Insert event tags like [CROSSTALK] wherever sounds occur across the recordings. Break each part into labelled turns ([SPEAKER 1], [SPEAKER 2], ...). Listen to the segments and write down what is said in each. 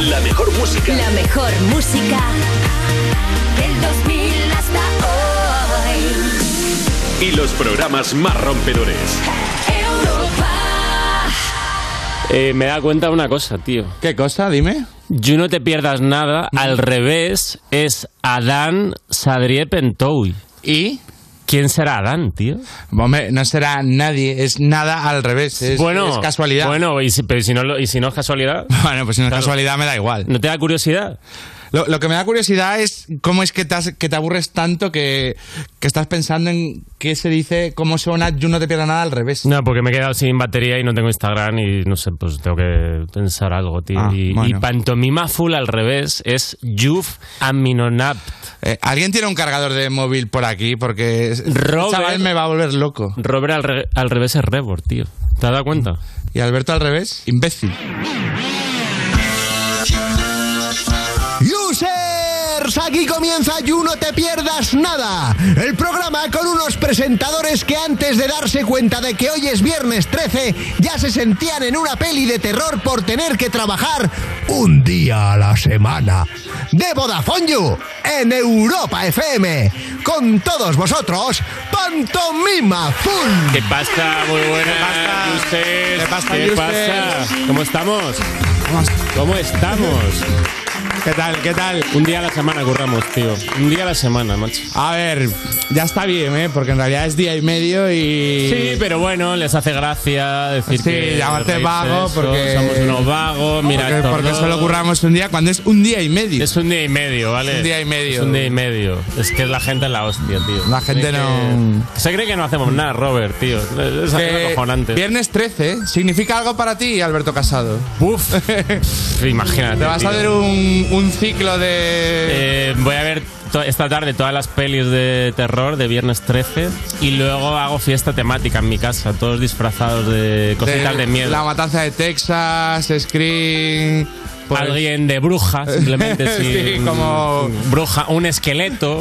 [SPEAKER 1] La mejor música.
[SPEAKER 2] La mejor música del 2000 hasta hoy.
[SPEAKER 1] Y los programas más rompedores.
[SPEAKER 3] Eh, me da cuenta de una cosa, tío.
[SPEAKER 4] ¿Qué cosa? Dime.
[SPEAKER 3] You no te pierdas nada, al revés, es Adán Sadrie Pentoui.
[SPEAKER 4] ¿Y?
[SPEAKER 3] ¿Quién será Adán, tío?
[SPEAKER 4] Hombre, no será nadie, es nada al revés. Es, es casualidad.
[SPEAKER 3] Bueno, y si, pero si no, lo- y si no es casualidad,
[SPEAKER 4] [LAUGHS] Bueno, pues si no es casualidad me da igual.
[SPEAKER 3] ¿no te da curiosidad?
[SPEAKER 4] Lo, lo que me da curiosidad es cómo es que te, has- que te aburres tanto que, que estás pensando en qué se dice, cómo suena, yo no te pierda nada al revés.
[SPEAKER 3] No, porque me he quedado sin batería y no tengo Instagram y no sé, pues tengo que pensar algo, tío.
[SPEAKER 4] Ah,
[SPEAKER 3] y,
[SPEAKER 4] bueno.
[SPEAKER 3] y pantomima full al revés es Juf Aminonapt.
[SPEAKER 4] Eh, ¿Alguien tiene un cargador de móvil por aquí? Porque es- el
[SPEAKER 3] Robert.
[SPEAKER 4] chaval me va a volver loco.
[SPEAKER 3] Robert al, re- al revés es Rebord, tío. ¿Te has dado cuenta?
[SPEAKER 4] Y Alberto al revés, imbécil.
[SPEAKER 5] Users, aquí comienza You No Te Pierdas Nada, el programa con unos presentadores que antes de darse cuenta de que hoy es viernes 13 ya se sentían en una peli de terror por tener que trabajar un día a la semana. De Vodafone You, en Europa FM, con todos vosotros, Pantomima Full.
[SPEAKER 3] ¿Qué pasa? Muy buenas.
[SPEAKER 4] ¿Qué pasa,
[SPEAKER 3] ¿Qué
[SPEAKER 4] Yusef?
[SPEAKER 3] pasa? ¿Cómo estamos? ¿Cómo estamos?
[SPEAKER 4] ¿Qué tal? ¿Qué tal?
[SPEAKER 3] Un día a la semana curramos, tío. Un día a la semana, macho.
[SPEAKER 4] A ver, ya está bien, ¿eh? Porque en realidad es día y medio y...
[SPEAKER 3] Sí, pero bueno, les hace gracia decir
[SPEAKER 4] Sí,
[SPEAKER 3] que.
[SPEAKER 4] llámate
[SPEAKER 3] reírse
[SPEAKER 4] vago
[SPEAKER 3] de eso,
[SPEAKER 4] porque-
[SPEAKER 3] Somos unos vagos, mira.
[SPEAKER 4] porque,
[SPEAKER 3] estos
[SPEAKER 4] porque
[SPEAKER 3] dos.
[SPEAKER 4] solo curramos un día cuando es un día y medio.
[SPEAKER 3] Es un día y medio, ¿vale?
[SPEAKER 4] Es un día y medio.
[SPEAKER 3] Es un día y medio. Es que la gente es la hostia, tío.
[SPEAKER 4] La gente
[SPEAKER 3] Cree que-
[SPEAKER 4] no-
[SPEAKER 3] Se cree que no hacemos nada, Robert, tío. Es
[SPEAKER 4] Que
[SPEAKER 3] acojonante.
[SPEAKER 4] Eh, viernes 13 significa algo para ti, Alberto Casado. [LAUGHS]
[SPEAKER 3] Uf. Imagínate.
[SPEAKER 4] Te vas a
[SPEAKER 3] tío.
[SPEAKER 4] hacer un, un ciclo de...
[SPEAKER 3] Eh, voy a ver to- esta tarde todas las pelis de terror de viernes 13 y luego hago fiesta temática en mi casa, todos disfrazados de cositas de, miedo.
[SPEAKER 4] La matanza de Texas, Scream... pues-
[SPEAKER 3] Alguien de bruja, simplemente
[SPEAKER 4] Sí,
[SPEAKER 3] sin-
[SPEAKER 4] como-
[SPEAKER 3] bruja, un esqueleto.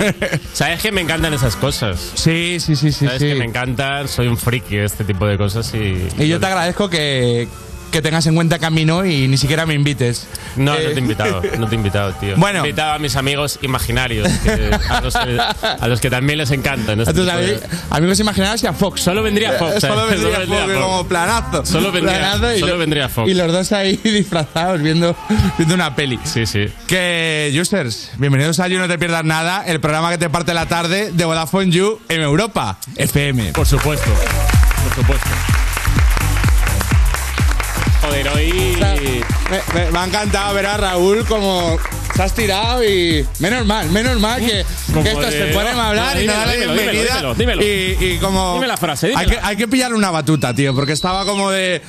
[SPEAKER 3] Sabes que me encantan esas cosas.
[SPEAKER 4] [LAUGHS] Sí, sí, sí, sí.
[SPEAKER 3] Sabes
[SPEAKER 4] sí.
[SPEAKER 3] que me encantan, soy un friki de este tipo de cosas y
[SPEAKER 4] Y yo te agradezco que, que tengas en cuenta que a mí no y ni siquiera me invites.
[SPEAKER 3] no,
[SPEAKER 4] Eh,
[SPEAKER 3] no te he invitado, no te he invitado, tío.
[SPEAKER 4] Bueno.
[SPEAKER 3] he invitado a mis amigos imaginarios, que- a, los que, a los que también les encantan. este
[SPEAKER 4] a tus
[SPEAKER 3] tipo de-
[SPEAKER 4] ami- amigos imaginarios y a Fox.
[SPEAKER 3] Solo vendría Fox. ¿sabes?
[SPEAKER 4] Eh, Solo vendría Fox, como planazo.
[SPEAKER 3] Solo vendría-
[SPEAKER 4] Planazo y
[SPEAKER 3] solo
[SPEAKER 4] lo-
[SPEAKER 3] vendría Fox.
[SPEAKER 4] Y los dos ahí [LAUGHS] disfrazados viendo, viendo una peli.
[SPEAKER 3] Sí, sí.
[SPEAKER 4] Que, users, bienvenidos a You No Te Pierdas Nada, el programa que te parte la tarde de Vodafone You en Europa, FM.
[SPEAKER 3] Por supuesto. Por supuesto. Joder, hoy.
[SPEAKER 4] Me, me- me ha encantado ver a Raúl como se has tirado y menos mal, menos mal que,
[SPEAKER 3] Como
[SPEAKER 4] que estos
[SPEAKER 3] de-
[SPEAKER 4] se ponen a hablar
[SPEAKER 3] no,
[SPEAKER 4] y no dan
[SPEAKER 3] dímelo,
[SPEAKER 4] la
[SPEAKER 3] dímelo, dímelo,
[SPEAKER 4] bienvenida.
[SPEAKER 3] dímelo, dímelo.
[SPEAKER 4] Y, y como...
[SPEAKER 3] Dime la frase,
[SPEAKER 4] hay
[SPEAKER 3] dímela.
[SPEAKER 4] que, hay que pillar una batuta, tío, porque estaba como de...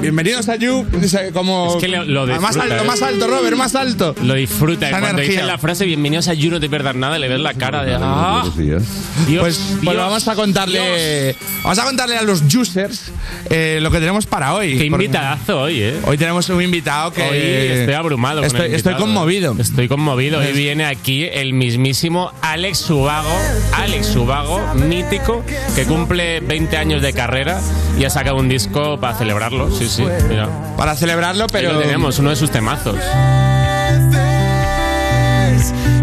[SPEAKER 4] Bienvenidos a You, dice, como...
[SPEAKER 3] Es que lo- lo
[SPEAKER 4] "Ah, más
[SPEAKER 3] disfruta,
[SPEAKER 4] alto,
[SPEAKER 3] ¿eh?
[SPEAKER 4] más alto, Robert, más alto.
[SPEAKER 3] Lo disfruta. y
[SPEAKER 4] Esa
[SPEAKER 3] Cuando
[SPEAKER 4] energía.
[SPEAKER 3] dice la frase bienvenidos a You, no te pierdas nada, le ves la cara de. ¡Ah! Dios,
[SPEAKER 4] Pues, pues
[SPEAKER 3] Dios,
[SPEAKER 4] vamos a contarle,
[SPEAKER 3] Dios.
[SPEAKER 4] vamos a contarle a los users eh, lo que tenemos para hoy.
[SPEAKER 3] Qué
[SPEAKER 4] Porque
[SPEAKER 3] invitadazo hoy, eh.
[SPEAKER 4] Hoy tenemos un invitado que
[SPEAKER 3] Hoy estoy abrumado. con el
[SPEAKER 4] Estoy, estoy
[SPEAKER 3] invitado,
[SPEAKER 4] conmovido.
[SPEAKER 3] eh. Estoy conmovido. Hoy viene aquí el mismísimo Alex Subago. Alex Subago, mítico, que cumple 20 años de carrera y ha sacado un disco para celebrarlo. Sí, sí, mira.
[SPEAKER 4] Para celebrarlo,
[SPEAKER 3] Pero
[SPEAKER 4] pero
[SPEAKER 3] tenemos uno de sus temazos.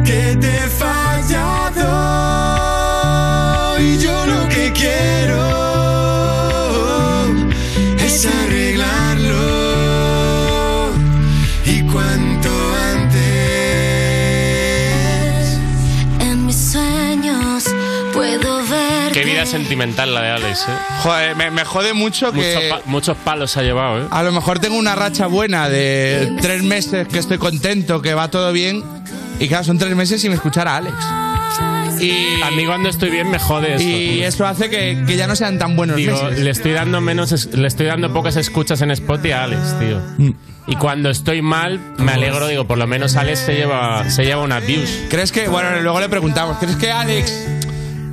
[SPEAKER 6] que te he fallado y yo lo que quiero es arreglarlo y cuanto antes
[SPEAKER 2] En mis sueños puedo ver.
[SPEAKER 3] Qué vida sentimental la de Alex, ¿eh?
[SPEAKER 4] Joder, me, me jode mucho
[SPEAKER 3] Muchos,
[SPEAKER 4] que
[SPEAKER 3] pa- muchos palos ha llevado, ¿eh?
[SPEAKER 4] a lo mejor tengo una racha buena de tres meses que estoy contento, que va todo bien. Y claro, son tres meses sin escuchar a Alex. Y,
[SPEAKER 3] A mí cuando estoy bien me jode eso.
[SPEAKER 4] y eso hace que, que ya no sean tan buenos
[SPEAKER 3] Digo,
[SPEAKER 4] meses.
[SPEAKER 3] le estoy dando menos, es- le estoy dando pocas escuchas en Spotify a Alex, tío.
[SPEAKER 4] Mm.
[SPEAKER 3] Y cuando estoy mal, me alegro, digo, por lo menos Alex se lleva, se lleva unas views.
[SPEAKER 4] ¿Crees que, bueno, luego le preguntamos, ¿crees que a Alex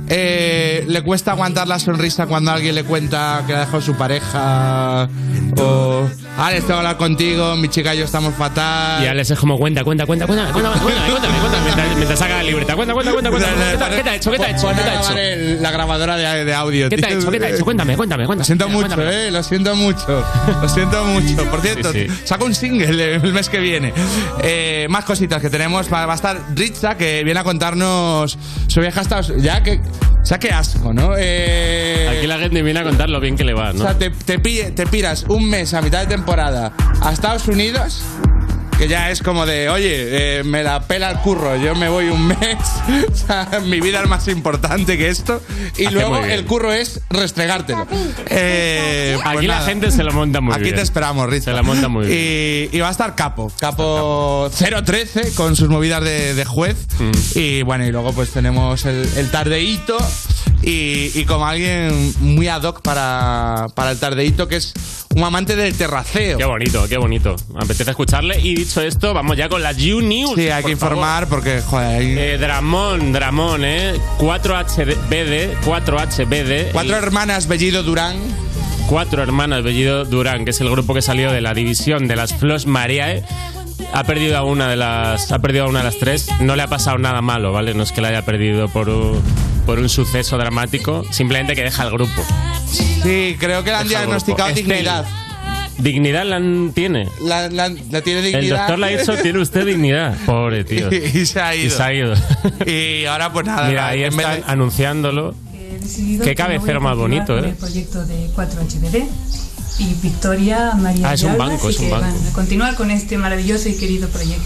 [SPEAKER 4] eh, le cuesta aguantar la sonrisa cuando alguien le cuenta que la dejó su pareja? O, Alex, tengo que hablar contigo, mi chica y yo estamos fatal.
[SPEAKER 3] Y Alex es como cuenta, cuenta, cuenta, cuenta, cuenta, cuenta, cuenta, cuenta, cuenta, mientras, mientras saca la libreta. Cuenta, cuenta, cuenta, cuenta. ¿Qué te- ¿Qué te ha hecho? ¿Qué te ha hecho?
[SPEAKER 4] Pon
[SPEAKER 3] ¿Qué
[SPEAKER 4] a
[SPEAKER 3] te ha hecho?
[SPEAKER 4] grabar el- la grabadora de, de audio.
[SPEAKER 3] ¿Qué te ha
[SPEAKER 4] tío.
[SPEAKER 3] hecho? ¿Qué te ha hecho? Cuéntame, cuéntame, cuéntame.
[SPEAKER 4] Lo siento mucho,
[SPEAKER 3] Cuéntame.
[SPEAKER 4] eh, lo siento mucho. Lo siento mucho. Por cierto,
[SPEAKER 3] Sí, sí.
[SPEAKER 4] saco un single el mes que viene. Eh, más cositas que tenemos. Va va a estar Ritza, que viene a contarnos su viaje hasta... Aus- Ya que... O sea, qué asco, ¿no? Eh,
[SPEAKER 3] Aquí la gente viene a contar lo bien que le va,
[SPEAKER 4] O
[SPEAKER 3] ¿no?
[SPEAKER 4] sea, te, te, pille- te piras un mes a mitad de temporada a Estados Unidos, que ya es como de, oye, eh, me la pela el curro, yo me voy un mes, [LAUGHS] o sea, mi vida es más importante que esto, y
[SPEAKER 3] Hace Ah, muy
[SPEAKER 4] luego
[SPEAKER 3] bien.
[SPEAKER 4] el curro es restregártelo. Eh, pues
[SPEAKER 3] Aquí la
[SPEAKER 4] nada.
[SPEAKER 3] gente se lo monta muy
[SPEAKER 4] Aquí
[SPEAKER 3] bien.
[SPEAKER 4] te esperamos, Ritz.
[SPEAKER 3] Se la monta muy
[SPEAKER 4] bien. Y, va a estar Capo. Capo 013 con sus movidas de, de juez.
[SPEAKER 3] Mm.
[SPEAKER 4] Y bueno, y luego pues tenemos el, el tardeíto. Y, y como alguien muy ad hoc para, para el tardeíto, que es un amante del terraceo.
[SPEAKER 3] Qué bonito, qué bonito. Me apetece escucharle. Y dicho esto, vamos ya con las You News.
[SPEAKER 4] Sí, hay
[SPEAKER 3] por
[SPEAKER 4] que informar porque, joder, hay
[SPEAKER 3] favor. Eh, Dramón, Dramón, ¿eh? 4HBD, 4HBD.
[SPEAKER 4] cuatro
[SPEAKER 3] el-
[SPEAKER 4] hermanas Bellido Durán.
[SPEAKER 3] cuatro hermanas Bellido Durán, que es el grupo que salió de la división de las Flos Mariae. Ha perdido a una de las ha perdido a una de las tres, no le ha pasado nada malo, ¿vale? No es que la haya perdido por un, por un suceso dramático, simplemente que deja el grupo.
[SPEAKER 4] Sí, creo que le han
[SPEAKER 3] Deja el
[SPEAKER 4] diagnosticado
[SPEAKER 3] grupo. Este-
[SPEAKER 4] dignidad.
[SPEAKER 3] Dignidad la tiene.
[SPEAKER 4] La, la- la tiene dignidad.
[SPEAKER 3] El doctor le ha dicho, tiene usted dignidad. Pobre tío.
[SPEAKER 4] [LAUGHS] y, y se ha ido.
[SPEAKER 3] Y se ha ido.
[SPEAKER 4] Y ahora pues nada.
[SPEAKER 3] Mira, ahí
[SPEAKER 4] en vez
[SPEAKER 3] están
[SPEAKER 4] de-
[SPEAKER 3] anunciándolo.
[SPEAKER 7] He decidido
[SPEAKER 3] Qué
[SPEAKER 7] que no voy a
[SPEAKER 3] cabecero más
[SPEAKER 7] continuar
[SPEAKER 3] bonito,
[SPEAKER 7] con
[SPEAKER 3] ¿eh?
[SPEAKER 7] El proyecto de 4HBD y Victoria María
[SPEAKER 3] Ah, es un
[SPEAKER 7] de Alba,
[SPEAKER 3] banco,
[SPEAKER 7] así
[SPEAKER 3] es un
[SPEAKER 7] que
[SPEAKER 3] banco.
[SPEAKER 7] van a continuar con este maravilloso y querido proyecto.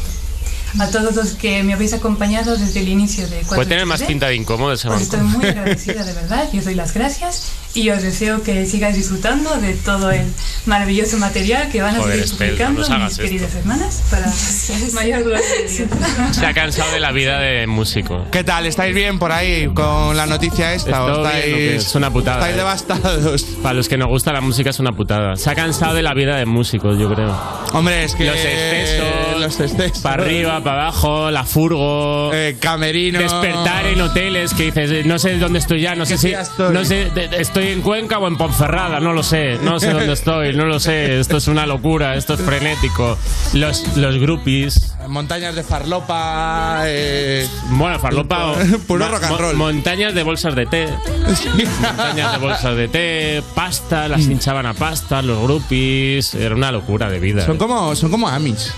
[SPEAKER 7] A todos los que me habéis acompañado desde el inicio de 4HBD.
[SPEAKER 3] Puede tener más pinta de incómodo ese
[SPEAKER 7] Os
[SPEAKER 3] banco.
[SPEAKER 7] Pues ¿eh? estoy muy agradecida, de verdad, y os doy las gracias y os deseo que sigáis disfrutando de todo el maravilloso material que van a
[SPEAKER 3] Joder,
[SPEAKER 7] seguir
[SPEAKER 3] Estel, no
[SPEAKER 7] publicando
[SPEAKER 3] nos hagas
[SPEAKER 7] mis queridas hermanas
[SPEAKER 8] [LAUGHS]
[SPEAKER 7] para mayor gloria de Dios.
[SPEAKER 3] Se ha cansado de la vida de músico.
[SPEAKER 4] [LAUGHS] ¿Qué tal? ¿Estáis bien por ahí con la noticia esta? ¿O
[SPEAKER 3] ¿Todo bien
[SPEAKER 4] estáis,
[SPEAKER 3] o qué? Es una putada,
[SPEAKER 4] estáis
[SPEAKER 3] eh.
[SPEAKER 4] devastados?
[SPEAKER 3] Para los que nos gusta la música es una putada. Se ha cansado de la vida de músicos, yo creo.
[SPEAKER 4] Hombre, es que...
[SPEAKER 3] Los excesos,
[SPEAKER 4] Los excesos.
[SPEAKER 3] Para arriba, para abajo, la furgo.
[SPEAKER 4] Eh, camerino.
[SPEAKER 3] Despertar en hoteles que dices, eh, no sé dónde estoy ya, no sé si.
[SPEAKER 4] día estoy?
[SPEAKER 3] No sé, de- de- estoy en Cuenca o en Ponferrada, no lo sé, no sé
[SPEAKER 4] [LAUGHS]
[SPEAKER 3] dónde estoy, no lo sé. Esto es una locura, esto es frenético. Los, los groupies.
[SPEAKER 4] Montañas de farlopa. eh, [LAUGHS]
[SPEAKER 3] Bueno, farlopa. o-
[SPEAKER 4] Puro rock and roll.
[SPEAKER 3] montañas de bolsas de té.
[SPEAKER 4] [LAUGHS]
[SPEAKER 3] Montañas de bolsas de té, pasta,
[SPEAKER 4] Mm.
[SPEAKER 3] las hinchaban a pasta, los groupies. Era una locura de vida.
[SPEAKER 4] son, como, son como Amish.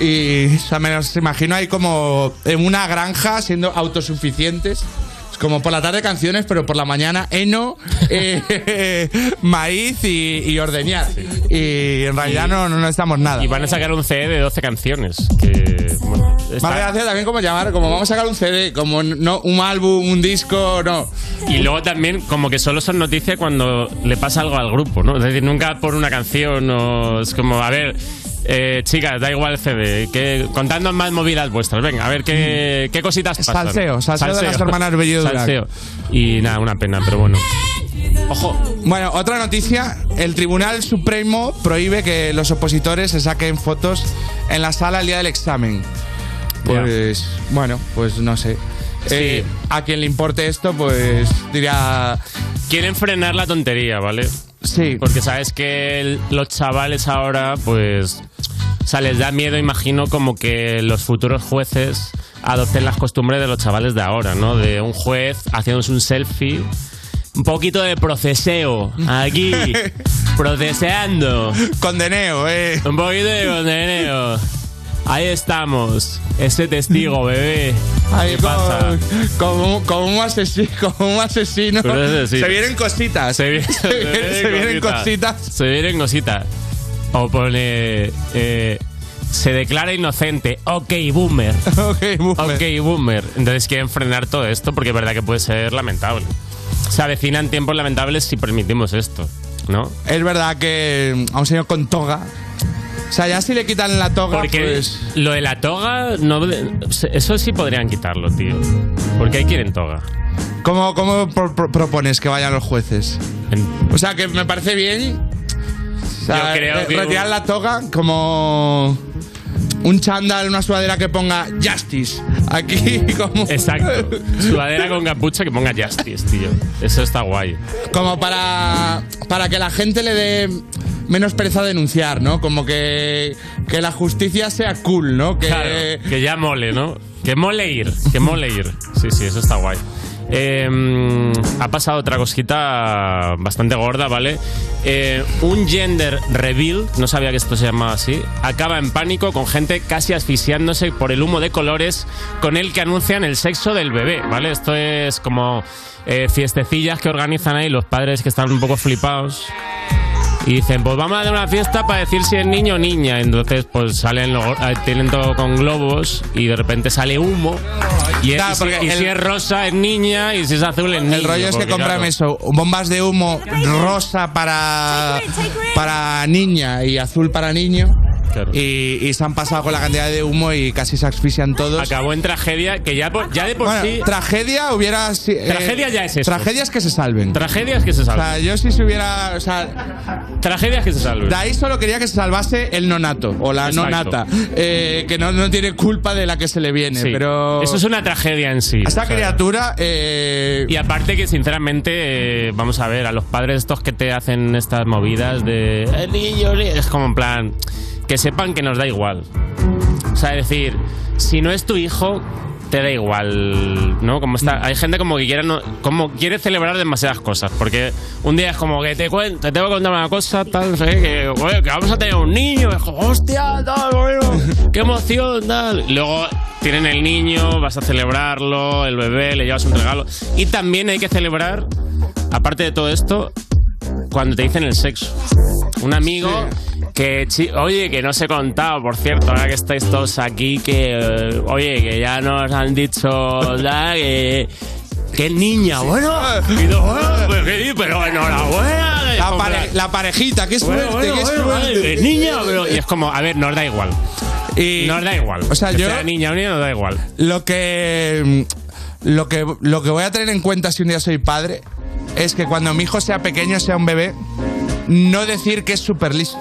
[SPEAKER 4] Y o sea, me los imagino ahí como en una granja siendo autosuficientes. Es Como por la tarde canciones, pero por la mañana heno, eh, [LAUGHS] maíz y, y ordeñar. Y en realidad no, no necesitamos nada.
[SPEAKER 3] Y van a sacar un CD de 12 canciones. Que, bueno,
[SPEAKER 4] Más
[SPEAKER 3] está-
[SPEAKER 4] gracia también como llamar, como vamos a sacar un CD, como no un álbum, un disco, no.
[SPEAKER 3] y luego también, como que solo son noticias cuando le pasa algo al grupo, ¿no? Es decir, nunca por una canción o. Es como, a ver. eh, chicas, da igual el CD. Que, contadnos más movidas vuestras. Venga, a ver qué, qué cositas pasan.
[SPEAKER 4] Salseo, salseo de las hermanas Bellido Durán.
[SPEAKER 3] Salseo. Y nada, una pena, pero bueno. Ojo,
[SPEAKER 4] Bueno, otra noticia, el Tribunal Supremo prohíbe que los opositores se saquen fotos en la sala el día del examen. Pues bueno, pues no sé. Eh, a quien le importe esto, pues diría
[SPEAKER 3] quieren frenar la tontería, ¿vale?
[SPEAKER 4] sí.
[SPEAKER 3] Porque sabes que el- los chavales ahora, pues. O sea, les da miedo, imagino, como que los futuros jueces adopten las costumbres de los chavales de ahora, ¿no? De un juez haciéndose un selfie. Un poquito de proceseo.
[SPEAKER 4] [LAUGHS]
[SPEAKER 3] Aquí. proceseando.
[SPEAKER 4] Condeneo, eh.
[SPEAKER 3] Un poquito de condeneo. Ahí estamos. Ese testigo, bebé.
[SPEAKER 4] Ahí
[SPEAKER 3] ¿Qué pasa?
[SPEAKER 4] Como, [LAUGHS] como un- como un asesino, [LAUGHS] como un asesino.
[SPEAKER 3] Un asesino.
[SPEAKER 4] Se vienen cositas. [LAUGHS]
[SPEAKER 3] Se, vi- se
[SPEAKER 4] vienen- se vienen cositas.
[SPEAKER 3] Se vienen cositas. O pone. eh, se declara inocente. Ok, boomer.
[SPEAKER 4] [LAUGHS] Ok, boomer.
[SPEAKER 3] Ok, boomer. Entonces quieren frenar todo esto porque es verdad que puede ser lamentable. Se avecinan tiempos lamentables si permitimos esto, ¿no?
[SPEAKER 4] Es verdad que mm, a un señor con toga. O sea, ya si le quitan la toga,
[SPEAKER 3] Porque
[SPEAKER 4] pues.
[SPEAKER 3] lo de la toga, no, eso sí podrían quitarlo, tío. Porque ahí quieren toga.
[SPEAKER 4] ¿Cómo, cómo pro- pro- propones que vayan los jueces?
[SPEAKER 3] En-
[SPEAKER 4] O sea, que me parece bien. O sea,
[SPEAKER 3] Yo creo
[SPEAKER 4] re-
[SPEAKER 3] que-
[SPEAKER 4] Retirar la toga como. un chándal, una sudadera que ponga Justice. Aquí [LAUGHS] como...
[SPEAKER 3] Exacto. Sudadera con capucha que ponga Justice, tío. Eso está guay.
[SPEAKER 4] Como para, para que la gente le dé menos pereza a denunciar, ¿no? Como que, que la justicia sea cool, ¿no? Que,
[SPEAKER 3] Claro, que ya mole, ¿no? Que mole ir, que mole ir. Sí, sí, eso está guay. Eh, mm, ha pasado otra cosquita bastante gorda, ¿vale? Eh, un gender reveal, no sabía que esto se llamaba así, acaba en pánico con gente casi asfixiándose por el humo de colores con el que anuncian el sexo del bebé, ¿vale? Esto es como eh, fiestecillas que organizan ahí los padres que están un poco flipados. Y dicen, pues vamos a hacer una fiesta para decir si es niño o niña. Entonces, pues salen, lo- eh, tienen todo con globos y de repente sale humo. Y, es-
[SPEAKER 4] Claro,
[SPEAKER 3] y si-
[SPEAKER 4] porque
[SPEAKER 3] y si
[SPEAKER 4] el-
[SPEAKER 3] es rosa es niña y si es azul es niño.
[SPEAKER 4] El rollo es que
[SPEAKER 3] porque,
[SPEAKER 4] compran
[SPEAKER 3] claro,
[SPEAKER 4] eso, bombas de humo rosa para, para niña y azul para niño.
[SPEAKER 3] claro.
[SPEAKER 4] Y, y se han pasado con la cantidad de humo y casi se asfixian todos.
[SPEAKER 3] Acabó en tragedia, que ya, por- ya de por
[SPEAKER 4] Bueno,
[SPEAKER 3] sí...
[SPEAKER 4] tragedia hubiera. si- eh,
[SPEAKER 3] Tragedia ya es eso.
[SPEAKER 4] Tragedias que se salven.
[SPEAKER 3] tragedias que se
[SPEAKER 4] o
[SPEAKER 3] salvan.
[SPEAKER 4] sea, yo si se hubiera. O sea,
[SPEAKER 3] tragedias que se salvan.
[SPEAKER 4] de ahí solo quería que se salvase el nonato o la
[SPEAKER 3] Exacto.
[SPEAKER 4] nonata. eh, que no, no tiene culpa de la que se le viene.
[SPEAKER 3] Sí.
[SPEAKER 4] Pero.
[SPEAKER 3] Eso es una tragedia en sí.
[SPEAKER 4] a esta
[SPEAKER 3] o sea.
[SPEAKER 4] criatura. eh,
[SPEAKER 3] Y aparte que sinceramente, eh, vamos a ver, a los padres estos que te hacen estas movidas de... "El niño", Es como en plan, que sepan que nos da igual. O sea, es decir, si no es tu hijo, te da igual, ¿no? Como está, hay gente como que quiere, no- como quiere celebrar demasiadas cosas, porque un día es como que te cuento, te tengo que contar una cosa, tal, no sé, qué, que, bueno, que vamos a tener un niño, es como, hostia, tal, bueno, [LAUGHS] qué emoción, tal. Y Luego tienen el niño, vas a celebrarlo, el bebé, le llevas un regalo. Y también hay que celebrar, aparte de todo esto, cuando te dicen el sexo. Un amigo que, chi- oye, que no se contaba, por cierto, ahora que estáis todos aquí, que, eh, oye, que ya nos han dicho, [LAUGHS] da, que, que es niña, bueno. Y tú, bueno, pues, ¿qué di? pero enhorabuena.
[SPEAKER 4] la,
[SPEAKER 3] Como,
[SPEAKER 4] pare- la parejita, qué
[SPEAKER 3] bueno,
[SPEAKER 4] suerte,
[SPEAKER 3] bueno,
[SPEAKER 4] qué
[SPEAKER 3] bueno,
[SPEAKER 4] suerte.
[SPEAKER 3] vale, es niña, pero... Y es como, a ver, nos da igual.
[SPEAKER 4] Y-
[SPEAKER 3] Nos da igual.
[SPEAKER 4] O sea,
[SPEAKER 3] Que
[SPEAKER 4] yo-
[SPEAKER 3] sea niña o niño, nos da igual.
[SPEAKER 4] Lo que, mm, lo que lo que voy a tener en cuenta si un día soy padre es que cuando mi hijo sea pequeño, sea un bebé, no decir que es súper listo.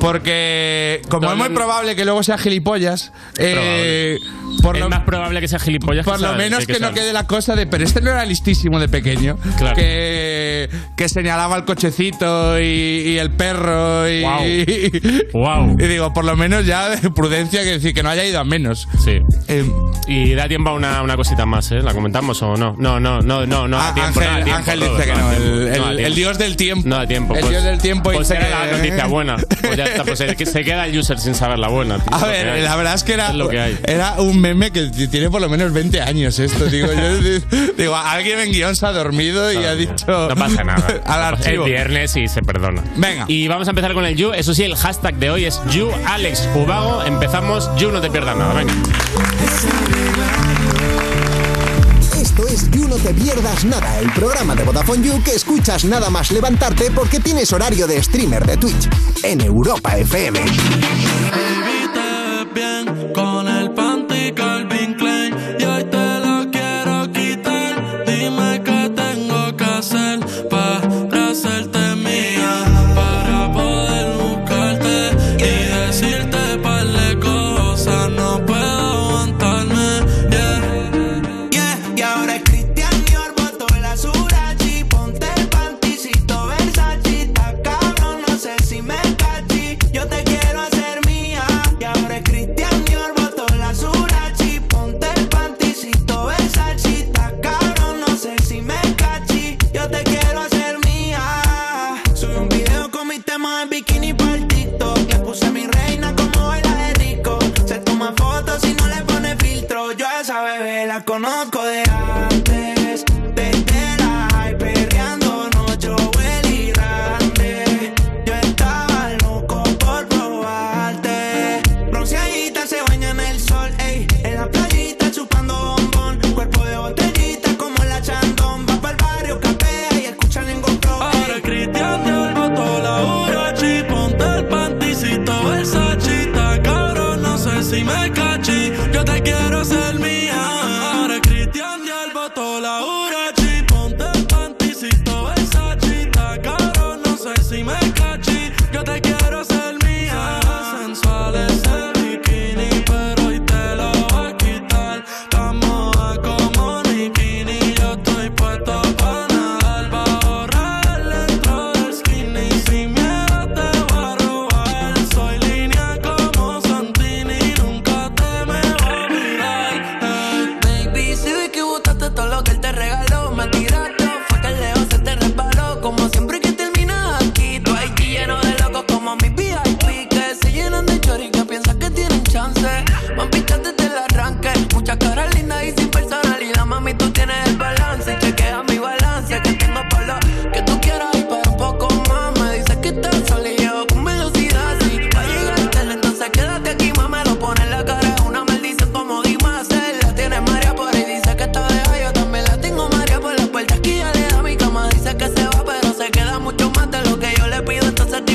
[SPEAKER 4] Porque como
[SPEAKER 3] No,
[SPEAKER 4] es
[SPEAKER 3] no,
[SPEAKER 4] muy
[SPEAKER 3] no.
[SPEAKER 4] probable que luego sea gilipollas, eh, por
[SPEAKER 3] es
[SPEAKER 4] lo,
[SPEAKER 3] más probable que sea gilipollas.
[SPEAKER 4] por lo
[SPEAKER 3] sea-
[SPEAKER 4] menos que, no
[SPEAKER 3] sea-
[SPEAKER 4] quede la cosa de, pero este no era listísimo de pequeño,
[SPEAKER 3] Claro.
[SPEAKER 4] que, que señalaba el cochecito y, y el perro y, [LAUGHS]
[SPEAKER 3] Guau.
[SPEAKER 4] y,
[SPEAKER 3] Guau.
[SPEAKER 4] digo, por lo menos ya de prudencia que decir que no haya ido a menos.
[SPEAKER 3] Sí.
[SPEAKER 4] Em,
[SPEAKER 3] Y da tiempo a una, una cosita más, ¿eh? ¿La comentamos o no? No, no, no, no, no da
[SPEAKER 4] Ah,
[SPEAKER 3] tiempo. no da
[SPEAKER 4] Ángel,
[SPEAKER 3] tiempo,
[SPEAKER 4] Ángel
[SPEAKER 3] todo,
[SPEAKER 4] dice que
[SPEAKER 3] da
[SPEAKER 4] no. El,
[SPEAKER 3] tiempo, da
[SPEAKER 4] el-
[SPEAKER 3] tiempo.
[SPEAKER 4] el dios del tiempo.
[SPEAKER 3] No da tiempo.
[SPEAKER 4] El
[SPEAKER 3] pues-
[SPEAKER 4] dios del tiempo
[SPEAKER 3] Pues
[SPEAKER 4] dice
[SPEAKER 3] era la
[SPEAKER 4] que-
[SPEAKER 3] noticia buena. Pues ya está, pues es que se queda el user sin saber la buena. tío,
[SPEAKER 4] [LAUGHS] A
[SPEAKER 3] lo que
[SPEAKER 4] ver,
[SPEAKER 3] hay.
[SPEAKER 4] la verdad es que era,
[SPEAKER 3] Es lo que hay.
[SPEAKER 4] era un meme que t- tiene por lo menos 20 años esto. Digo, yo, [LAUGHS] digo alguien en guión se ha dormido y ha dicho...
[SPEAKER 3] No pasa
[SPEAKER 4] [LAUGHS]
[SPEAKER 3] nada.
[SPEAKER 4] Al
[SPEAKER 3] No pasa-
[SPEAKER 4] archivo.
[SPEAKER 3] Es viernes y se perdona.
[SPEAKER 4] Venga.
[SPEAKER 3] Y vamos a empezar con el You. Eso sí, el hashtag de hoy es You Alex Ubago. Empezamos. You no te pierdas nada. Venga.
[SPEAKER 5] Esto es You No Te Pierdas Nada, el programa de Vodafone You que escuchas nada más levantarte porque tienes horario de streamer de Twitch en Europa FM.
[SPEAKER 9] Baby, te ves bien con el panty Calvin Klein y hoy te lo quiero quitar. Dime qué tengo que hacer para hacerte mía, para poder buscarte y decirte par de cosas. No puedo aguantarme, yeah.
[SPEAKER 10] Yeah, y ahora es Cristian Dior, botó la Surachi Ponte el panticito Versace Está cabrón, no sé si me cachi Yo te quiero hacer mía Y ahora es Cristian Dior, botó la Surachi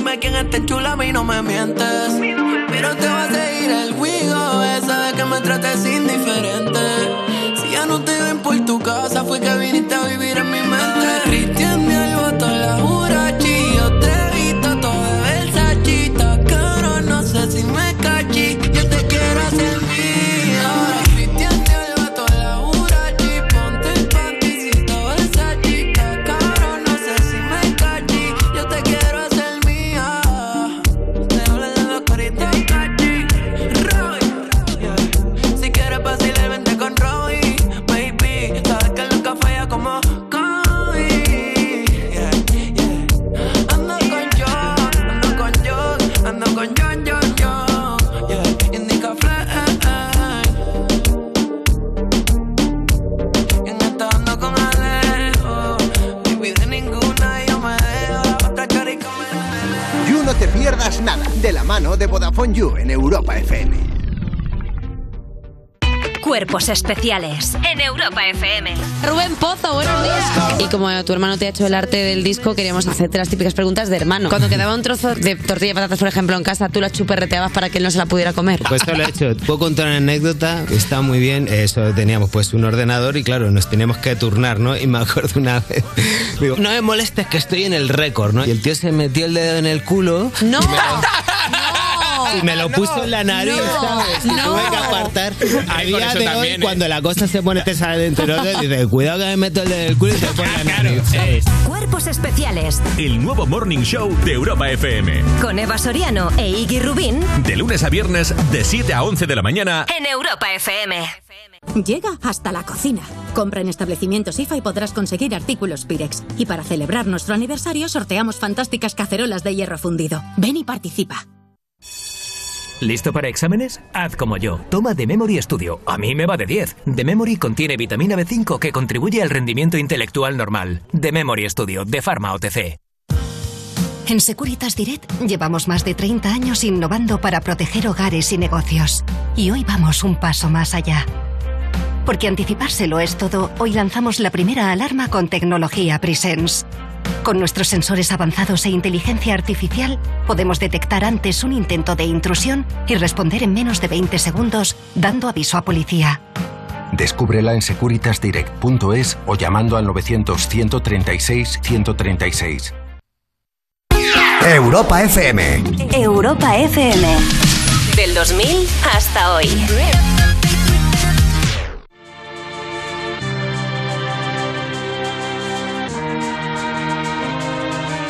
[SPEAKER 11] de quién está chula, a mí no me mientes. Pero te va a seguir el juicio, esa de que me trates indiferente. Si ya no te ven por tu casa, fue que viniste a vivir en mi mente. Cristian me albató la jurachi, yo te he visto toda versachita, caro, no sé si me cachí. Yo te quiero hacer mía. Cristian me albató la jurachi, ponte el pantisito versachita, caro, no sé si me cachí. Yo te quiero hacer mía. Te hablo de los coritos cachi, Roy. Si quieres vacilar, vente con Roy, baby. Sabes que nunca falla como Kobe. Yeah, yeah. Ando con yo, ando con yo, ando con yo, yo, yo. Yeah. Indica flex. En esta ando con Alejo. Baby, de ninguna yo me dejo. Otra chorica me
[SPEAKER 5] You No Te Pierdas Nada, de la mano de Vodafone You en Europa FM.
[SPEAKER 12] Cuerpos especiales en Europa FM.
[SPEAKER 13] Rubén Pozo, buenos días. Y como tu hermano te ha hecho el arte del disco, queríamos hacerte las típicas preguntas de hermano. Cuando quedaba un trozo de tortilla de patatas, por ejemplo, en casa, tú la chuperreteabas para que él no se la pudiera comer.
[SPEAKER 14] Pues esto lo he hecho. Puedo contar una anécdota, está muy bien. Eso teníamos pues un ordenador y claro, nos teníamos que turnar, ¿no? Y me acuerdo una vez. [LAUGHS] Digo, no me molestes que estoy en el récord, ¿no? Y el tío se metió el dedo en el culo.
[SPEAKER 13] ¡No!
[SPEAKER 14] Y me lo puso en la nariz,
[SPEAKER 13] No.
[SPEAKER 14] ¿sabes? Y
[SPEAKER 13] No.
[SPEAKER 14] Tuve que apartar. A
[SPEAKER 13] con
[SPEAKER 14] día
[SPEAKER 13] eso
[SPEAKER 14] de hoy,
[SPEAKER 13] también, ¿eh?
[SPEAKER 14] cuando la cosa se pone tesa dentro, dice, cuidado que me meto el dedo en el culo y te pone la nariz.
[SPEAKER 12] Cuerpos especiales
[SPEAKER 15] El nuevo Morning Show de Europa FM.
[SPEAKER 12] con Eva Soriano e Iggy Rubín
[SPEAKER 15] De lunes a viernes, de 7 a 11 de la mañana.
[SPEAKER 12] en Europa FM.
[SPEAKER 16] Llega hasta la cocina. Compra en establecimientos IFA y podrás conseguir artículos Pirex. Y para celebrar nuestro aniversario sorteamos fantásticas cacerolas de hierro fundido. Ven y participa.
[SPEAKER 17] ¿Listo para exámenes? Haz como yo. Toma The Memory Studio. A mí me va de 10. The Memory contiene vitamina B5 que contribuye al rendimiento intelectual normal. The Memory Studio, de Pharma OTC.
[SPEAKER 18] En Securitas Direct llevamos más de 30 años innovando para proteger hogares y negocios. Y hoy vamos un paso más allá. Porque anticipárselo es todo, hoy lanzamos la primera alarma con tecnología Presence. Con nuestros sensores avanzados e inteligencia artificial, podemos detectar antes un intento de intrusión y responder en menos de 20 segundos, dando aviso a policía.
[SPEAKER 7] Descúbrela en securitasdirect.es o llamando al 900 136 136.
[SPEAKER 19] Europa FM.
[SPEAKER 12] Europa FM. Del 2000 hasta hoy.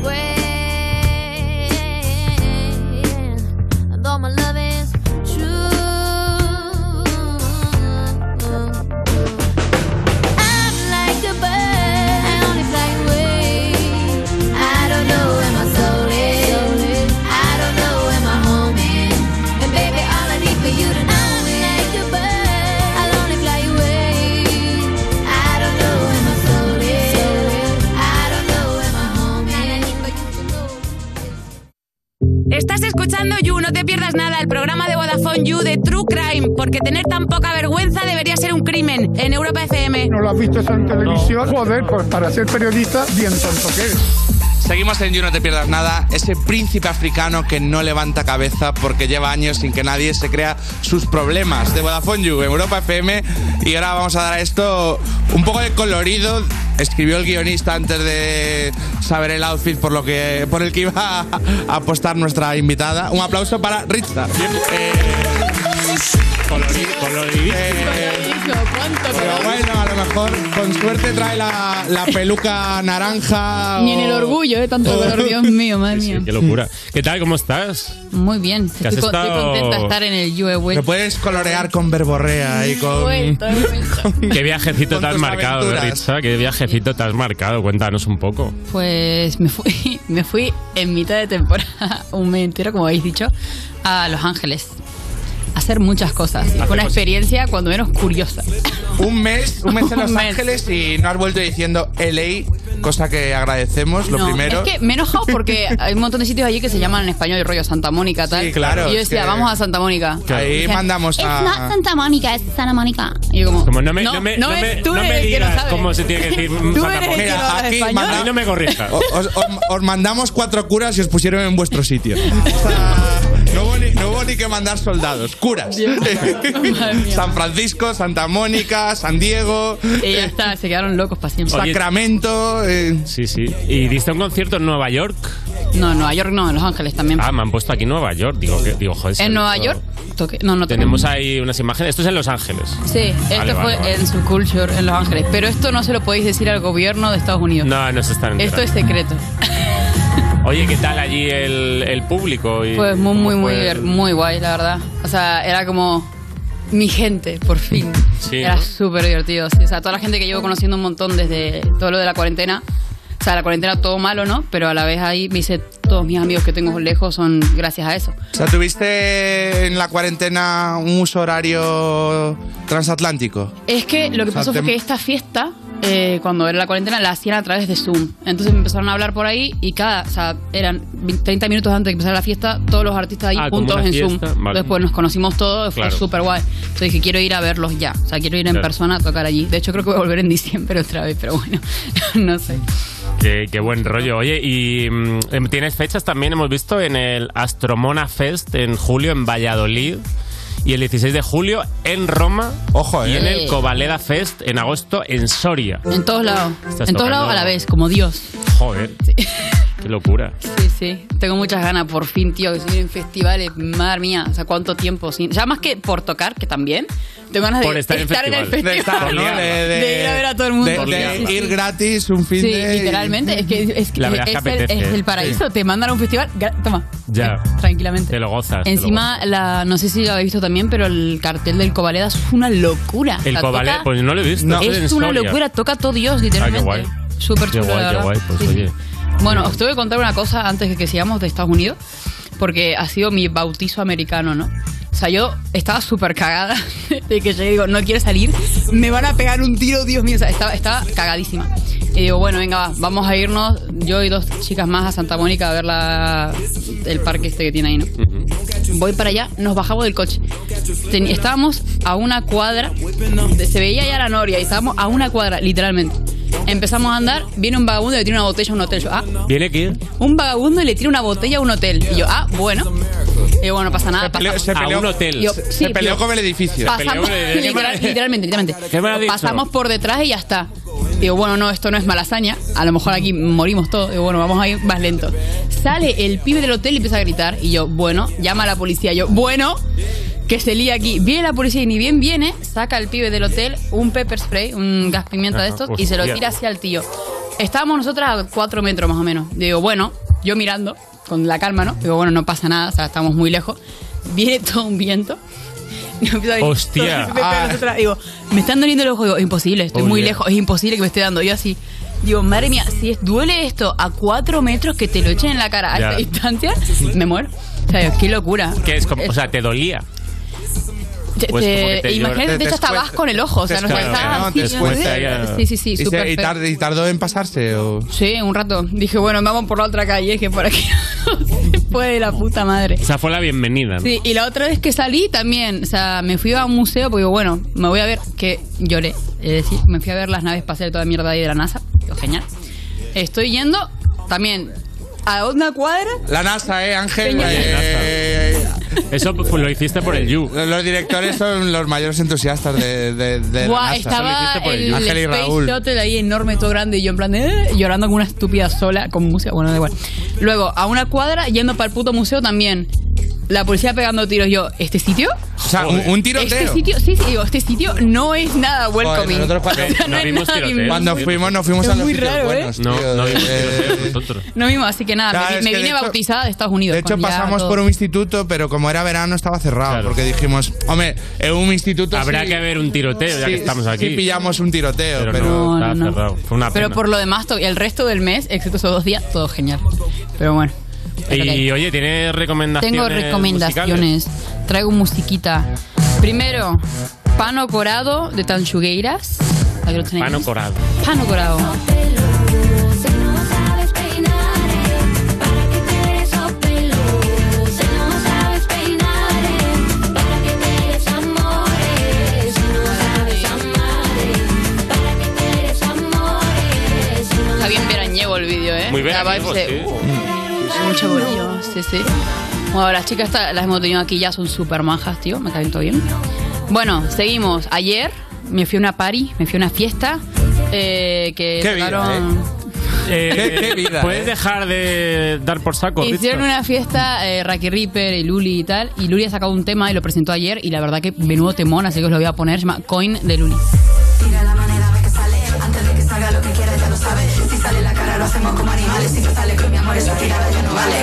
[SPEAKER 2] great, and though my love is true. I'm like a bird, I only fly away. I don't know where my soul is. I don't know where my home is. And baby, all I need for you to know is like a bird, I'll only fly away. I don't know where my soul is. I don't know where my home is.
[SPEAKER 13] Estás escuchando You, no te pierdas nada, el programa de Vodafone You de True Crime, porque tener tan poca vergüenza debería ser un crimen en Europa FM.
[SPEAKER 20] ¿No lo has visto eso en televisión? Joder, pues para ser periodista, bien tonto que eres.
[SPEAKER 4] Seguimos en You No Te Pierdas Nada, ese príncipe africano que no levanta cabeza porque lleva años sin que nadie se crea sus problemas. De Vodafone You, Europa FM. Y ahora vamos a dar a esto un poco de colorido. Escribió el guionista antes de saber el outfit por, lo que, por el que iba a apostar nuestra invitada. Un aplauso para Ritza. Eh, Pero bueno, a lo mejor con suerte trae la, la peluca naranja.
[SPEAKER 8] Ni en el
[SPEAKER 4] o-
[SPEAKER 8] orgullo, ¿eh? Tanto
[SPEAKER 4] Oh.
[SPEAKER 8] color, Dios mío, madre mía.
[SPEAKER 3] Qué locura. ¿Qué tal? ¿Cómo estás?
[SPEAKER 8] Muy bien. Estoy,
[SPEAKER 3] has
[SPEAKER 8] con- estoy
[SPEAKER 3] estado-
[SPEAKER 8] contenta de estar en el You, he
[SPEAKER 4] Lo
[SPEAKER 8] vuelto.
[SPEAKER 4] puedes colorear con verborrea y
[SPEAKER 8] He
[SPEAKER 4] con. [LAUGHS]
[SPEAKER 8] vuelto, he vuelto.
[SPEAKER 3] Qué viajecito te has
[SPEAKER 4] tus
[SPEAKER 3] marcado, eh,
[SPEAKER 4] aventuras.
[SPEAKER 3] Richa. Qué viajecito te has marcado. Cuéntanos un poco.
[SPEAKER 8] Pues me fui, [LAUGHS] me fui [LAUGHS] en mitad de temporada, un mes entero, como habéis dicho, a Los Ángeles. A hacer muchas cosas. Y Fue una
[SPEAKER 4] Hacemos-
[SPEAKER 8] experiencia cuando menos curiosa.
[SPEAKER 4] Un mes, un mes en Los
[SPEAKER 8] [LAUGHS] Un mes.
[SPEAKER 4] Ángeles y no has vuelto diciendo LA, cosa que agradecemos, lo
[SPEAKER 8] No,
[SPEAKER 4] primero.
[SPEAKER 8] Es que me he enojado porque hay un montón de sitios allí que se llaman en español, rollo Santa Mónica, tal.
[SPEAKER 4] Sí, claro,
[SPEAKER 8] Y yo
[SPEAKER 4] es
[SPEAKER 8] decía,
[SPEAKER 4] que-
[SPEAKER 8] vamos a Santa Mónica.
[SPEAKER 4] Que ahí
[SPEAKER 8] Decían,
[SPEAKER 4] mandamos
[SPEAKER 8] "It's
[SPEAKER 4] a-
[SPEAKER 8] not Santa Mónica, es Santa Mónica. Y
[SPEAKER 4] [LAUGHS]
[SPEAKER 8] yo como,
[SPEAKER 3] Como no me, no,
[SPEAKER 8] no,
[SPEAKER 3] me,
[SPEAKER 8] no
[SPEAKER 3] no me,
[SPEAKER 8] es- tú
[SPEAKER 3] no
[SPEAKER 8] eres
[SPEAKER 3] me
[SPEAKER 8] el que lo
[SPEAKER 3] digas
[SPEAKER 8] sabe.
[SPEAKER 3] cómo se tiene que decir.
[SPEAKER 8] Tú
[SPEAKER 3] mm, Santa
[SPEAKER 8] eres el que
[SPEAKER 3] Mónica.
[SPEAKER 8] lo sabe español.
[SPEAKER 3] A mí no me corrijas.
[SPEAKER 4] O- Os, os- os mandamos cuatro curas y os pusieron en vuestro sitio. O sea, no, hubo ni, no hubo ni que mandar soldados, curas. [LAUGHS] San Francisco, Santa Mónica, San Diego,
[SPEAKER 8] Y ya está, se quedaron locos para siempre.
[SPEAKER 3] Oye,
[SPEAKER 4] Sacramento.
[SPEAKER 3] Sí, sí. ¿Y diste un concierto en Nueva York?
[SPEAKER 8] No, en Nueva York no, en Los Ángeles también.
[SPEAKER 3] Ah, me han puesto aquí Nueva York. Digo, que, digo joder.
[SPEAKER 8] en
[SPEAKER 3] sí,
[SPEAKER 8] Nueva
[SPEAKER 3] esto-
[SPEAKER 8] York toqué. No, no toqué.
[SPEAKER 3] Tenemos ahí unas imágenes. Esto es en Los Ángeles.
[SPEAKER 8] Sí, esto
[SPEAKER 3] Vale,
[SPEAKER 8] fue
[SPEAKER 3] vale, vale.
[SPEAKER 8] en su culture en Los Ángeles. Pero esto no se lo podéis decir al gobierno de Estados Unidos.
[SPEAKER 3] No, no se están
[SPEAKER 8] Esto es secreto.
[SPEAKER 3] Oye, ¿qué tal allí el, el público? Y
[SPEAKER 8] Pues muy, muy,
[SPEAKER 3] cómo
[SPEAKER 8] muy,
[SPEAKER 3] fue
[SPEAKER 8] diver-
[SPEAKER 3] el-
[SPEAKER 8] muy guay, la verdad. O sea, era como mi gente, por fin.
[SPEAKER 3] Sí,
[SPEAKER 8] era
[SPEAKER 3] ¿no?
[SPEAKER 8] súper divertido. sí. O sea, toda la gente que llevo conociendo un montón desde todo lo de la cuarentena. O sea, la cuarentena todo malo, ¿no? Pero a la vez ahí me hice todos mis amigos que tengo lejos son gracias a eso.
[SPEAKER 4] O sea, ¿tuviste en la cuarentena un uso horario transatlántico?
[SPEAKER 8] Es que lo que
[SPEAKER 4] O sea,
[SPEAKER 8] pasó
[SPEAKER 4] te-
[SPEAKER 8] fue que esta fiesta, eh, cuando era la cuarentena, la hacían a través de Zoom. Entonces me empezaron a hablar por ahí y cada, o sea, eran 20, 30 minutos antes de que empezara la fiesta, todos los artistas ahí
[SPEAKER 3] Ah, como
[SPEAKER 8] juntos
[SPEAKER 3] una
[SPEAKER 8] en
[SPEAKER 3] fiesta,
[SPEAKER 8] Zoom.
[SPEAKER 3] vale.
[SPEAKER 8] Después nos conocimos todos,
[SPEAKER 3] Claro.
[SPEAKER 8] fue súper guay. Entonces dije, quiero ir a verlos ya. O sea, quiero ir en
[SPEAKER 3] Claro.
[SPEAKER 8] persona a tocar allí. De hecho, creo que voy a volver en diciembre otra vez, pero bueno, [LAUGHS] no sé.
[SPEAKER 3] Qué, qué buen rollo. Oye, y mm, tienes fechas también, hemos visto en el Astromona Fest en julio en Valladolid. Y el 16 de julio en Roma. Ojo, Y
[SPEAKER 8] eh.
[SPEAKER 3] en el Covaleda Fest en agosto en Soria.
[SPEAKER 8] En todos lados.
[SPEAKER 3] Estás
[SPEAKER 8] en todos
[SPEAKER 3] tocando-
[SPEAKER 8] lados a la vez, como Dios.
[SPEAKER 3] Joder. Qué locura.
[SPEAKER 8] Sí, sí. Tengo muchas ganas, por fin, tío, que se vienen festivales. Madre mía, o sea, cuánto tiempo sin. Ya más que por tocar, que también. Tengo ganas de
[SPEAKER 4] Por estar en
[SPEAKER 8] el
[SPEAKER 4] festival.
[SPEAKER 8] festival.
[SPEAKER 4] De estar, ¿no? De- de-
[SPEAKER 8] [LAUGHS] De ir a ver a todo el mundo.
[SPEAKER 4] de- de
[SPEAKER 8] Sí, sí,
[SPEAKER 4] ir
[SPEAKER 8] sí.
[SPEAKER 4] gratis un fin
[SPEAKER 8] Sí,
[SPEAKER 4] de-
[SPEAKER 8] literalmente. Es que es, que
[SPEAKER 3] La verdad es
[SPEAKER 8] es,
[SPEAKER 3] que
[SPEAKER 8] el,
[SPEAKER 3] apetece,
[SPEAKER 8] es el
[SPEAKER 3] ¿eh?
[SPEAKER 8] paraíso.
[SPEAKER 3] Sí.
[SPEAKER 8] Te mandan a un festival. gra- Toma,
[SPEAKER 3] Ya.
[SPEAKER 8] tranquilamente.
[SPEAKER 3] Te lo gozas. Ah, te lo
[SPEAKER 8] Encima, la, no sé si lo habéis visto también, pero el cartel del Cobaleda es una locura.
[SPEAKER 3] El
[SPEAKER 8] La
[SPEAKER 3] Covaleda-
[SPEAKER 8] toca-
[SPEAKER 3] pues no lo he visto,
[SPEAKER 8] No,
[SPEAKER 3] estoy en
[SPEAKER 8] Es una
[SPEAKER 3] Soria.
[SPEAKER 8] locura, toca todo
[SPEAKER 3] gozas.
[SPEAKER 8] Dios,
[SPEAKER 3] Ah,
[SPEAKER 8] literalmente.
[SPEAKER 3] qué guay.
[SPEAKER 8] Súper
[SPEAKER 3] Qué
[SPEAKER 8] chulo,
[SPEAKER 3] guay,
[SPEAKER 8] la
[SPEAKER 3] qué
[SPEAKER 8] verdad.
[SPEAKER 3] guay. Pues
[SPEAKER 8] Sí, sí.
[SPEAKER 3] oye.
[SPEAKER 8] Bueno, os tuve que contar una cosa antes de que sigamos de Estados Unidos, porque ha sido mi bautizo americano, ¿no? O sea, yo estaba súper cagada [LAUGHS] de que llegué y digo, no quiero salir, me van a pegar un tiro, Dios mío, o sea, estaba, estaba cagadísima. Y digo, bueno, venga, va, vamos a irnos, yo y dos chicas más a Santa Mónica a ver la, el parque este que tiene ahí, ¿no? Voy para allá, nos bajamos del coche. Ten- estábamos a una cuadra, de- se veía ya la noria y estábamos a una cuadra, literalmente. Empezamos a andar, viene un vagabundo y le tira una botella a un hotel. Yo, ah,
[SPEAKER 3] ¿Viene aquí?
[SPEAKER 8] un vagabundo y le tira una botella a un hotel. Y yo, ah, bueno. Y yo, bueno, no pasa nada.
[SPEAKER 4] Se peleó-
[SPEAKER 8] pasamos.
[SPEAKER 4] se peleó- A un hotel.
[SPEAKER 8] Y yo,
[SPEAKER 4] Se-
[SPEAKER 8] sí,
[SPEAKER 4] se peleó
[SPEAKER 8] yo,
[SPEAKER 4] con el edificio.
[SPEAKER 8] pasamos-
[SPEAKER 4] Se peleó con el-
[SPEAKER 8] literal- literalmente, literalmente.
[SPEAKER 4] ¿Qué me ha dicho?
[SPEAKER 8] Pasamos por detrás y ya está. Digo, bueno, no, esto no es malasaña. A lo mejor aquí morimos todos. Digo, bueno, vamos a ir más lento. Sale el pibe del hotel y empieza a gritar. Y yo, bueno, llama a la policía. Yo, bueno, que se lía aquí. Viene la policía y ni bien viene, saca el pibe del hotel un pepper spray, un gas pimienta de
[SPEAKER 20] Ajá,
[SPEAKER 8] estos,
[SPEAKER 3] pues
[SPEAKER 8] y se lo
[SPEAKER 20] hostia.
[SPEAKER 8] tira hacia el tío. Estábamos nosotras a cuatro metros más o menos. Digo, bueno, yo mirando, con la calma, ¿no? Digo, bueno, no pasa nada, o sea, estamos muy lejos. Viene todo un viento. Y [LAUGHS] me empieza a venir
[SPEAKER 3] Hostia.
[SPEAKER 8] todo el pepper
[SPEAKER 3] Ah.
[SPEAKER 8] a nosotras. Digo, me están doliendo los ojos. Digo, imposible, estoy
[SPEAKER 3] Oh,
[SPEAKER 8] muy
[SPEAKER 3] yeah.
[SPEAKER 8] lejos, es imposible que me esté dando. Yo así, digo, madre mía, si es- duele esto a cuatro metros que te lo echen en la cara a
[SPEAKER 3] Ya.
[SPEAKER 8] esta distancia, me muero. O sea, digo, qué locura. Eh,
[SPEAKER 3] ¿Qué es? Como, o sea, te dolía.
[SPEAKER 8] Te-
[SPEAKER 3] Pues como que
[SPEAKER 8] te-
[SPEAKER 3] te llora.
[SPEAKER 8] imagínate,
[SPEAKER 3] Te
[SPEAKER 8] de hecho, hasta
[SPEAKER 3] descuenta-
[SPEAKER 8] vas con el ojo. O sea, no
[SPEAKER 4] Claro,
[SPEAKER 8] estás
[SPEAKER 4] ¿no?
[SPEAKER 8] así.
[SPEAKER 4] Te cuesta ya.
[SPEAKER 8] Sí, sí, sí,
[SPEAKER 4] ¿Y se-
[SPEAKER 8] súper
[SPEAKER 4] ¿Y,
[SPEAKER 8] feo.
[SPEAKER 4] tard- y tardó en pasarse? O...
[SPEAKER 8] Sí, un rato. Dije, bueno, vamos por la otra calle, que por aquí no [LAUGHS] se puede la puta madre.
[SPEAKER 3] O sea, fue la bienvenida. ¿no?
[SPEAKER 8] Sí, y la otra vez que salí también, o sea, me fui a un museo porque, digo, bueno, me voy a ver, que lloré, es decir, me fui a ver las naves espaciales, toda mierda ahí de la NASA, digo, genial. Estoy yendo también a una cuadra,
[SPEAKER 4] La NASA, ¿eh, Ángel? eh,
[SPEAKER 8] Peña.
[SPEAKER 3] Eso pues, lo hiciste por el You.
[SPEAKER 4] Los directores son los mayores entusiastas de, de, de
[SPEAKER 8] Guau,
[SPEAKER 4] la NASA.
[SPEAKER 8] estaba el,
[SPEAKER 4] Ángel y
[SPEAKER 8] Space
[SPEAKER 4] Raúl.
[SPEAKER 8] Shuttle ahí enorme, todo grande, y yo en plan de, "Eh", llorando como una estúpida sola, con música, bueno, da igual. Luego, a una cuadra, yendo para el puto museo también, la policía pegando tiros, yo, ¿este sitio?
[SPEAKER 4] O sea, un, un tiroteo.
[SPEAKER 8] Este sitio, sí, sí, digo, este sitio no es nada
[SPEAKER 4] Joder,
[SPEAKER 8] welcoming.
[SPEAKER 4] nosotros cuando,
[SPEAKER 8] [LAUGHS] O sea, no es nada bienvenido.
[SPEAKER 4] Cuando fuimos, nos fuimos
[SPEAKER 8] Es
[SPEAKER 4] a los
[SPEAKER 8] muy
[SPEAKER 4] sitios
[SPEAKER 8] raro, ¿eh?
[SPEAKER 4] buenos,
[SPEAKER 3] No,
[SPEAKER 4] tío,
[SPEAKER 3] no vimos
[SPEAKER 4] eh,
[SPEAKER 8] No mismo, así que nada,
[SPEAKER 4] Claro,
[SPEAKER 8] me,
[SPEAKER 4] es
[SPEAKER 8] me
[SPEAKER 4] que de
[SPEAKER 8] vine
[SPEAKER 4] hecho-
[SPEAKER 8] bautizada de Estados Unidos.
[SPEAKER 4] De hecho,
[SPEAKER 8] con ya
[SPEAKER 4] pasamos
[SPEAKER 8] todo.
[SPEAKER 4] por un instituto, pero como era verano estaba cerrado, porque dijimos, hombre, en un instituto...
[SPEAKER 3] Habrá
[SPEAKER 4] sí-
[SPEAKER 3] que haber un tiroteo, ya
[SPEAKER 4] sí-
[SPEAKER 3] que estamos aquí.
[SPEAKER 4] Sí pillamos un tiroteo, pero...
[SPEAKER 3] no, estaba cerrado. Fue una
[SPEAKER 8] Pero
[SPEAKER 3] pena.
[SPEAKER 8] por lo demás, to- el resto del mes, excepto esos dos días, todo genial. Pero bueno.
[SPEAKER 3] Y oye, ¿tiene recomendaciones?
[SPEAKER 8] Tengo recomendaciones.
[SPEAKER 3] musicales?
[SPEAKER 8] traigo musiquita. Primero, Pano Corado de Tanchugueiras. Ahí lo tenéis.
[SPEAKER 3] Pano Corado.
[SPEAKER 8] Pano Corado.
[SPEAKER 2] eh, Si no sabes peinar, eh, para que te des amores. Si no sabes amar, eh, para que te des amores. Si no
[SPEAKER 8] Está bien veraniego el vídeo, ¿eh?
[SPEAKER 3] Muy
[SPEAKER 8] La
[SPEAKER 3] veraniego,
[SPEAKER 8] vibe
[SPEAKER 3] sí.
[SPEAKER 9] Mm,
[SPEAKER 8] uh, Mucho brillo, sí, sí. Bueno, las chicas ta- las hemos tenido aquí ya son súper majas, tío. Me caen todo bien. Bueno, seguimos. Ayer me fui a una party, me fui a una fiesta. eh, que
[SPEAKER 3] Qué vida,
[SPEAKER 8] tocaron-
[SPEAKER 3] Eh,
[SPEAKER 4] Qué- qué vida,
[SPEAKER 3] ¿Puedes
[SPEAKER 4] eh.
[SPEAKER 3] dejar de dar por saco?
[SPEAKER 8] Hicieron
[SPEAKER 3] Víctor?
[SPEAKER 8] una fiesta, eh, Racky Reaper y Luli y tal, y Luli ha sacado un tema y lo presentó ayer, y la verdad que menudo temón, así que os lo voy a poner, se llama Coin de Luli.
[SPEAKER 20] Mira la manera de que sale, antes de que salga lo que quiera ya lo sabe. Si sale la cara lo hacemos como animales, si no sale con mi amor esa tirada ya no vale.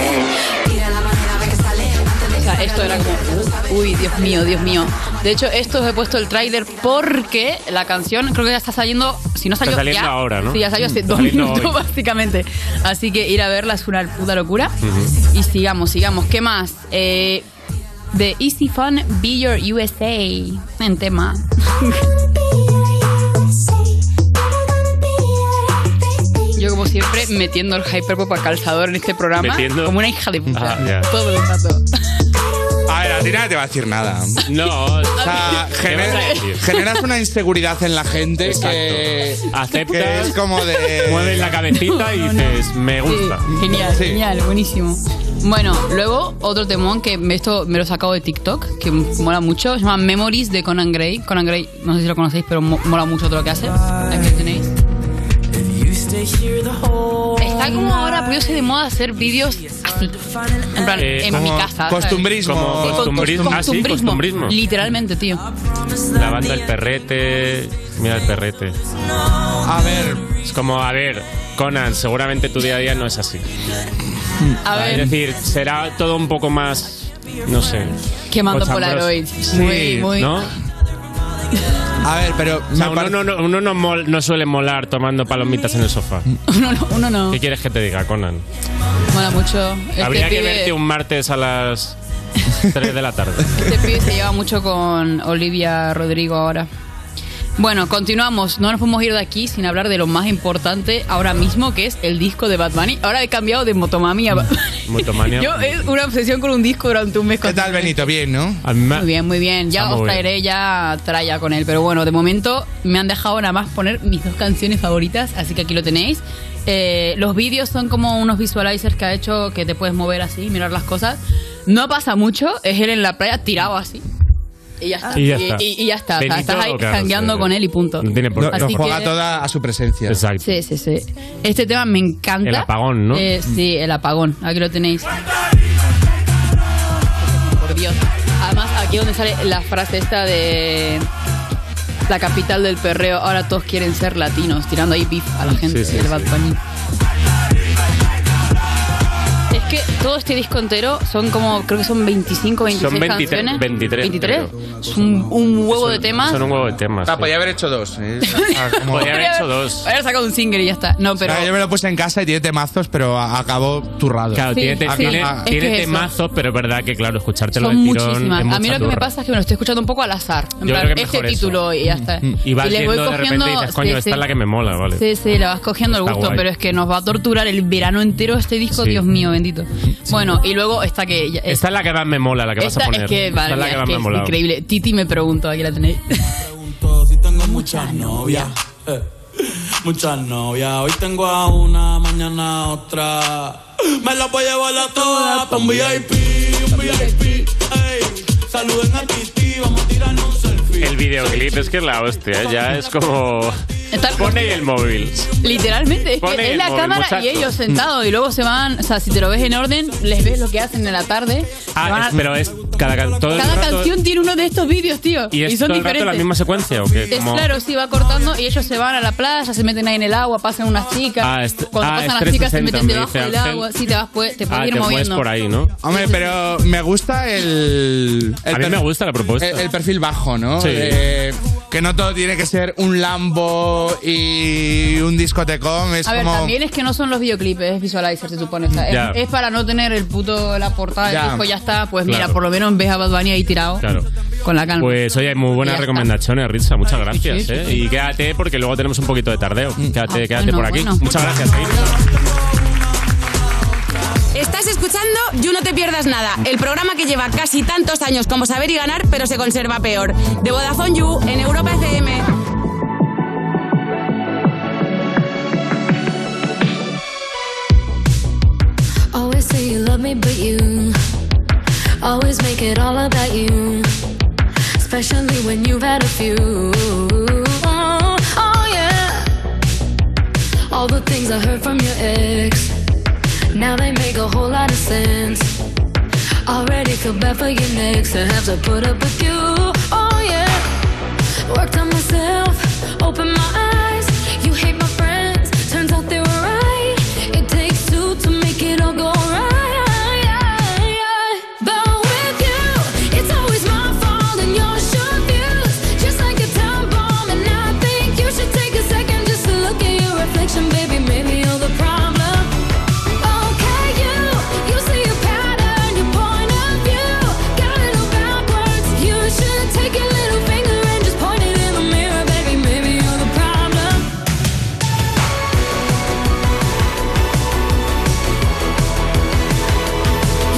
[SPEAKER 20] Mira la manera de que sale, antes de
[SPEAKER 8] O
[SPEAKER 20] que
[SPEAKER 8] sea,
[SPEAKER 20] salga
[SPEAKER 8] esto era como, uh, uy, Dios mío, Dios mío. De hecho, esto os he puesto el tráiler porque la canción creo que ya está saliendo, si no
[SPEAKER 3] Está
[SPEAKER 8] salió
[SPEAKER 3] saliendo
[SPEAKER 8] ya,
[SPEAKER 3] ahora, ¿no? Mm,
[SPEAKER 8] Sí, ya salió hace
[SPEAKER 3] Está
[SPEAKER 8] dos
[SPEAKER 3] saliendo
[SPEAKER 8] minutos
[SPEAKER 3] hoy.
[SPEAKER 8] básicamente. Así que ir a verla es una puta locura.
[SPEAKER 3] Ujú.
[SPEAKER 8] Y sigamos, sigamos. ¿Qué más? Eh, de Easy Fun, Be Your USA, en tema. Yo como siempre metiendo el hyperpop a calzador en este programa.
[SPEAKER 4] Metiendo.
[SPEAKER 8] Como una hija de puta.
[SPEAKER 4] Ah, ya.
[SPEAKER 8] Todo el rato.
[SPEAKER 4] A ver, a ti nadie te va a decir nada.
[SPEAKER 3] No.
[SPEAKER 4] O sea,
[SPEAKER 3] ¿Qué
[SPEAKER 4] gener-
[SPEAKER 3] vas a decir?
[SPEAKER 4] generas una inseguridad en la gente
[SPEAKER 3] Exacto.
[SPEAKER 4] que,
[SPEAKER 3] Aceptas,
[SPEAKER 4] que es como de...
[SPEAKER 3] [LAUGHS] mueves la cabecita y dices, me gusta.
[SPEAKER 8] Sí, genial, genial, buenísimo. Bueno, luego otro temón que me- esto me lo he sacado de TikTok, que m- mola mucho, se llama Memories de Conan Gray. Conan Gray, no sé si lo conocéis, pero mo- mola mucho todo lo que hace. Aquí lo tenéis. Está como ahora, porque yo soy de moda hacer vídeos así. En plan,
[SPEAKER 3] Eh,
[SPEAKER 8] en mi
[SPEAKER 3] como
[SPEAKER 8] casa. ¿sabes?
[SPEAKER 3] costumbrismo. Como
[SPEAKER 8] Sí, con-
[SPEAKER 3] costumbrismo. Ah, sí, costumbrismo.
[SPEAKER 8] Literalmente, tío.
[SPEAKER 3] La banda El Perrete. Mira el Perrete. A ver. Es como, a ver, Conan, seguramente tu día a día no es así.
[SPEAKER 8] A ver.
[SPEAKER 3] Es decir, será todo un poco más. No sé.
[SPEAKER 8] Quemando
[SPEAKER 3] cochambroso.
[SPEAKER 8] Polaroids. Muy, muy-
[SPEAKER 3] ¿No? A ver, pero. uno, no- no- uno no, mol- no suele molar tomando palomitas en el sofá.
[SPEAKER 8] [LAUGHS] Uno no, uno no.
[SPEAKER 3] ¿Qué quieres que te diga, Conan?
[SPEAKER 8] Mola mucho. Este
[SPEAKER 3] Habría que
[SPEAKER 8] pibe-
[SPEAKER 3] verte un martes a las 3 de la tarde.
[SPEAKER 8] [LAUGHS] Este pibe se lleva mucho con Olivia Rodrigo ahora. Bueno, continuamos. No nos podemos ir de aquí sin hablar de lo más importante ahora mismo, que es el disco de Bad Bunny. Ahora he cambiado de Motomami a Bad Bunny.
[SPEAKER 3] Motomania.
[SPEAKER 8] Yo es una obsesión con un disco durante un mes.
[SPEAKER 4] ¿Qué tal, Benito? Bien, ¿no?
[SPEAKER 8] Muy bien, muy bien.
[SPEAKER 4] Está
[SPEAKER 8] Ya
[SPEAKER 4] Ah, muy
[SPEAKER 8] os
[SPEAKER 4] bien.
[SPEAKER 8] traeré ya tralla con él. Pero bueno, de momento me han dejado nada más poner mis dos canciones favoritas, así que aquí lo tenéis. Eh, los vídeos son como unos visualizers que ha hecho que te puedes mover así, mirar las cosas. No pasa mucho, es él en la playa tirado así. Y ya está.
[SPEAKER 4] Y ya está.
[SPEAKER 8] Y, y ya está. O sea,
[SPEAKER 4] Benito
[SPEAKER 8] estás ahí
[SPEAKER 4] Carlos,
[SPEAKER 8] jangueando
[SPEAKER 4] eh,
[SPEAKER 8] con él y punto.
[SPEAKER 4] No tiene por qué. Lo
[SPEAKER 8] Así
[SPEAKER 4] juega
[SPEAKER 8] que-
[SPEAKER 4] toda a su presencia.
[SPEAKER 3] Exacto.
[SPEAKER 8] Sí, sí, sí. Este tema me encanta.
[SPEAKER 4] El apagón, ¿no?
[SPEAKER 8] Eh, sí, el apagón. Aquí lo tenéis. Por Dios. Además, aquí donde sale la frase esta de la capital del perreo, ahora todos quieren ser latinos, tirando ahí beef a la gente
[SPEAKER 3] Sí, sí,
[SPEAKER 8] del
[SPEAKER 3] sí.
[SPEAKER 8] Bad Bunny. Es que todo este disco entero son como, creo que son 25, 26
[SPEAKER 3] Son 23,
[SPEAKER 8] canciones.
[SPEAKER 3] 23,
[SPEAKER 8] 23.
[SPEAKER 3] creo.
[SPEAKER 8] Es un, un huevo de temas.
[SPEAKER 3] Son un huevo de temas.
[SPEAKER 4] Ah, podía haber hecho dos.
[SPEAKER 3] [LAUGHS]
[SPEAKER 4] ¿eh? Ah, como-
[SPEAKER 3] Podía haber hecho dos.
[SPEAKER 8] Haber sacado un single y ya está. No, pero...
[SPEAKER 4] Ah, yo me lo puse en casa y tiene temazos, pero a- acabó turrado.
[SPEAKER 3] Claro,
[SPEAKER 8] Sí,
[SPEAKER 3] tiene, te-
[SPEAKER 8] sí,
[SPEAKER 3] tiene,
[SPEAKER 8] es que
[SPEAKER 3] tiene
[SPEAKER 8] es eso.
[SPEAKER 3] temazos, pero es verdad que, claro, escuchártelo
[SPEAKER 8] Son
[SPEAKER 3] del tirón
[SPEAKER 8] muchísimas.
[SPEAKER 3] es
[SPEAKER 8] A mí
[SPEAKER 3] mucha
[SPEAKER 8] lo que me
[SPEAKER 3] turra.
[SPEAKER 8] pasa es que me lo estoy escuchando un poco al azar. En
[SPEAKER 3] Yo
[SPEAKER 8] plan,
[SPEAKER 3] creo que es
[SPEAKER 8] este
[SPEAKER 3] mejor eso.
[SPEAKER 8] título y ya está.
[SPEAKER 3] Mm, Y vas
[SPEAKER 8] les
[SPEAKER 3] viendo de repente y dices, coño,
[SPEAKER 8] sí,
[SPEAKER 3] esta
[SPEAKER 8] sí.
[SPEAKER 3] es la que me mola, Ah, vale.
[SPEAKER 8] Sí, sí, le vas cogiendo el
[SPEAKER 3] Está
[SPEAKER 8] gusto,
[SPEAKER 3] guay.
[SPEAKER 8] pero es que nos va a torturar el verano entero este disco,
[SPEAKER 3] Sí.
[SPEAKER 8] Dios mío, bendito. Bueno, y luego esta que... ya-
[SPEAKER 3] Esta es la que más me mola, la que vas
[SPEAKER 8] esta
[SPEAKER 3] a poner.
[SPEAKER 8] es que,
[SPEAKER 3] Esta
[SPEAKER 8] vale,
[SPEAKER 3] es la que
[SPEAKER 8] es
[SPEAKER 3] más
[SPEAKER 8] que
[SPEAKER 3] me ha
[SPEAKER 8] es
[SPEAKER 3] molado.
[SPEAKER 8] increíble. Titi me preguntó, aquí la tenéis. [LAUGHS]
[SPEAKER 9] Si tengo muchas novias, eh, [LAUGHS] muchas novias. Hoy tengo a una, mañana a otra. Me las voy a llevar a todas pa' un VIP, un VIP. Ey, saluden a Titi, vamos a tirarnos un selfie.
[SPEAKER 3] El videoclip es que es la hostia, ¿eh? ya es como.
[SPEAKER 8] Está-
[SPEAKER 3] [LAUGHS] Pone ahí el móvil.
[SPEAKER 8] Literalmente, es, que
[SPEAKER 3] Pone
[SPEAKER 8] es
[SPEAKER 3] el
[SPEAKER 8] la
[SPEAKER 3] móvil,
[SPEAKER 8] cámara y
[SPEAKER 3] muchacho.
[SPEAKER 8] ellos sentados y luego se van, o sea, si te lo ves en orden, les ves lo que hacen en la tarde. se van
[SPEAKER 3] Ah,
[SPEAKER 8] a-
[SPEAKER 3] es- pero es. Cada, can- todo el
[SPEAKER 8] cada
[SPEAKER 3] rato-
[SPEAKER 8] canción tiene uno de estos vídeos, tío.
[SPEAKER 3] ¿Y
[SPEAKER 8] Y,
[SPEAKER 3] es
[SPEAKER 8] son
[SPEAKER 3] todo el rato
[SPEAKER 8] diferentes.
[SPEAKER 3] la misma secuencia o qué?
[SPEAKER 8] Es
[SPEAKER 3] Como-
[SPEAKER 8] claro, sí, va cortando y ellos se van a la playa, se meten ahí en el agua, pasan unas chicas.
[SPEAKER 3] Ah, est-
[SPEAKER 8] Cuando
[SPEAKER 3] ah, es
[SPEAKER 8] pasan las chicas se
[SPEAKER 3] 360,
[SPEAKER 8] meten
[SPEAKER 3] me
[SPEAKER 8] debajo
[SPEAKER 3] dice
[SPEAKER 8] del
[SPEAKER 3] Ángel.
[SPEAKER 8] agua. Sí, te, vas, pu- te puedes
[SPEAKER 3] Ah,
[SPEAKER 8] ir
[SPEAKER 3] te mueves
[SPEAKER 8] moviendo.
[SPEAKER 3] por ahí, ¿no?
[SPEAKER 4] Hombre, pero me gusta el.
[SPEAKER 3] A mí me gusta la propuesta.
[SPEAKER 4] El, el perfil bajo, ¿no?
[SPEAKER 3] Sí.
[SPEAKER 4] De- que Que no todo tiene que ser un Lambo y un discotecón. Es
[SPEAKER 8] a ver,
[SPEAKER 4] como.
[SPEAKER 8] también es que no son los videoclips, es visualizer, se supone. o sea, es-
[SPEAKER 4] Ya.
[SPEAKER 8] es, para no tener el puto, la portada del
[SPEAKER 3] Ya.
[SPEAKER 8] disco, ya está. Pues mira,
[SPEAKER 3] Claro.
[SPEAKER 8] por lo menos ves a Bad Bunny ahí tirado.
[SPEAKER 3] Claro.
[SPEAKER 8] Con la calma.
[SPEAKER 3] Pues oye, muy
[SPEAKER 8] Ya
[SPEAKER 3] buenas
[SPEAKER 8] está.
[SPEAKER 3] recomendaciones, Ritza. Muchas
[SPEAKER 8] sí,
[SPEAKER 3] gracias.
[SPEAKER 8] sí,
[SPEAKER 3] ¿eh?
[SPEAKER 8] sí. Mm. Ah,
[SPEAKER 3] Y quédate porque luego tenemos un poquito de tardeo. Quédate, quédate
[SPEAKER 13] bueno,
[SPEAKER 3] por aquí.
[SPEAKER 13] bueno.
[SPEAKER 3] Muchas gracias. seguimos.
[SPEAKER 13] Estás escuchando You No Te Pierdas Nada, el programa que lleva casi tantos años como saber y ganar, pero se conserva peor. De Vodafone You en Europa FM.
[SPEAKER 21] Always say you love me, but you always make it all about you. Especially when you've had a few. Oh, oh, yeah. All the things I heard from your ex, now they make a whole lot of sense. Already feel bad for your next to have to put up with you. Oh, yeah. Worked on myself, opened my eyes. You hate my friends, turns out they were right. It takes two to make it all go right. But with you, it's always my fault and your short views. Just like a time bomb, and I think you should take a second just to look at your reflection, baby. Maybe you're the problem. Okay, you, you see a pattern, your point of view. Got it all backwards. You should take your little finger and just point it in the mirror, baby. Maybe you're the problem.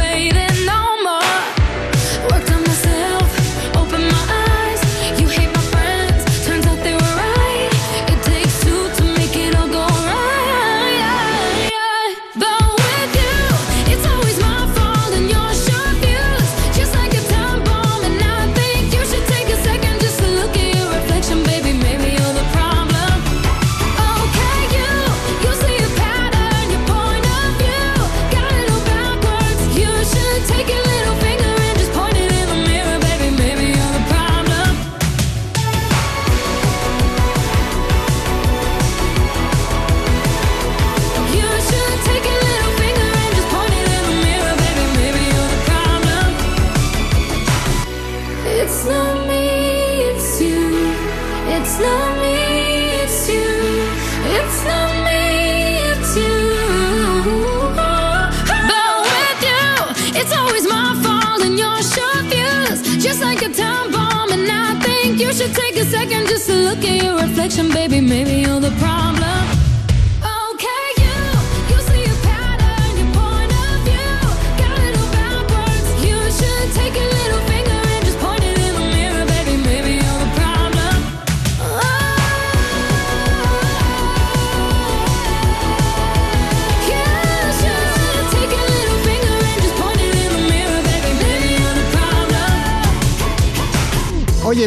[SPEAKER 21] waiting no more. Worked on myself, opened my eyes. You hate my friends, turns out they were right. It takes two to make it all go right. But with you, it's always my fault and your short views. Just like a time bomb, and I think you should take a second just to look at your reflection, baby. Maybe you're the problem. Okay, you, you see a pattern, your point of view. Got it all backwards. You should take your little finger and just point it in the mirror, baby. Maybe you're the problem. You should take your little finger and just point it in the mirror, baby. Maybe you're the problem. It's not me, it's you. It's not me, it's you. It's not me, it's you. But with you, it's always my fault and your short fuse. Just like a time bomb, and I think you should take a second just to look at your reflection, baby. Maybe you're the problem. Okay, you, you see a pattern, your point of view. Got it all backwards. You should take your little finger and just point it in the mirror, baby. Maybe you're the problem. Oh.
[SPEAKER 5] Oye,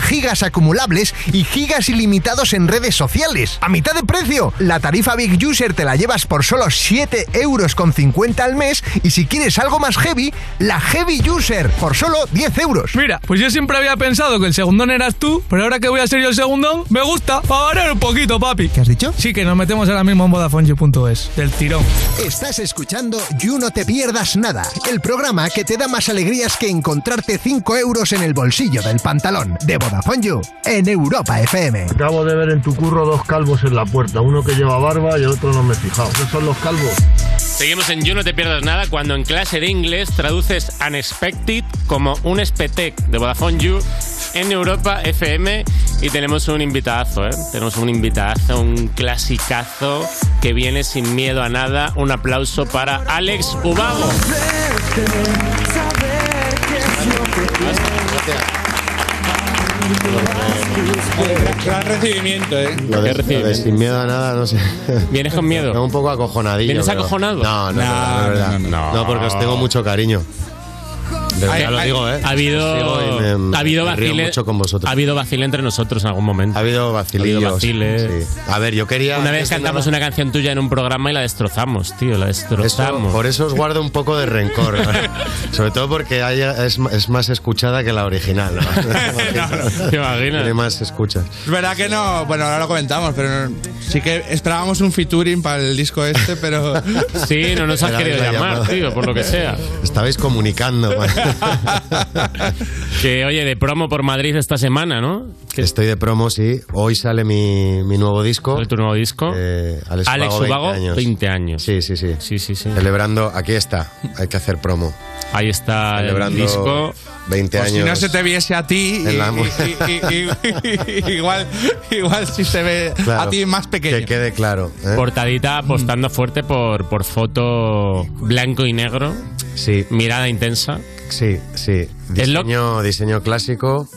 [SPEAKER 5] gigas acumulables y gigas ilimitados en redes sociales. ¡A mitad de precio! La tarifa Big User te la llevas por solo 7,50 euros al mes y si quieres algo más heavy, la Heavy User por solo 10 euros.
[SPEAKER 22] Mira, pues yo siempre había pensado que el segundón eras tú, pero ahora que voy a ser yo el segundón, me gusta, para variar un poquito, papi. ¿Qué
[SPEAKER 5] has dicho?
[SPEAKER 22] Sí, que nos metemos ahora mismo en VodafoneYou.es, del tirón.
[SPEAKER 5] Estás escuchando You No Te Pierdas Nada, el programa que te da más alegrías que encontrarte 5 euros en el bolsillo del pantalón de Vodafone You en Europa FM.
[SPEAKER 23] Acabo de ver en tu curro dos calvos en la puerta, uno que lleva barba y el otro no me he fijado. ¿Qué son los calvos?
[SPEAKER 3] Seguimos en You No Te Pierdas Nada cuando en clase de inglés traduces unexpected como un espetec de Vodafone You en Europa FM y tenemos un invitadazo, ¿eh? Tenemos un invitadazo, un clasicazo que viene sin miedo a nada. Un aplauso para Alex Ubago.
[SPEAKER 2] Saber que yo te
[SPEAKER 4] Gran recibimiento, ¿eh?
[SPEAKER 6] Lo de, lo de sin miedo a nada, no sé.
[SPEAKER 3] ¿Vienes con miedo?
[SPEAKER 6] un poco acojonadillo.
[SPEAKER 3] ¿Vienes
[SPEAKER 6] pero-
[SPEAKER 3] acojonado?
[SPEAKER 6] No, no,
[SPEAKER 3] No,
[SPEAKER 6] no, no, no,
[SPEAKER 3] no, no.
[SPEAKER 6] No, porque os tengo mucho cariño. De verdad
[SPEAKER 3] Ay,
[SPEAKER 6] lo
[SPEAKER 3] ay,
[SPEAKER 6] digo, ¿eh?
[SPEAKER 3] Ha
[SPEAKER 6] Os sigo y
[SPEAKER 3] habido,
[SPEAKER 6] me- me
[SPEAKER 3] ha habido
[SPEAKER 6] río
[SPEAKER 3] vacile.
[SPEAKER 6] mucho con vosotros.
[SPEAKER 3] Ha habido vacile entre nosotros en algún momento. Ha
[SPEAKER 6] habido
[SPEAKER 3] vaciles.
[SPEAKER 6] vacilillos, A ver, yo quería.
[SPEAKER 3] Una vez
[SPEAKER 6] antes de
[SPEAKER 3] cantamos una canción tuya en un programa y la destrozamos, tío, la destrozamos.
[SPEAKER 6] Por eso os guardo un poco de
[SPEAKER 3] [LAUGHS]
[SPEAKER 6] rencor. ¿no? Sobre todo porque haya- es, es más escuchada que la original.
[SPEAKER 3] [LAUGHS]
[SPEAKER 6] ¿no?
[SPEAKER 3] ¿Te imaginas?
[SPEAKER 6] Tiene más escuchas.
[SPEAKER 4] Es verdad que no, bueno, ahora lo comentamos, pero no- sí que esperábamos un featuring para el disco este, pero.
[SPEAKER 3] Sí, no nos has
[SPEAKER 6] Esperabais
[SPEAKER 3] querido
[SPEAKER 6] la
[SPEAKER 3] llamar,
[SPEAKER 6] llamada.
[SPEAKER 3] tío, por lo que sea.
[SPEAKER 6] Estabais
[SPEAKER 3] [LAUGHS]
[SPEAKER 6] comunicando. man.
[SPEAKER 3] Que, oye, de promo por Madrid esta semana, ¿no?
[SPEAKER 6] Estoy de promo, sí. Hoy sale mi, mi nuevo disco.
[SPEAKER 3] tu nuevo disco?
[SPEAKER 6] Eh, Alex,
[SPEAKER 3] Alex Ubago,
[SPEAKER 6] 20 años.
[SPEAKER 3] 20 años.
[SPEAKER 6] Sí, sí, sí.
[SPEAKER 3] Sí, sí, sí.
[SPEAKER 6] Celebrando, aquí está. Hay que hacer promo.
[SPEAKER 3] Ahí está
[SPEAKER 6] Celebrando
[SPEAKER 3] el disco.
[SPEAKER 6] 20
[SPEAKER 4] Por
[SPEAKER 6] años.
[SPEAKER 4] si no se te viese a ti, y-
[SPEAKER 6] En la-
[SPEAKER 4] y- y- y- igual, igual si se ve
[SPEAKER 6] Claro,
[SPEAKER 4] a ti más pequeño.
[SPEAKER 6] Que quede claro. ¿eh?
[SPEAKER 3] Portadita apostando fuerte por, por foto blanco y negro.
[SPEAKER 6] Sí.
[SPEAKER 3] Mirada intensa.
[SPEAKER 6] Sí, sí. Diseño, diseño clásico.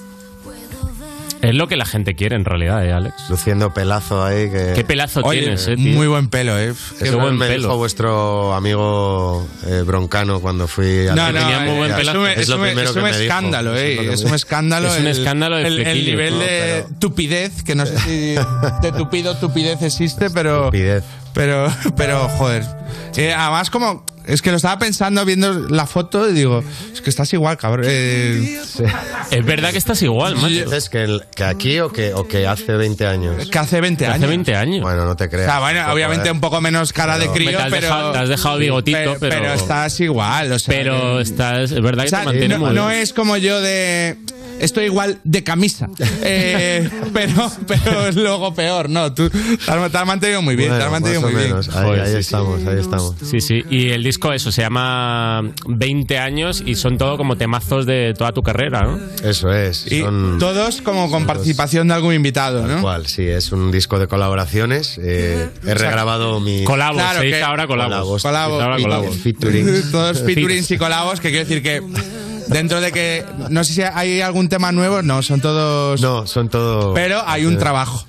[SPEAKER 3] Es lo que la gente quiere en realidad, ¿eh, Alex?
[SPEAKER 6] Luciendo pelazo ahí. Que...
[SPEAKER 3] Qué pelazo Oye, tienes, eh, tío.
[SPEAKER 4] Muy buen pelo, ¿eh?
[SPEAKER 3] Qué
[SPEAKER 6] Eso
[SPEAKER 3] buen
[SPEAKER 6] me
[SPEAKER 3] pelo.
[SPEAKER 6] dijo vuestro amigo eh, Broncano cuando fui a
[SPEAKER 4] No, no,
[SPEAKER 6] Tenía muy buen
[SPEAKER 4] eh,
[SPEAKER 6] pelazo.
[SPEAKER 4] es un- es
[SPEAKER 6] lo
[SPEAKER 4] un-
[SPEAKER 6] primero
[SPEAKER 4] es un
[SPEAKER 6] que me dijo.
[SPEAKER 4] escándalo,
[SPEAKER 6] Eso
[SPEAKER 4] eh,
[SPEAKER 6] lo que me
[SPEAKER 4] es un
[SPEAKER 6] dijo.
[SPEAKER 4] escándalo
[SPEAKER 3] Es un
[SPEAKER 4] el-
[SPEAKER 3] escándalo de
[SPEAKER 4] el, el
[SPEAKER 3] flequillo,
[SPEAKER 4] nivel
[SPEAKER 3] ¿no?
[SPEAKER 4] de tupidez, que no sé si de tupido tupidez existe, pero. Pero, pero, joder. Eh, además, como. Es que lo estaba pensando viendo la foto y digo, es que estás igual, cabrón. Eh,
[SPEAKER 3] Es verdad que estás igual, macho.
[SPEAKER 6] ¿Dices que, el- que aquí o que, o que hace 20 años?
[SPEAKER 4] Que hace 20
[SPEAKER 3] Hace 20 años.
[SPEAKER 6] Bueno, no te
[SPEAKER 4] O
[SPEAKER 6] creas. ¿eh?
[SPEAKER 4] sea, bueno, obviamente un poco menos cara de
[SPEAKER 6] Pero-
[SPEAKER 4] crío,
[SPEAKER 6] Me te has
[SPEAKER 4] pero.
[SPEAKER 6] dejado- te has
[SPEAKER 3] dejado bigotito, pero-
[SPEAKER 4] estás igual, o sea. eh,
[SPEAKER 3] Pero estás, es verdad
[SPEAKER 4] O
[SPEAKER 3] que
[SPEAKER 4] sea,
[SPEAKER 3] te mantiene
[SPEAKER 4] no,
[SPEAKER 3] muy
[SPEAKER 4] no
[SPEAKER 3] bien.
[SPEAKER 4] es [LAUGHS] como yo de. Estoy igual
[SPEAKER 6] [LAUGHS]
[SPEAKER 4] de camisa. Eh, [LAUGHS] pero, pero es luego peor, no. Tú te has te has mantenido muy bien, te has mantenido muy bien.
[SPEAKER 6] Ahí, ahí estamos, ahí estamos.
[SPEAKER 3] Sí, sí. Y el disco, eso, se llama 20 años y son todo como temazos de toda tu carrera, ¿no?
[SPEAKER 6] Eso es. son-
[SPEAKER 4] Todos como con participación de algún invitado, ¿no?
[SPEAKER 6] Igual, sí, es un disco de colaboraciones. eh, he
[SPEAKER 4] O sea,
[SPEAKER 6] regrabado mi.
[SPEAKER 4] colabos, Claro se dice que- ahora colabos. Colabos,
[SPEAKER 6] Ahora
[SPEAKER 4] y-
[SPEAKER 6] colabos. Featuring.
[SPEAKER 4] [LAUGHS] Todos featurings y colabos, que quiero decir que dentro de que. No sé si hay algún tema nuevo, no, son todos.
[SPEAKER 6] No, son todos. eh,
[SPEAKER 4] Pero hay un trabajo.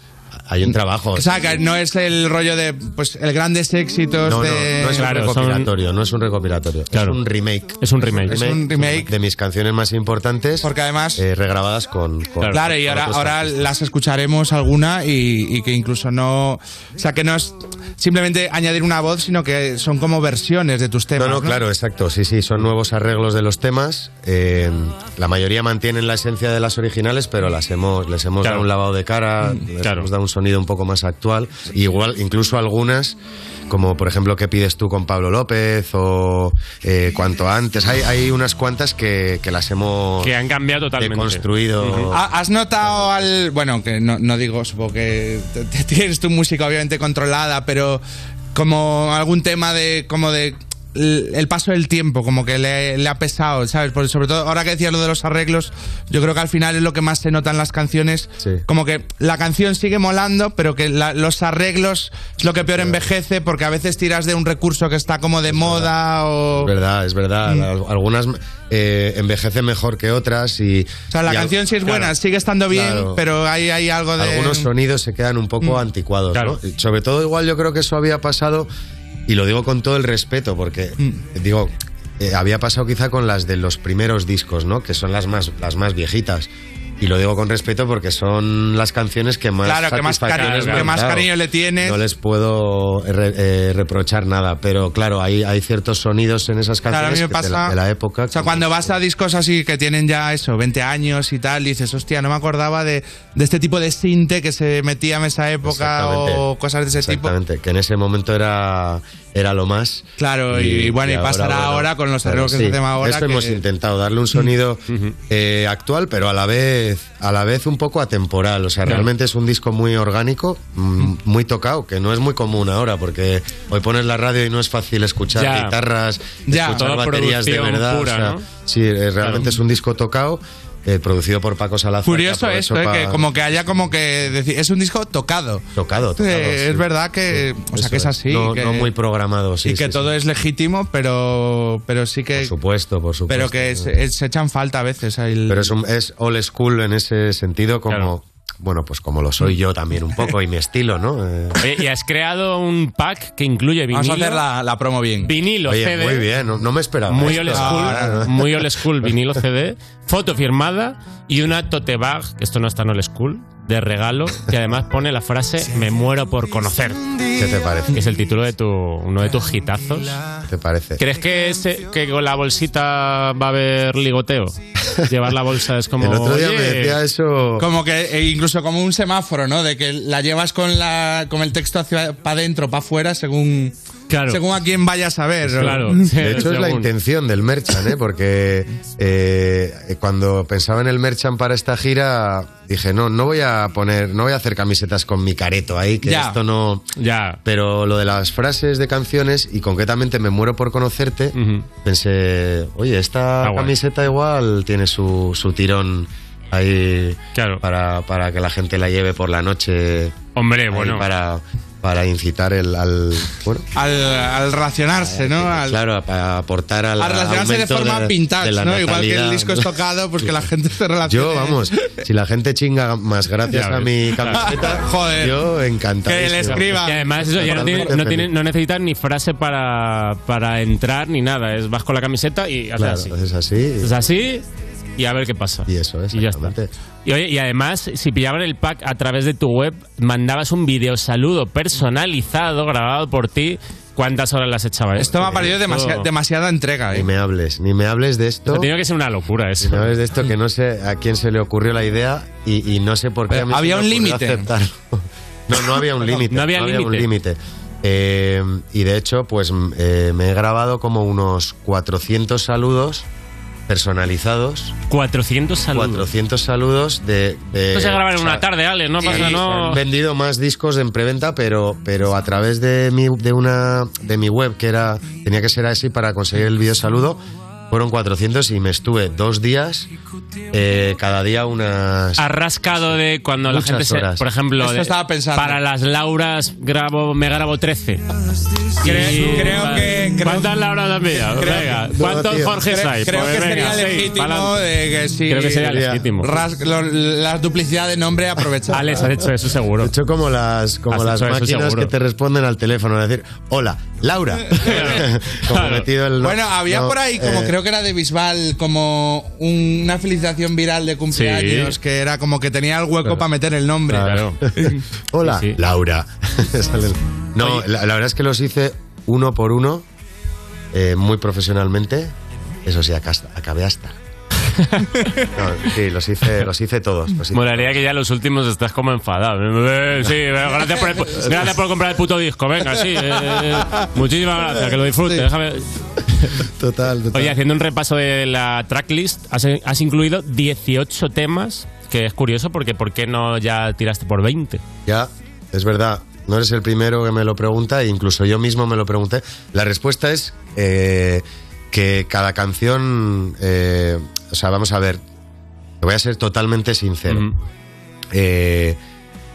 [SPEAKER 6] Hay un trabajo.
[SPEAKER 4] O sea, que no es el rollo de pues el grandes éxitos
[SPEAKER 6] No, no,
[SPEAKER 4] de.
[SPEAKER 6] no es un recopilatorio, no es un recopilatorio. Es un remake.
[SPEAKER 3] Es un remake.
[SPEAKER 4] Es un remake.
[SPEAKER 6] de mis canciones más importantes. eh,
[SPEAKER 4] Porque además.
[SPEAKER 6] regrabadas con. con-
[SPEAKER 4] Claro, y
[SPEAKER 6] con
[SPEAKER 4] ahora,
[SPEAKER 6] otros
[SPEAKER 4] ahora las escucharemos alguna y, y que incluso no. O sea, que no es simplemente añadir una voz, sino que son como versiones de tus temas.
[SPEAKER 6] No, no,
[SPEAKER 4] ¿no?
[SPEAKER 6] claro, exacto. Sí, sí, son nuevos arreglos de los temas. eh, la mayoría mantienen la esencia de las originales, pero las hemos, les hemos dado un lavado de cara,
[SPEAKER 3] Mm,
[SPEAKER 6] les hemos dado un sonido un poco más actual. Igual, incluso algunas, como por ejemplo, ¿qué pides tú con Pablo López? O eh, cuanto antes. Hay, hay unas cuantas que, que las hemos.
[SPEAKER 3] Que han cambiado totalmente.
[SPEAKER 6] Deconstruido.
[SPEAKER 4] Ha- Ah, ¿Has notado al. Bueno, que no, no digo, supongo que te- te- tienes tu música obviamente controlada, pero como algún tema de. como de. l- El paso del tiempo, como que le, le ha pesado, ¿sabes? Por- sobre todo ahora que decías lo de los arreglos, yo creo que al final es lo que más se nota en las canciones. Como que la canción sigue molando, pero que la- los arreglos es lo que peor envejece, porque a veces tiras de un recurso que está como de moda ah, o. Mm.
[SPEAKER 6] Es verdad, es verdad. Al- Algunas eh, envejecen mejor que otras y...
[SPEAKER 4] O sea, la canción sí es buena, sigue estando bien, pero hay, hay algo de. Mm.
[SPEAKER 6] Algunos sonidos se quedan un poco anticuados, ¿no? Sobre todo igual yo creo que eso había pasado, y lo digo con todo el respeto, porque
[SPEAKER 4] Mm.
[SPEAKER 6] digo, eh, había pasado quizá con las de los primeros discos, ¿no? Que son las más, las más viejitas. Y lo digo con respeto porque son las canciones que más
[SPEAKER 4] Claro, que más
[SPEAKER 6] satisfacciones
[SPEAKER 4] cariño-
[SPEAKER 6] me
[SPEAKER 4] que
[SPEAKER 6] han
[SPEAKER 4] más
[SPEAKER 6] dado.
[SPEAKER 4] cariño le tienes.
[SPEAKER 6] No les puedo re- eh, reprochar nada, pero claro, hay, hay ciertos sonidos en esas
[SPEAKER 4] Claro, a mí
[SPEAKER 6] canciones
[SPEAKER 4] me
[SPEAKER 6] que de la-
[SPEAKER 4] pasa-
[SPEAKER 6] de la época.
[SPEAKER 4] O sea, cuando vas a discos así que tienen ya eso, 20 años y tal, dices, hostia, no me acordaba de, de este tipo de sinte que se metía en esa época o cosas de ese tipo.
[SPEAKER 6] Exactamente, que en ese momento era, era lo más.
[SPEAKER 4] Claro, y bueno, y pasará ahora con los arreglos que se hacen ahora
[SPEAKER 6] Esto
[SPEAKER 4] que-
[SPEAKER 6] hemos intentado darle un sonido eh, actual, pero a la vez a la vez un poco atemporal. O sea,
[SPEAKER 3] Claro.
[SPEAKER 6] realmente es un disco muy orgánico, mm, muy tocado, que no es muy común ahora, porque hoy pones la radio y no es fácil escuchar
[SPEAKER 3] Ya.
[SPEAKER 6] guitarras,
[SPEAKER 3] Ya.
[SPEAKER 6] escuchar
[SPEAKER 3] Toda
[SPEAKER 6] baterías de
[SPEAKER 3] producción
[SPEAKER 6] verdad. o
[SPEAKER 3] pura,
[SPEAKER 6] sea,
[SPEAKER 3] ¿no?
[SPEAKER 6] Sí, eh, realmente es un disco tocado. eh, producido por Paco Salazar. que
[SPEAKER 4] Curioso
[SPEAKER 6] aprovecho
[SPEAKER 4] esto, eh,
[SPEAKER 6] pa-
[SPEAKER 4] que como que haya como que decir, es un disco tocado.
[SPEAKER 6] Tocado, tocado,
[SPEAKER 4] Eh,
[SPEAKER 6] sí.
[SPEAKER 4] es verdad que, o sea,
[SPEAKER 6] Eso
[SPEAKER 4] que es así.
[SPEAKER 6] No,
[SPEAKER 4] que-
[SPEAKER 6] no muy programado, sí.
[SPEAKER 4] y que
[SPEAKER 6] sí,
[SPEAKER 4] todo es legítimo, pero, pero sí que. Por
[SPEAKER 6] supuesto, por supuesto.
[SPEAKER 4] Pero que eh, se, se echan falta a veces. el-
[SPEAKER 6] Pero es, un- es old school en ese sentido, como. Bueno, pues como lo soy yo también un poco y mi estilo, ¿no?
[SPEAKER 3] [LAUGHS]
[SPEAKER 6] Eh,
[SPEAKER 3] Oye, y has creado un pack que incluye vinilo.
[SPEAKER 6] Vamos a hacer la-
[SPEAKER 4] promo bien.
[SPEAKER 3] Vinilo,
[SPEAKER 6] Oye,
[SPEAKER 3] CD.
[SPEAKER 6] muy bien, no, no me esperaba.
[SPEAKER 3] ¿eh? Muy
[SPEAKER 6] esto,
[SPEAKER 3] old
[SPEAKER 6] la verdad,
[SPEAKER 3] school,
[SPEAKER 6] Ah, ¿no?
[SPEAKER 3] muy old school, vinilo CD, foto firmada y una tote bag, que esto no es tan old school, de regalo, que además pone la frase me muero por conocer.
[SPEAKER 6] ¿Qué te parece?
[SPEAKER 3] Que es el título de tu, uno de tus hitazos.
[SPEAKER 6] ¿Te parece?
[SPEAKER 3] ¿Crees que, ese- que con la bolsita va a haber ligoteo? Llevar la bolsa es como...
[SPEAKER 6] El otro día
[SPEAKER 3] "Oye,
[SPEAKER 6] me decía eso.
[SPEAKER 4] Como que e incluso como un semáforo, ¿no? De que la llevas con la con el texto hacia para adentro, para afuera, según según a quién vayas a ver. ¿no? [LAUGHS]
[SPEAKER 6] De hecho, es la intención del Merchan, ¿eh? porque eh, cuando pensaba en el Merchan para esta gira, dije, no, no voy a poner, no voy a hacer camisetas con mi careto ahí, que
[SPEAKER 3] Ya.
[SPEAKER 6] esto no.
[SPEAKER 3] Ya.
[SPEAKER 6] Pero lo de las frases de canciones y concretamente Me muero por conocerte, pensé, oye, esta camiseta igual tiene su, su tirón ahí para, para que la gente la lleve por la noche.
[SPEAKER 3] Hombre,
[SPEAKER 6] ahí
[SPEAKER 3] bueno.
[SPEAKER 6] Para, para incitar el, al. Bueno,
[SPEAKER 4] Al, al racionarse, ¿no? Al,
[SPEAKER 6] Claro, a- a aportar al
[SPEAKER 4] al racionarse de
[SPEAKER 6] aumento
[SPEAKER 4] forma
[SPEAKER 6] de-
[SPEAKER 4] vintage,
[SPEAKER 6] de la
[SPEAKER 4] ¿no? Igual que el
[SPEAKER 6] natalidad.
[SPEAKER 4] disco es tocado, pues que la gente se relaciona.
[SPEAKER 6] Yo, vamos, si la gente chinga más gracias
[SPEAKER 3] Ya
[SPEAKER 6] a
[SPEAKER 3] ves.
[SPEAKER 6] mi
[SPEAKER 4] [LAUGHS]
[SPEAKER 6] camiseta, yo encantado.
[SPEAKER 3] Y además, eso ya no, tiene- no, tiene- no necesitas ni frase para, para entrar ni nada. Es vas con la camiseta y haces
[SPEAKER 6] Claro,
[SPEAKER 3] así.
[SPEAKER 6] es así.
[SPEAKER 3] Es así y a ver qué pasa.
[SPEAKER 6] Y eso, es.
[SPEAKER 3] Y ya está. Y, oye, y además, si pillaban el pack a través de tu web, mandabas un video saludo personalizado grabado por ti. ¿Cuántas horas las echabas?
[SPEAKER 4] Esto me ha parecido demasiada, demasiada entrega,
[SPEAKER 6] Ni
[SPEAKER 4] ¿eh?
[SPEAKER 6] me hables, ni me hables de esto.
[SPEAKER 3] Tenía que ser una locura eso.
[SPEAKER 6] Ni me hables de esto que no sé a quién se le ocurrió la idea y, y no sé por qué. a mí se
[SPEAKER 4] Había
[SPEAKER 6] me
[SPEAKER 4] un
[SPEAKER 6] ocurrió
[SPEAKER 4] límite.
[SPEAKER 6] aceptarlo. No, no había un límite.
[SPEAKER 3] No había
[SPEAKER 6] un
[SPEAKER 3] límite.
[SPEAKER 6] límite. Eh, y de hecho, pues m- eh, me he grabado como unos 400 saludos personalizados.
[SPEAKER 3] 400 saludos.
[SPEAKER 6] 400 saludos de. de-
[SPEAKER 3] Esto se graba en
[SPEAKER 6] o sea,
[SPEAKER 3] una tarde, Ale. No
[SPEAKER 6] Sí,
[SPEAKER 3] pasa, no.
[SPEAKER 6] Han vendido más discos en preventa, pero, pero a través de mi, de una, de mi web, que era tenía que ser así para conseguir el video saludo, fueron 400 y me estuve dos días, eh, cada día unas...
[SPEAKER 3] Has rascado de cuando la
[SPEAKER 6] Muchas
[SPEAKER 3] gente se-
[SPEAKER 6] horas.
[SPEAKER 3] por ejemplo,
[SPEAKER 6] Esto
[SPEAKER 3] de-
[SPEAKER 6] estaba pensando.
[SPEAKER 3] para las lauras grabo, me grabo 13.
[SPEAKER 4] Creo- creo que- creo-
[SPEAKER 3] ¿Cuántas lauras has pillado?
[SPEAKER 4] creo-
[SPEAKER 3] Venga,
[SPEAKER 4] No,
[SPEAKER 3] ¿cuántos
[SPEAKER 4] tío.
[SPEAKER 3] Jorge
[SPEAKER 4] Creo-
[SPEAKER 3] hay?
[SPEAKER 4] creo
[SPEAKER 3] Pues
[SPEAKER 4] que
[SPEAKER 3] venga,
[SPEAKER 4] sería
[SPEAKER 3] seis,
[SPEAKER 4] legítimo
[SPEAKER 3] pa'lante.
[SPEAKER 4] de que sí,
[SPEAKER 3] Creo que sería
[SPEAKER 4] sería
[SPEAKER 3] legítimo.
[SPEAKER 4] ras- lo- las duplicidades de nombre
[SPEAKER 6] [LAUGHS]
[SPEAKER 4] aprovechadas.
[SPEAKER 3] Alex, has hecho eso seguro.
[SPEAKER 6] He [LAUGHS] hecho como las, como
[SPEAKER 3] Has
[SPEAKER 6] las
[SPEAKER 3] hecho eso
[SPEAKER 6] máquinas
[SPEAKER 3] seguro.
[SPEAKER 6] que te responden al teléfono, es decir, hola,
[SPEAKER 4] [LAUGHS]
[SPEAKER 6] Laura. [LAUGHS] como metido el...
[SPEAKER 4] Bueno, había
[SPEAKER 6] no,
[SPEAKER 4] por ahí, como
[SPEAKER 6] eh,
[SPEAKER 4] creo que era de Bisbal, como una felicitación viral de cumpleaños,
[SPEAKER 6] Sí.
[SPEAKER 4] que era como que tenía el hueco para meter el nombre.
[SPEAKER 6] Claro. [LAUGHS] Hola, Laura. [LAUGHS] Salen- No, la, la verdad es que los hice uno por uno, eh, muy profesionalmente. Eso sí, acá hasta- acabé
[SPEAKER 3] [LAUGHS]
[SPEAKER 6] hasta. No, sí, los hice, los hice todos. los hice.
[SPEAKER 3] Molaría que ya los últimos estás como enfadado. Eh, Sí, eh, gracias por, el
[SPEAKER 4] [LAUGHS]
[SPEAKER 3] pu- gracias por comprar el puto disco. Pues Venga, sí. eh, muchísimas gracias, que lo disfrutes. Déjame.
[SPEAKER 6] Total, total.
[SPEAKER 3] Oye, haciendo un repaso de la tracklist, has, has incluido 18 temas, que es curioso porque ¿por qué no ya tiraste por 20?
[SPEAKER 6] Ya, es verdad. No eres el primero que me lo pregunta, e incluso yo mismo me lo pregunté. La respuesta es eh, que cada canción. eh, o sea, vamos a ver. Te voy a ser totalmente sincero. Eh,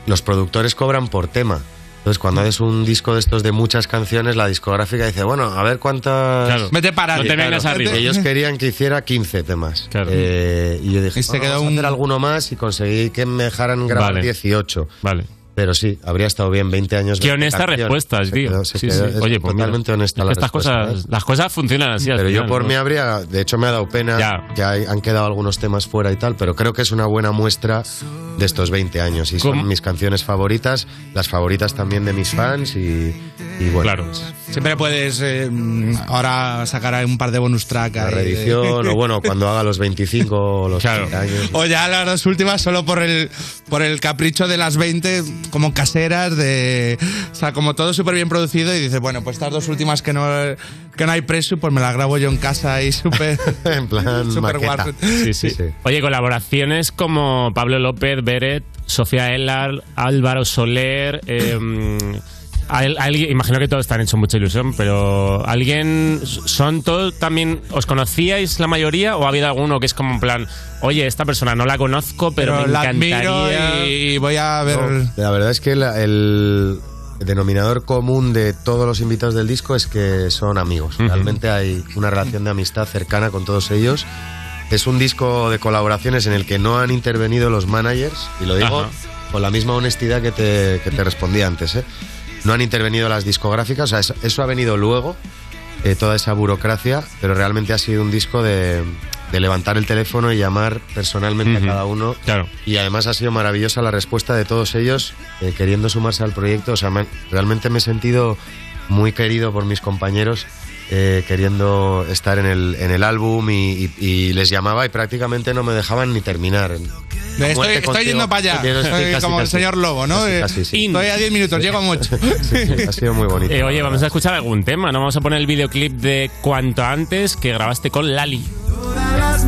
[SPEAKER 6] los productores cobran por tema. Entonces, cuando haces un disco de estos de muchas canciones, la discográfica dice, bueno, a ver cuántas...
[SPEAKER 3] Claro. Vete para No te vengas arriba.
[SPEAKER 6] Ellos querían que hiciera 15 temas. Eh, y yo dije,
[SPEAKER 4] Y se
[SPEAKER 6] "Bueno,
[SPEAKER 4] quedó
[SPEAKER 6] vamos a
[SPEAKER 4] un-
[SPEAKER 6] hacer alguno más y conseguí que me dejaran grabar
[SPEAKER 3] Vale.
[SPEAKER 6] 18.
[SPEAKER 3] Vale.
[SPEAKER 6] Pero sí, habría estado bien 20 años.
[SPEAKER 3] Qué
[SPEAKER 6] 20
[SPEAKER 3] honesta
[SPEAKER 6] canciones.
[SPEAKER 3] respuesta,
[SPEAKER 6] Se
[SPEAKER 3] tío.
[SPEAKER 6] quedó- se
[SPEAKER 3] Sí,
[SPEAKER 6] quedó-
[SPEAKER 3] sí.
[SPEAKER 6] es
[SPEAKER 3] Oye, pues mira,
[SPEAKER 6] totalmente honesta la
[SPEAKER 3] es que estas
[SPEAKER 6] respuesta,
[SPEAKER 3] cosas,
[SPEAKER 6] ¿eh?
[SPEAKER 3] las cosas funcionan así. al
[SPEAKER 6] Pero yo
[SPEAKER 3] final,
[SPEAKER 6] por
[SPEAKER 3] ¿no?
[SPEAKER 6] mí habría, de hecho me ha dado pena que hay- han quedado algunos temas fuera y tal, pero creo que es una buena muestra de estos 20 años y son mis canciones favoritas, las favoritas también de mis fans y, y bueno. pues,
[SPEAKER 3] Claro.
[SPEAKER 4] Siempre puedes eh, mm, ahora sacar ahí un par de bonus track.
[SPEAKER 6] La
[SPEAKER 4] ahí de-
[SPEAKER 6] reedición
[SPEAKER 4] [LAUGHS]
[SPEAKER 6] o bueno, cuando haga los 25 o los 30 años.
[SPEAKER 4] O ya las dos últimas solo por el por el capricho de las 20 como caseras de o sea, como todo súper bien producido y dices, bueno, pues estas dos últimas que no que no hay preso, pues me las grabo yo en casa ahí súper
[SPEAKER 6] [LAUGHS] en plan
[SPEAKER 4] [LAUGHS] súper
[SPEAKER 6] maqueta.
[SPEAKER 4] guarro.
[SPEAKER 3] Sí, sí. Oye, colaboraciones como Pablo López, Beret, Sofía Ellar, Álvaro Soler, eh, al- alguien- imagino que todos están hecho mucha ilusión, pero ¿alguien son todos también? ¿Os conocíais la mayoría o ha habido alguno que es como en plan, oye, esta persona no la conozco, pero,
[SPEAKER 4] Pero
[SPEAKER 3] me
[SPEAKER 4] la
[SPEAKER 3] encantaría?
[SPEAKER 4] admiro y, y voy a ver.
[SPEAKER 6] No, la verdad es que la- el denominador común de todos los invitados del disco es que son amigos. Realmente hay una relación de amistad cercana con todos ellos. Es un disco de colaboraciones en el que no han intervenido los managers, y lo digo
[SPEAKER 3] Ajá.
[SPEAKER 6] con la misma honestidad que te, que te respondí antes. ¿eh? No han intervenido las discográficas, o sea, eso, eso ha venido luego, eh, toda esa burocracia, pero realmente ha sido un disco de, de levantar el teléfono y llamar personalmente a cada uno. Y además ha sido maravillosa la respuesta de todos ellos eh, queriendo sumarse al proyecto. O sea, me han- realmente me he sentido muy querido por mis compañeros. eh, queriendo estar en el, en el álbum y, y- y les llamaba y prácticamente no me dejaban ni terminar.
[SPEAKER 4] Estoy-
[SPEAKER 6] Muerte
[SPEAKER 4] estoy
[SPEAKER 6] contigo.
[SPEAKER 4] yendo para allá.
[SPEAKER 6] Estoy
[SPEAKER 3] eh,
[SPEAKER 4] Soy
[SPEAKER 6] casi,
[SPEAKER 4] como el
[SPEAKER 6] casi.
[SPEAKER 4] señor Lobo, ¿no?
[SPEAKER 6] Casi,
[SPEAKER 4] Eh,
[SPEAKER 6] casi, sí.
[SPEAKER 4] Estoy a 10 minutos, llego
[SPEAKER 3] [LAUGHS]
[SPEAKER 4] mucho.
[SPEAKER 6] Ha sido muy bonito.
[SPEAKER 3] Eh, oye, vamos a escuchar algún tema, ¿no? Vamos a poner el videoclip de Cuanto antes que grabaste con Lali.
[SPEAKER 2] las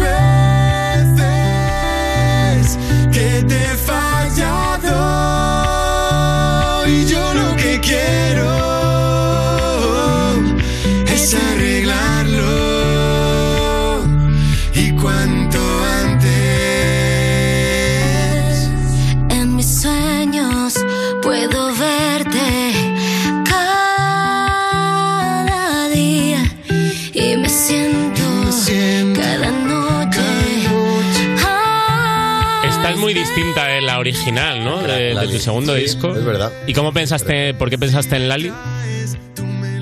[SPEAKER 2] veces que te he fallado y yo lo que quiero es arreglarlo y cuanto antes en mis sueños puedo verte cada día y me siento, cada noche. Ah.
[SPEAKER 3] Estás muy distinta de la original, ¿no? De, de tu segundo disco. Es
[SPEAKER 6] verdad.
[SPEAKER 3] ¿Y cómo pensaste, por qué pensaste en Lali?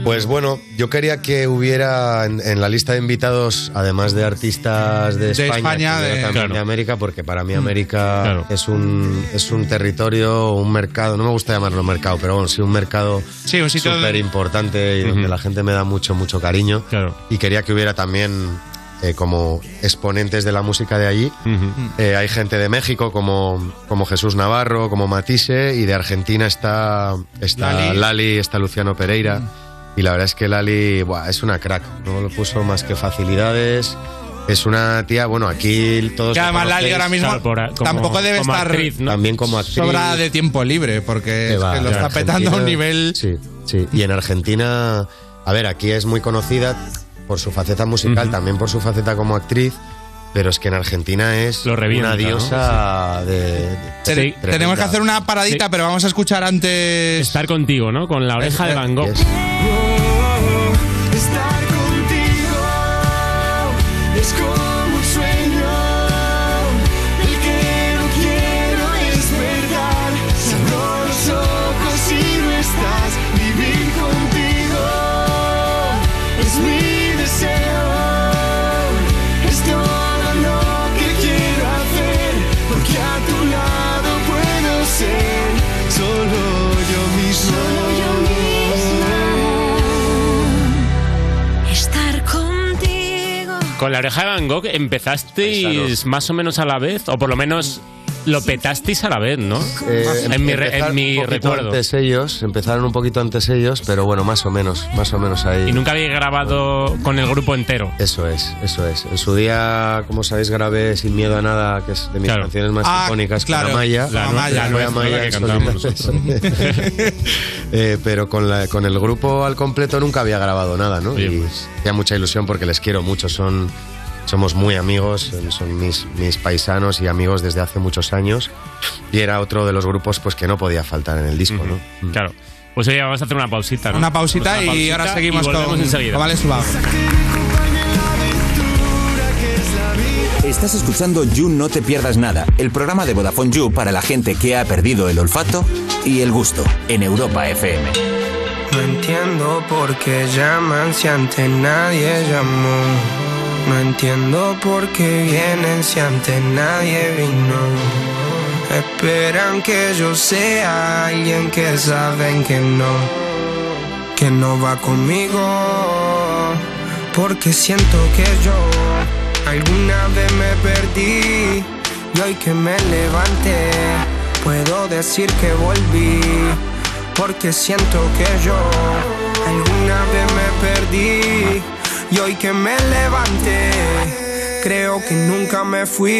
[SPEAKER 6] Pues bueno, yo quería que hubiera en, en la lista de invitados, además de artistas de
[SPEAKER 4] De
[SPEAKER 6] España,
[SPEAKER 4] España,
[SPEAKER 6] que hubiera
[SPEAKER 4] de-
[SPEAKER 6] también
[SPEAKER 4] Claro. Mm,
[SPEAKER 6] de América, porque para mí América es, un, es un territorio, un mercado, no me gusta llamarlo mercado, pero bueno, sí un mercado
[SPEAKER 4] Sí, un sitio de-
[SPEAKER 6] súper importante y donde la gente me da mucho, mucho cariño. Y quería que hubiera también eh, como exponentes de la música de allí. Eh, hay gente de México como, como Jesús Navarro, como Matisse, y de Argentina está, está
[SPEAKER 4] Lali. Mm.
[SPEAKER 6] Lali. está Luciano Pereira. Y la verdad es que Lali buah, es una crack, no lo puso más que facilidades. Es una tía, bueno, aquí todos.
[SPEAKER 4] Que además Lali ahora mismo Claro, por a- como- tampoco debe como estar actriz, ¿no?
[SPEAKER 6] También como actriz.
[SPEAKER 4] Sobra de tiempo libre, porque es que lo está petando a un nivel.
[SPEAKER 6] Sí, sí. Y en Argentina, a ver, aquí es muy conocida por su faceta musical, también por su faceta como actriz, pero es que en Argentina es
[SPEAKER 3] revienta,
[SPEAKER 6] una
[SPEAKER 3] ¿no?
[SPEAKER 6] diosa de, de- tremenda.
[SPEAKER 4] Tenemos que hacer una paradita, Ah, pero vamos a escuchar antes.
[SPEAKER 3] Estar contigo, ¿no? Con la oreja de Van Gogh.
[SPEAKER 2] Estar contigo es como un sueño. El que no quiero despertar. Cerró los ojos y no estás. Vivir contigo es mi deseo. Es todo lo que quiero hacer. Porque a tu lado puedo ser solo yo mismo.
[SPEAKER 21] Estar contigo.
[SPEAKER 3] Con la oreja de Van Gogh empezasteis más o menos a la vez, o por lo menos lo petasteis a la vez, ¿no?
[SPEAKER 6] Eh,
[SPEAKER 3] en mi, re- en
[SPEAKER 6] empezaron
[SPEAKER 3] mi
[SPEAKER 6] un poquito
[SPEAKER 3] recuerdo.
[SPEAKER 6] Antes ellos, empezaron un poquito antes ellos, pero bueno, más o menos, más o menos ahí.
[SPEAKER 3] Y nunca habéis grabado con el grupo entero.
[SPEAKER 6] Eso es, eso es. En su día, como sabéis, grabé Sin Miedo a Nada, que es de mis canciones más
[SPEAKER 4] Ah,
[SPEAKER 6] icónicas,
[SPEAKER 4] claro.
[SPEAKER 6] con Amaya.
[SPEAKER 4] La no- Amaya,
[SPEAKER 6] Fue
[SPEAKER 4] nuestra,
[SPEAKER 6] Amaya
[SPEAKER 4] la que
[SPEAKER 6] en
[SPEAKER 4] cantamos
[SPEAKER 6] solitario.
[SPEAKER 4] [LAUGHS]
[SPEAKER 6] Eh, pero con, la- con el grupo al completo nunca había grabado nada, ¿no? Y tenía mucha ilusión porque les quiero mucho, son... Somos muy amigos, son mis, mis paisanos y amigos desde hace muchos años. Y era otro de los grupos pues que no podía faltar en el disco, ¿no?
[SPEAKER 3] Claro. Pues oye, vamos a hacer una pausita, ¿no?
[SPEAKER 6] Una pausita
[SPEAKER 3] Vamos a
[SPEAKER 6] y ahora seguimos
[SPEAKER 3] volvemos
[SPEAKER 6] con-
[SPEAKER 3] enseguida.
[SPEAKER 6] con Vale Subago.
[SPEAKER 7] Estás escuchando You No Te Pierdas Nada, el programa de Vodafone You para la gente que ha perdido el olfato y el gusto en Europa FM.
[SPEAKER 10] No entiendo por qué llaman si antes nadie llamó. No entiendo por qué vienen si antes nadie vino. Esperan que yo sea alguien que saben que no, que no va conmigo. Porque siento que yo alguna vez me perdí y hoy que me levanté puedo decir que volví porque siento que yo alguna vez me perdí y hoy que me levanté creo que nunca me fui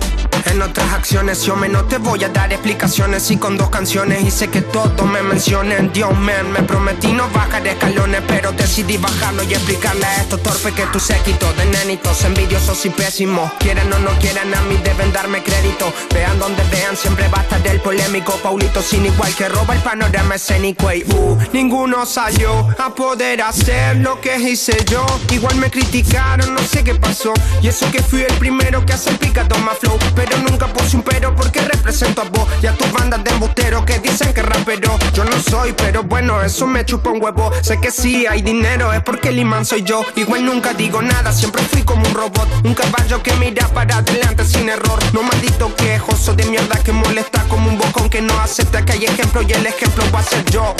[SPEAKER 10] en otras acciones yo me no te voy a dar explicaciones y con dos canciones hice que todos me mencionen Dios man, me prometí no bajar escalones pero decidí bajarlo y explicarle a estos torpes que tu séquito de nenitos envidiosos y pésimos quieren o no quieran a mí deben darme crédito vean donde vean siempre basta del polémico Paulito sin igual que roba el panorama escénico y uh, ninguno salió a poder hacer lo que hice yo igual me criticaron no sé qué pasó y eso que fui el primero que hace el picado más flow pero nunca puse un pero porque represento a vos y a tus bandas de embusteros que dicen que rapero. Yo no soy, pero bueno, eso me chupa un huevo. Sé que sí hay dinero, es porque el imán soy yo. Igual nunca digo nada, siempre fui como un robot. Un caballo que mira para adelante sin error. No maldito quejoso de mierda que molesta como un bocón que no acepta que hay ejemplo y el ejemplo va a ser yo.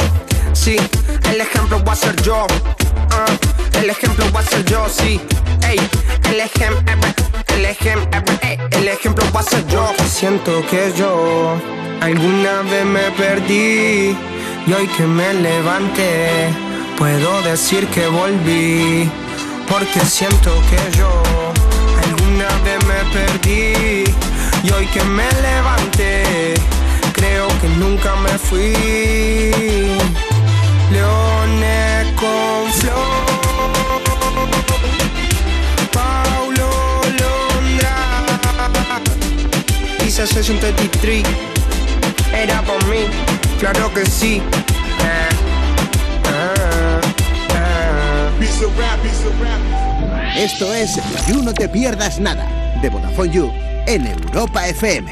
[SPEAKER 10] Sí, el ejemplo va a ser yo. Ah, el ejemplo va a ser yo, sí. Ey, el ejemplo, el ejemplo, el ejemplo va a ser yo.
[SPEAKER 1] Siento que yo
[SPEAKER 10] alguna vez me perdí y hoy que me levanté puedo decir que volví porque siento que yo alguna vez me perdí y hoy que me levanté creo que nunca me fui. Leones con flor. Paulo Londra. Hice Session 33. Era por mí, claro que sí. Ah, ah, ah.
[SPEAKER 5] Esto es You No Te Pierdas Nada, de Vodafone You, en Europa FM.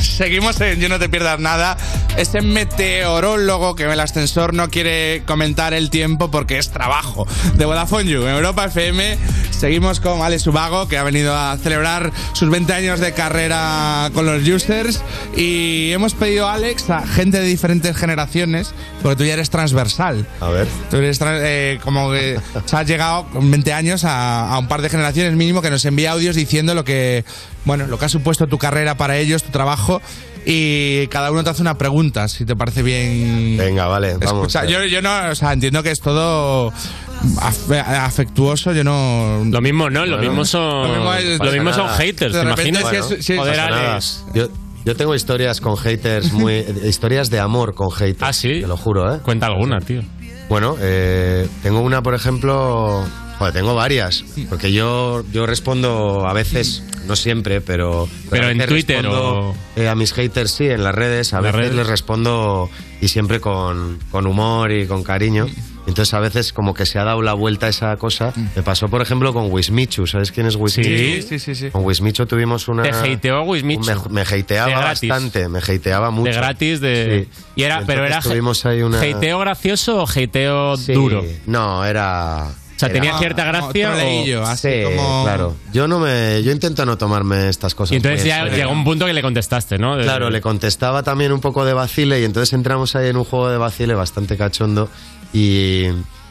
[SPEAKER 4] Seguimos en Yo no te pierdas nada. Este meteorólogo que en el ascensor no quiere comentar el tiempo porque es trabajo. De Vodafone You, en Europa FM. Seguimos con Alex Ubago, que ha venido a celebrar sus 20 años de carrera con los Justers. Y hemos pedido, Alex, a gente de diferentes generaciones, porque tú ya eres transversal.
[SPEAKER 6] A ver.
[SPEAKER 4] Tú eres tran- eh, como
[SPEAKER 6] [LAUGHS]
[SPEAKER 4] que se has llegado con 20 años a, a un par de generaciones mínimo que nos envía audios diciendo lo que, bueno, lo que ha supuesto tu carrera para ellos, tu trabajo. Y cada uno te hace una pregunta, si te parece bien.
[SPEAKER 6] Venga, vale, vamos.
[SPEAKER 4] Escucha, yo, yo no, o sea, entiendo que es todo afe- afectuoso, yo no.
[SPEAKER 3] Lo mismo no, lo mismo son. Lo mismo,
[SPEAKER 4] es-
[SPEAKER 3] son haters, ¿te
[SPEAKER 4] De repente,
[SPEAKER 3] imaginas?
[SPEAKER 4] si es- si es-
[SPEAKER 3] Joder,
[SPEAKER 6] pasa nada.
[SPEAKER 3] Alex.
[SPEAKER 6] Yo, yo tengo historias con haters, muy,
[SPEAKER 4] [LAUGHS]
[SPEAKER 6] eh, historias de amor con haters. Ah, sí. Te lo juro, ¿eh?
[SPEAKER 3] Cuenta alguna, tío.
[SPEAKER 6] Bueno, eh, tengo una, por ejemplo. Joder, tengo varias. Porque yo, yo respondo a veces, no siempre, pero.
[SPEAKER 3] Pero
[SPEAKER 6] a
[SPEAKER 3] en
[SPEAKER 6] veces
[SPEAKER 3] Twitter
[SPEAKER 6] respondo, eh, a mis haters, sí, en las redes. A
[SPEAKER 3] ¿Las
[SPEAKER 6] veces
[SPEAKER 3] redes?
[SPEAKER 6] les respondo y siempre con, con humor y con cariño. Entonces a veces como que se ha dado la vuelta a esa cosa.
[SPEAKER 3] Mm.
[SPEAKER 6] Me pasó, por ejemplo, con Wismichu. ¿Sabes quién es Wismichu?
[SPEAKER 4] sí, sí, sí.
[SPEAKER 6] Con Wismicho tuvimos una.
[SPEAKER 3] ¿Te hateó a Wismichu?
[SPEAKER 6] Me, me hateaba
[SPEAKER 3] De gratis.
[SPEAKER 6] bastante, me hateaba mucho.
[SPEAKER 3] De gratis, de.
[SPEAKER 6] Sí.
[SPEAKER 3] Y era, pero era.
[SPEAKER 6] Entonces Tuvimos ahí una.
[SPEAKER 3] ¿Hateo gracioso o hateo duro?
[SPEAKER 6] No, era.
[SPEAKER 3] O sea, tenía cierta gracia. o-
[SPEAKER 6] Sí, claro. Yo no me, yo intento no tomarme estas cosas.
[SPEAKER 3] Y entonces
[SPEAKER 6] muy en
[SPEAKER 3] ya
[SPEAKER 6] serio.
[SPEAKER 3] llegó un punto que le contestaste, ¿no? De-
[SPEAKER 6] Pues Claro, le contestaba también un poco de vacile y entonces entramos ahí en un juego de vacile bastante cachondo y,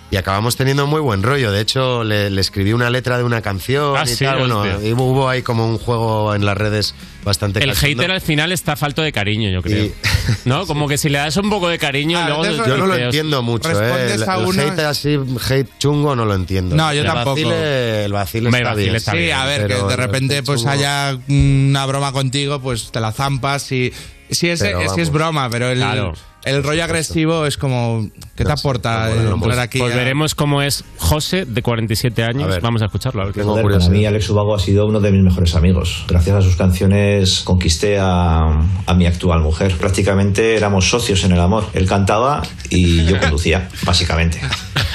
[SPEAKER 6] y acabamos teniendo muy buen rollo. De hecho, le, le escribí una letra de una canción
[SPEAKER 3] Ah,
[SPEAKER 6] y
[SPEAKER 3] sí,
[SPEAKER 6] tal. Bueno,
[SPEAKER 3] hostia.
[SPEAKER 6] y hubo ahí como un juego en las redes bastante
[SPEAKER 3] El
[SPEAKER 6] cachondo.
[SPEAKER 3] hater al final está falto de cariño, yo creo.
[SPEAKER 6] [LAUGHS]
[SPEAKER 3] ¿No? Como que si le das un poco de cariño,
[SPEAKER 4] Ah,
[SPEAKER 3] luego te-
[SPEAKER 6] yo no lo
[SPEAKER 3] te-
[SPEAKER 6] entiendo mucho, ¿eh? El,
[SPEAKER 3] respondes a
[SPEAKER 6] el
[SPEAKER 3] uno-
[SPEAKER 6] hate así, hate chungo, no lo entiendo.
[SPEAKER 4] No, yo
[SPEAKER 6] El
[SPEAKER 4] tampoco.
[SPEAKER 6] vacile- el vacile
[SPEAKER 4] Hombre,
[SPEAKER 6] está
[SPEAKER 4] vacile
[SPEAKER 6] bien.
[SPEAKER 4] está Sí, a ver, que
[SPEAKER 6] pero
[SPEAKER 4] de
[SPEAKER 6] el
[SPEAKER 4] repente
[SPEAKER 6] hate
[SPEAKER 4] pues
[SPEAKER 6] chungo-
[SPEAKER 4] haya una broma contigo, pues te la zampas y... Si es,
[SPEAKER 6] Pero
[SPEAKER 4] es- si es
[SPEAKER 6] vamos.
[SPEAKER 4] broma, pero el,
[SPEAKER 3] Claro.
[SPEAKER 4] el rollo agresivo es como... ¿Qué te aporta el poner
[SPEAKER 3] Pues,
[SPEAKER 4] eh, aquí? eh.
[SPEAKER 3] pues
[SPEAKER 4] a-
[SPEAKER 3] veremos cómo es José, de 47 años. Vamos a escucharlo. A ver.
[SPEAKER 18] Joder, para mí Alex Ubago ha sido uno de mis mejores amigos. Gracias a sus canciones conquisté a, a mi actual mujer. Prácticamente éramos socios en el amor. Él cantaba y yo
[SPEAKER 24] [LAUGHS]
[SPEAKER 18] conducía, básicamente.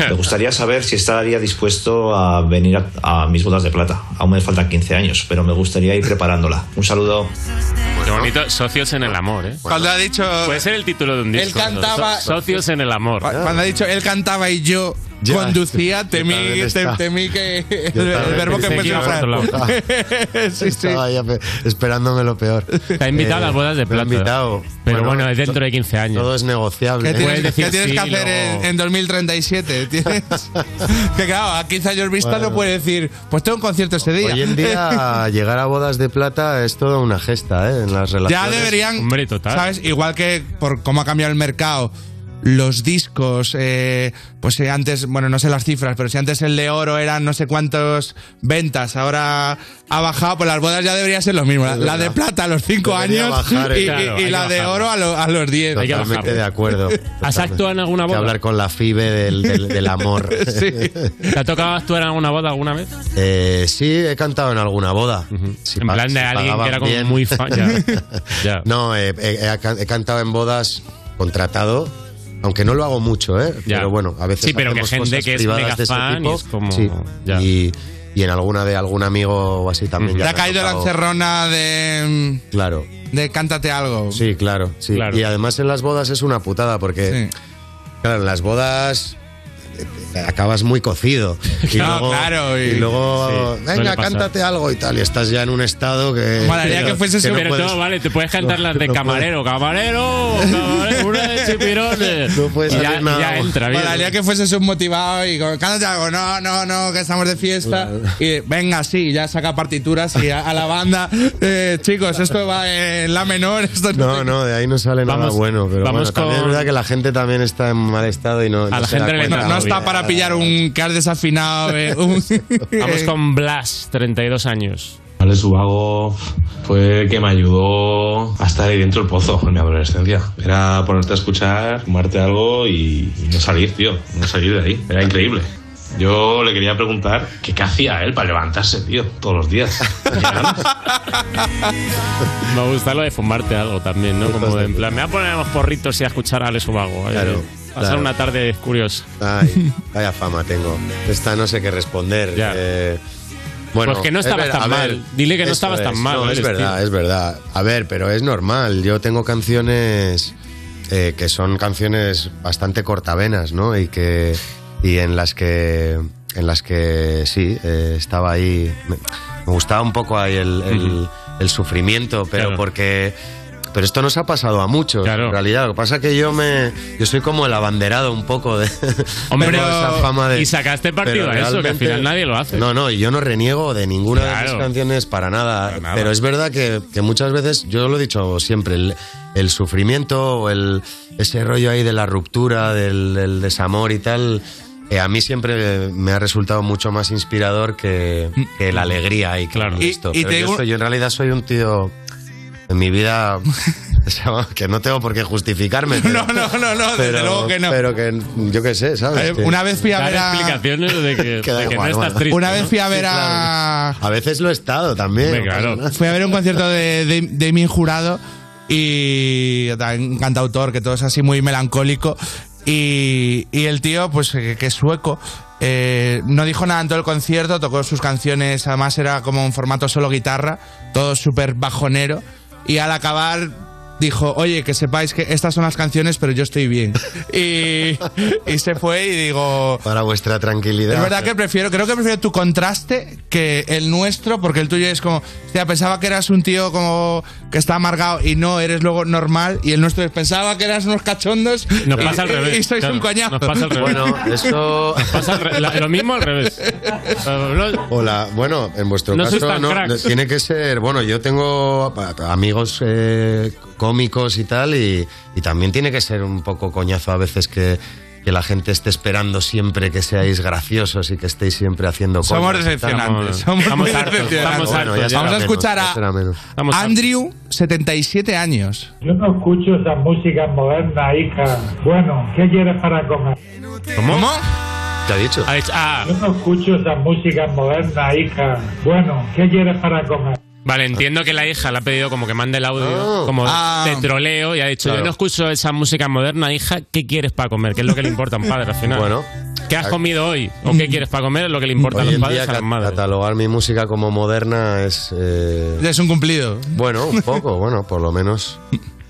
[SPEAKER 18] Me gustaría saber si estaría dispuesto a venir a, a mis bodas de plata. Aún me faltan 15 años, pero me gustaría ir preparándola. Un saludo.
[SPEAKER 3] Qué bonito, Socios en el Amor, ¿eh?
[SPEAKER 4] Cuando ha dicho...
[SPEAKER 3] Puede ser el título de un
[SPEAKER 4] Él
[SPEAKER 3] disco.
[SPEAKER 4] cantaba-
[SPEAKER 3] So- Socios en el Amor.
[SPEAKER 4] Cuando ha dicho él cantaba y yo
[SPEAKER 6] [LAUGHS]
[SPEAKER 3] Ya.
[SPEAKER 4] conducía, temí,
[SPEAKER 3] también
[SPEAKER 4] te-
[SPEAKER 3] está.
[SPEAKER 4] temí que
[SPEAKER 6] Yo
[SPEAKER 4] [LAUGHS] el,
[SPEAKER 6] también
[SPEAKER 4] verbo que
[SPEAKER 6] pensé
[SPEAKER 4] empezó
[SPEAKER 6] iba
[SPEAKER 4] a
[SPEAKER 6] por otro
[SPEAKER 4] [LAUGHS]
[SPEAKER 6] lado.
[SPEAKER 4] hablar.
[SPEAKER 6] Estaba ya pe- esperándome lo peor. Eh,
[SPEAKER 3] Te ha invitado a las bodas de
[SPEAKER 6] me ha
[SPEAKER 3] plata.
[SPEAKER 6] invitado.
[SPEAKER 3] Pero bueno, es dentro de 15 años.
[SPEAKER 6] Todo es negociable.
[SPEAKER 4] ¿Qué tienes,
[SPEAKER 6] Puedes decir
[SPEAKER 4] qué tienes
[SPEAKER 6] sí,
[SPEAKER 4] que hacer
[SPEAKER 6] luego-
[SPEAKER 4] en, en 2037? [LAUGHS]
[SPEAKER 6] [LAUGHS]
[SPEAKER 4] ¿Tienes? que claro, a 15 años vista
[SPEAKER 6] Bueno.
[SPEAKER 4] no puede decir, pues tengo un concierto ese día.
[SPEAKER 6] Hoy en
[SPEAKER 4] [LAUGHS]
[SPEAKER 6] día llegar a bodas de plata es toda una gesta, ¿eh? En las
[SPEAKER 4] ya
[SPEAKER 6] relaciones.
[SPEAKER 4] deberían,
[SPEAKER 6] Ah.
[SPEAKER 4] ¿sabes? Igual que por cómo ha cambiado el mercado, los discos, eh, pues si antes, bueno, no sé las cifras, pero si antes el de oro eran no sé cuántos ventas, ahora ha bajado, pues las bodas ya debería ser lo mismo. La,
[SPEAKER 6] Es
[SPEAKER 4] la de
[SPEAKER 6] verdad.
[SPEAKER 4] plata a los 5
[SPEAKER 6] Debería
[SPEAKER 4] años
[SPEAKER 6] bajar,
[SPEAKER 4] y,
[SPEAKER 6] eh.
[SPEAKER 4] y-
[SPEAKER 6] Claro,
[SPEAKER 4] y
[SPEAKER 6] hay
[SPEAKER 4] la
[SPEAKER 6] que
[SPEAKER 4] de
[SPEAKER 6] bajarlo.
[SPEAKER 4] oro a, lo- a los 10.
[SPEAKER 6] Totalmente de
[SPEAKER 4] [LAUGHS]
[SPEAKER 6] acuerdo.
[SPEAKER 3] ¿Has
[SPEAKER 6] Totalmente.
[SPEAKER 3] actuado en alguna
[SPEAKER 6] Hay Que
[SPEAKER 3] boda?
[SPEAKER 6] hablar con la FIBE del, del- del amor.
[SPEAKER 4] [LAUGHS]
[SPEAKER 6] [LAUGHS]
[SPEAKER 3] ¿Te ha tocado actuar en alguna boda alguna vez?
[SPEAKER 6] Eh, sí, he cantado en alguna boda. Si
[SPEAKER 3] En
[SPEAKER 6] pa-
[SPEAKER 3] plan de
[SPEAKER 6] si
[SPEAKER 3] alguien que
[SPEAKER 6] pagaban
[SPEAKER 3] era como
[SPEAKER 6] bien.
[SPEAKER 3] muy fan.
[SPEAKER 6] [LAUGHS]
[SPEAKER 3] ya.
[SPEAKER 6] No, eh, he, he can- he cantado en bodas contratado, aunque no lo hago mucho, ¿eh? Pero bueno, a veces
[SPEAKER 3] Sí, pero que
[SPEAKER 6] hacemos
[SPEAKER 3] gente
[SPEAKER 6] cosas
[SPEAKER 3] que es
[SPEAKER 6] privadas
[SPEAKER 3] mega
[SPEAKER 6] de ese
[SPEAKER 3] fan y
[SPEAKER 6] tipo.
[SPEAKER 3] es como-
[SPEAKER 6] Sí. Y, y en alguna de algún amigo o así también.
[SPEAKER 3] Mm.
[SPEAKER 4] Te
[SPEAKER 6] ya
[SPEAKER 4] ha
[SPEAKER 6] me
[SPEAKER 4] caído la
[SPEAKER 6] tocado.
[SPEAKER 4] encerrona de, mm,
[SPEAKER 6] Claro.
[SPEAKER 4] de cántate algo.
[SPEAKER 6] Sí, claro, sí.
[SPEAKER 4] Claro.
[SPEAKER 6] Y además en las bodas es una putada porque, claro, en las bodas eh, acabas muy
[SPEAKER 3] [LAUGHS]
[SPEAKER 6] cocido. Y
[SPEAKER 4] No,
[SPEAKER 6] luego,
[SPEAKER 4] claro, y-
[SPEAKER 6] Y, luego,
[SPEAKER 4] sí, suele
[SPEAKER 6] venga,
[SPEAKER 4] pasar.
[SPEAKER 6] cántate algo y tal. Y estás ya en un estado que. [LAUGHS]
[SPEAKER 3] Molaría que fuese
[SPEAKER 6] no
[SPEAKER 3] Pero
[SPEAKER 6] puedes-
[SPEAKER 3] todo, vale, te puedes cantar las de
[SPEAKER 6] no puedes.
[SPEAKER 3] camarero, camarero, camarero, una de
[SPEAKER 6] [LAUGHS]
[SPEAKER 4] [LAUGHS]
[SPEAKER 3] chipirones.
[SPEAKER 6] No puedes
[SPEAKER 3] Y ya,
[SPEAKER 6] salir nada
[SPEAKER 3] y ya
[SPEAKER 6] más.
[SPEAKER 3] entra, bien.
[SPEAKER 4] Molaría que fuese submotivado y como, cántate algo, no, no, no, que estamos de fiesta. Y venga, sí, ya saca partituras y a, a la banda,
[SPEAKER 6] [LAUGHS]
[SPEAKER 4] eh, chicos, esto va en la menor, esto
[SPEAKER 6] No, no, de ahí no sale nada
[SPEAKER 4] Vamos-
[SPEAKER 6] bueno. Pero bueno,
[SPEAKER 4] vamos
[SPEAKER 6] también
[SPEAKER 4] con-
[SPEAKER 6] es verdad que la gente también está en mal estado y no. no se da cuenta.
[SPEAKER 4] no, no está para pillar un que has desafinado. eh,
[SPEAKER 6] [LAUGHS]
[SPEAKER 4] un-
[SPEAKER 3] Vamos con Blas, 32 años.
[SPEAKER 24] Alex Ubago fue el que me ayudó a estar ahí dentro del pozo en mi adolescencia. Era ponerte a escuchar, fumarte algo y no salir, tío. No salir de ahí. Era increíble. Yo le quería preguntar que qué hacía él para levantarse, tío, todos los
[SPEAKER 18] [LAUGHS]
[SPEAKER 24] días.
[SPEAKER 3] Me gusta lo de fumarte algo también, ¿no? Como de en plan, me voy a poner unos porritos y a escuchar a Alex Ubago. Ay,
[SPEAKER 6] Claro.
[SPEAKER 3] ay. Pasar
[SPEAKER 6] Claro.
[SPEAKER 3] una tarde curiosa.
[SPEAKER 6] Ay, vaya fama tengo. Esta no sé qué responder. Eh, bueno,
[SPEAKER 3] Pues que no
[SPEAKER 6] es
[SPEAKER 3] estabas tan
[SPEAKER 6] a
[SPEAKER 3] mal. Dile que no
[SPEAKER 6] eso
[SPEAKER 3] estabas tan
[SPEAKER 6] es.
[SPEAKER 3] mal,
[SPEAKER 6] No,
[SPEAKER 3] ¿no?
[SPEAKER 6] es
[SPEAKER 3] eres,
[SPEAKER 6] verdad,
[SPEAKER 3] tío.
[SPEAKER 6] es verdad. A ver, pero es normal. Yo tengo canciones eh, que son canciones bastante cortavenas, ¿no? Y que y en las que en las que sí eh, estaba ahí. Me, me gustaba un poco ahí el, el- el sufrimiento, pero
[SPEAKER 25] Claro.
[SPEAKER 6] porque pero esto nos ha pasado a muchos, en realidad. Lo que pasa es que yo me yo soy como el abanderado un poco
[SPEAKER 3] [LAUGHS]
[SPEAKER 6] de
[SPEAKER 3] Hombre,
[SPEAKER 6] tengo esa fama de-
[SPEAKER 3] y sacaste este partido
[SPEAKER 6] pero
[SPEAKER 3] a eso, que al
[SPEAKER 6] realmente-
[SPEAKER 3] final nadie lo hace.
[SPEAKER 6] No, no, y yo no reniego de ninguna de
[SPEAKER 3] Claro.
[SPEAKER 6] esas canciones para nada, Pero es verdad que, que muchas veces, yo lo he dicho siempre, el, el sufrimiento o el, ese rollo ahí de la ruptura, del, del desamor y tal, eh, a mí siempre me ha resultado mucho más inspirador que, que la alegría y que esto.
[SPEAKER 4] Y- y
[SPEAKER 6] Pero
[SPEAKER 4] te
[SPEAKER 6] yo,
[SPEAKER 4] digo-
[SPEAKER 6] soy- yo en realidad soy un tío en mi
[SPEAKER 3] [LAUGHS]
[SPEAKER 6] vida [LAUGHS] o sea, que no tengo por qué justificarme. pero-
[SPEAKER 4] No, no, no, no, desde
[SPEAKER 6] pero-
[SPEAKER 4] luego que no.
[SPEAKER 6] Pero que yo qué sé, ¿sabes? Que-
[SPEAKER 4] Eh, Una vez fui a ver a.
[SPEAKER 3] de
[SPEAKER 6] [LAUGHS]
[SPEAKER 3] que,
[SPEAKER 6] da
[SPEAKER 4] de que
[SPEAKER 6] igual,
[SPEAKER 4] no
[SPEAKER 6] bueno.
[SPEAKER 4] estás triste, Una vez ¿no? fui a ver a-
[SPEAKER 6] A veces lo he estado también.
[SPEAKER 4] Hombre,
[SPEAKER 6] no pasa
[SPEAKER 4] claro.
[SPEAKER 6] nada.
[SPEAKER 4] Fui a ver un concierto de, de, de Damien Jurado y también un cantautor que todo es así muy melancólico. Y, y el tío, pues que, que es sueco, eh, no dijo nada en todo el concierto, tocó sus canciones, además era como un formato solo guitarra, todo súper bajonero. Y al acabar dijo, oye, que sepáis que estas son las canciones, pero yo estoy bien. Y, y se fue y digo...
[SPEAKER 6] Para vuestra tranquilidad.
[SPEAKER 4] Es verdad que prefiero, creo que prefiero tu contraste que el nuestro, porque el tuyo es como, hostia, pensaba que eras un tío como que está amargado y no, eres luego normal, y el nuestro es, pensaba que eras unos cachondos
[SPEAKER 3] Nos
[SPEAKER 4] y,
[SPEAKER 3] pasa al
[SPEAKER 4] y-
[SPEAKER 3] revés.
[SPEAKER 4] y sois
[SPEAKER 3] claro.
[SPEAKER 4] Eh, un coñazo.
[SPEAKER 3] Nos pasa al revés. Nos pasa al re- la- lo mismo al revés.
[SPEAKER 6] Hola, bueno, en vuestro
[SPEAKER 3] No sois
[SPEAKER 6] caso
[SPEAKER 3] tan
[SPEAKER 6] no,
[SPEAKER 3] cracks.
[SPEAKER 6] no, tiene que ser, bueno, yo tengo a- a- amigos eh, cómicos y tal, y, y también tiene que ser un poco coñazo a veces que, que la gente esté esperando siempre que seáis graciosos y que estéis siempre haciendo cosas.
[SPEAKER 4] Somos decepcionantes. Somos muy decepcionantes. Vamos a escuchar a Andrew, 77 años.
[SPEAKER 20] Yo no escucho esa música moderna, hija. Bueno, ¿qué quieres para comer?
[SPEAKER 4] ¿Cómo?
[SPEAKER 6] ¿Te ha dicho?
[SPEAKER 26] ah.
[SPEAKER 20] Yo no escucho esa música moderna, hija. Bueno, ¿qué quieres para comer?
[SPEAKER 3] Vale, entiendo que la hija le ha pedido como que mande el audio, como
[SPEAKER 20] Ah.
[SPEAKER 3] te troleo y ha dicho,
[SPEAKER 6] Claro.
[SPEAKER 3] yo no escucho esa música moderna, hija, ¿qué quieres para comer? Que es lo que le importa a un padre al final.
[SPEAKER 6] Bueno.
[SPEAKER 3] ¿Qué has comido hoy? ¿O qué quieres para comer? Es lo que le importa a
[SPEAKER 6] Hoy
[SPEAKER 3] los
[SPEAKER 6] en día
[SPEAKER 3] padres a las
[SPEAKER 6] cat-
[SPEAKER 3] madres.
[SPEAKER 6] catalogar mi música como moderna es... eh,
[SPEAKER 4] Es un cumplido.
[SPEAKER 6] Bueno, un poco, bueno, por lo menos.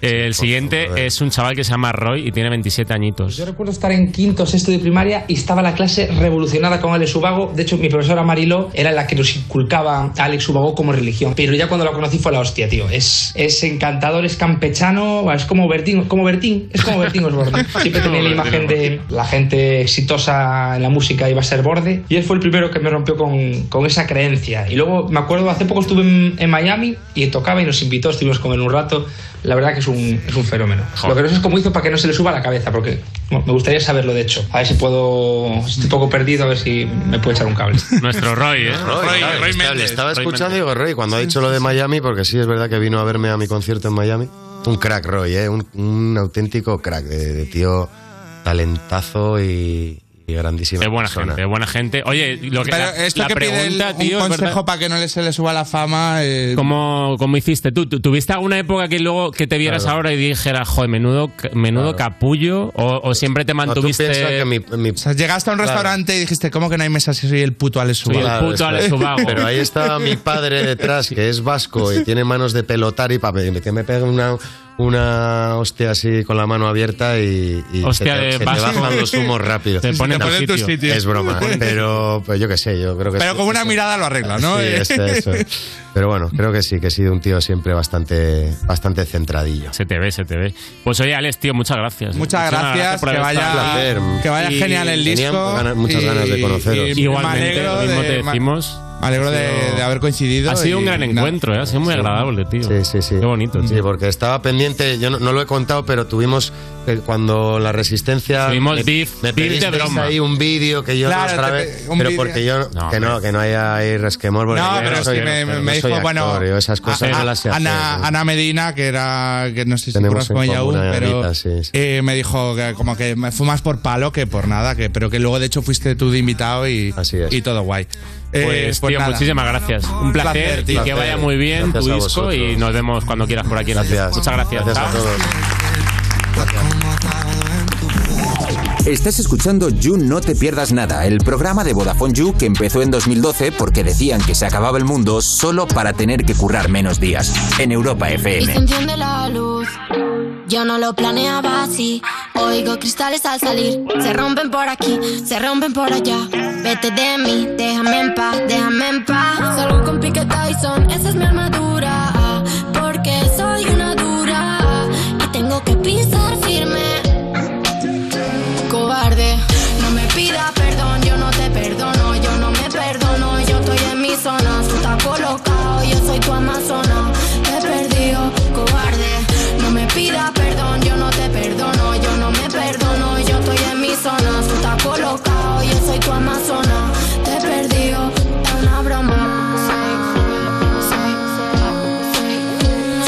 [SPEAKER 3] Eh, el siguiente es un chaval que se llama Roy y tiene 27 añitos.
[SPEAKER 27] Yo recuerdo estar en quinto o sexto de primaria y estaba la clase revolucionada con Alex Ubago. De hecho, mi profesora Mariló era la que nos inculcaba a Alex Ubago como religión. Pero ya cuando la conocí fue la hostia, tío. Es, es encantador, es campechano, es como Bertín, como Bertín, es como Bertín Osborne. Siempre tenía la imagen de la gente exitosa en la música iba a ser borde. Y él fue el primero que me rompió con, con esa creencia. Y luego me acuerdo, hace poco estuve en, en Miami y tocaba y nos invitó, estuvimos comiendo un rato. La verdad que es un, es un fenómeno. Lo que no sé es cómo hizo para que no se le suba la cabeza, porque bueno, me gustaría saberlo de hecho. A ver si puedo, estoy un poco perdido, a ver si me puede echar un cable.
[SPEAKER 3] Nuestro Roy, ¿eh?
[SPEAKER 6] Roy,
[SPEAKER 27] Roy,
[SPEAKER 6] claro,
[SPEAKER 27] Roy
[SPEAKER 6] está-
[SPEAKER 27] Méndez,
[SPEAKER 6] le estaba
[SPEAKER 27] Roy
[SPEAKER 6] escuchando y
[SPEAKER 27] Méndez.
[SPEAKER 6] digo, Roy, cuando ha dicho lo de Miami, porque sí es verdad que vino a verme a mi concierto en Miami, un crack Roy, ¿eh? un, un auténtico crack de, de tío talentazo y, y grandísima
[SPEAKER 3] Es buena
[SPEAKER 6] persona.
[SPEAKER 3] gente, es buena gente. Oye, lo que,
[SPEAKER 4] Pero
[SPEAKER 3] la,
[SPEAKER 4] esto
[SPEAKER 3] la
[SPEAKER 4] que pide el-
[SPEAKER 3] pregunta, tío,
[SPEAKER 4] un
[SPEAKER 3] es verdad.
[SPEAKER 4] consejo para que no le- se le suba la fama. eh,
[SPEAKER 3] ¿Cómo, cómo hiciste tú? ¿Tú- ¿Tuviste alguna época que luego que te vieras
[SPEAKER 6] Claro.
[SPEAKER 3] ahora y dijeras, joder, menudo, ca- menudo capullo? O, o siempre te
[SPEAKER 6] No, tú
[SPEAKER 3] mantuviste...?
[SPEAKER 6] piensas que mi- mi-
[SPEAKER 4] O sea, llegaste a un
[SPEAKER 6] Claro.
[SPEAKER 4] restaurante y dijiste, ¿cómo que no hay mesa si soy el puto Alex Ubago?
[SPEAKER 6] Claro, es
[SPEAKER 4] [LAUGHS]
[SPEAKER 6] que- Pero ahí estaba mi padre detrás, que es vasco y tiene manos de pelotar y para que me pegue una, una hostia así con la mano abierta y, y
[SPEAKER 3] Hostia
[SPEAKER 6] se te,
[SPEAKER 3] de
[SPEAKER 6] se te
[SPEAKER 3] vasco.
[SPEAKER 6] bajan los humos rápido.
[SPEAKER 3] Te pone en tu sitio.
[SPEAKER 6] Es broma, ¿eh? pero pues yo qué sé, yo creo que
[SPEAKER 4] Pero
[SPEAKER 6] sí.
[SPEAKER 4] con una mirada lo arregla, ¿no?
[SPEAKER 6] Sí,
[SPEAKER 4] [LAUGHS]
[SPEAKER 6] es eso. Pero bueno, creo que sí, que he sido un tío siempre bastante, bastante centradillo.
[SPEAKER 3] Se te ve, se te ve. Pues oye, Alex, tío, muchas gracias.
[SPEAKER 4] Muchas gracias, que vaya, que vaya genial el disco. y- y
[SPEAKER 3] Igualmente,
[SPEAKER 4] me alegro
[SPEAKER 3] lo mismo te
[SPEAKER 4] de- ma-
[SPEAKER 3] decimos.
[SPEAKER 4] Me alegro de, de haber coincidido.
[SPEAKER 3] Ha sido un
[SPEAKER 4] y
[SPEAKER 3] gran
[SPEAKER 4] nada.
[SPEAKER 3] encuentro, ¿eh? ha sido muy
[SPEAKER 6] Sí.
[SPEAKER 3] agradable, tío.
[SPEAKER 6] Sí, sí, sí.
[SPEAKER 3] Qué bonito,
[SPEAKER 6] Sí, porque estaba pendiente, yo no, no lo he contado, pero tuvimos eh, cuando la resistencia.
[SPEAKER 3] Tuvimos
[SPEAKER 6] me-
[SPEAKER 3] beef,
[SPEAKER 6] me
[SPEAKER 3] beef de
[SPEAKER 6] pedisteis
[SPEAKER 3] broma.
[SPEAKER 6] ahí un vídeo que yo
[SPEAKER 4] Claro,
[SPEAKER 6] no os grabé,
[SPEAKER 4] te pe- un
[SPEAKER 6] pero
[SPEAKER 4] vídeo.
[SPEAKER 6] porque yo.
[SPEAKER 4] No,
[SPEAKER 6] que no, que no haya ahí resquemor. porque
[SPEAKER 4] No,
[SPEAKER 6] yo
[SPEAKER 4] pero es
[SPEAKER 6] soy-
[SPEAKER 4] que me,
[SPEAKER 6] pero
[SPEAKER 4] me
[SPEAKER 6] no
[SPEAKER 4] dijo,
[SPEAKER 6] soy actor,
[SPEAKER 4] bueno,
[SPEAKER 6] yo esas cosas
[SPEAKER 4] a-
[SPEAKER 6] no las sé
[SPEAKER 4] Ana,
[SPEAKER 6] hacer.
[SPEAKER 4] Ana Medina, que era que no sé si
[SPEAKER 6] Tenemos
[SPEAKER 4] curras con
[SPEAKER 6] en
[SPEAKER 4] ella aún,
[SPEAKER 6] común a
[SPEAKER 4] pero
[SPEAKER 6] Anita, sí, sí.
[SPEAKER 4] eh, me dijo que como que me fue más por palo que por nada, que pero que luego de hecho fuiste tú de invitado y, y todo guay. Eh,
[SPEAKER 3] Pues, tío,
[SPEAKER 4] nada.
[SPEAKER 3] muchísimas gracias. Un placer, y
[SPEAKER 4] tío.
[SPEAKER 3] que vaya muy bien
[SPEAKER 4] Gracias
[SPEAKER 3] tu
[SPEAKER 4] a
[SPEAKER 3] disco y nos vemos cuando quieras por aquí. Gracias. Muchas gracias.
[SPEAKER 6] Gracias a
[SPEAKER 3] Chao.
[SPEAKER 6] todos.
[SPEAKER 7] Estás escuchando You No Te Pierdas Nada, el programa de Vodafone You que empezó en 2012 porque decían que se acababa el mundo solo para tener que currar menos días. En Europa
[SPEAKER 9] Y
[SPEAKER 7] FM.
[SPEAKER 9] se enciende la luz. Yo no lo planeaba así. Oigo cristales al salir. Se rompen por aquí, se rompen por allá. Vete de mí, déjame en paz, déjame en paz. Salgo con Pique Tyson, esa es mi armadura. Porque soy una dura. Y tengo que pisar firme. Cobarde, no me pidas perdón, yo no te perdono, yo no me perdono, yo estoy en mi zona, tú estás colocado, yo soy tu amazona, te he perdido, cobarde, no me pidas perdón, yo no te perdono, yo no me perdono, yo estoy en mi zona, tú estás colocado, yo soy tu amazona, te he perdido, es una broma.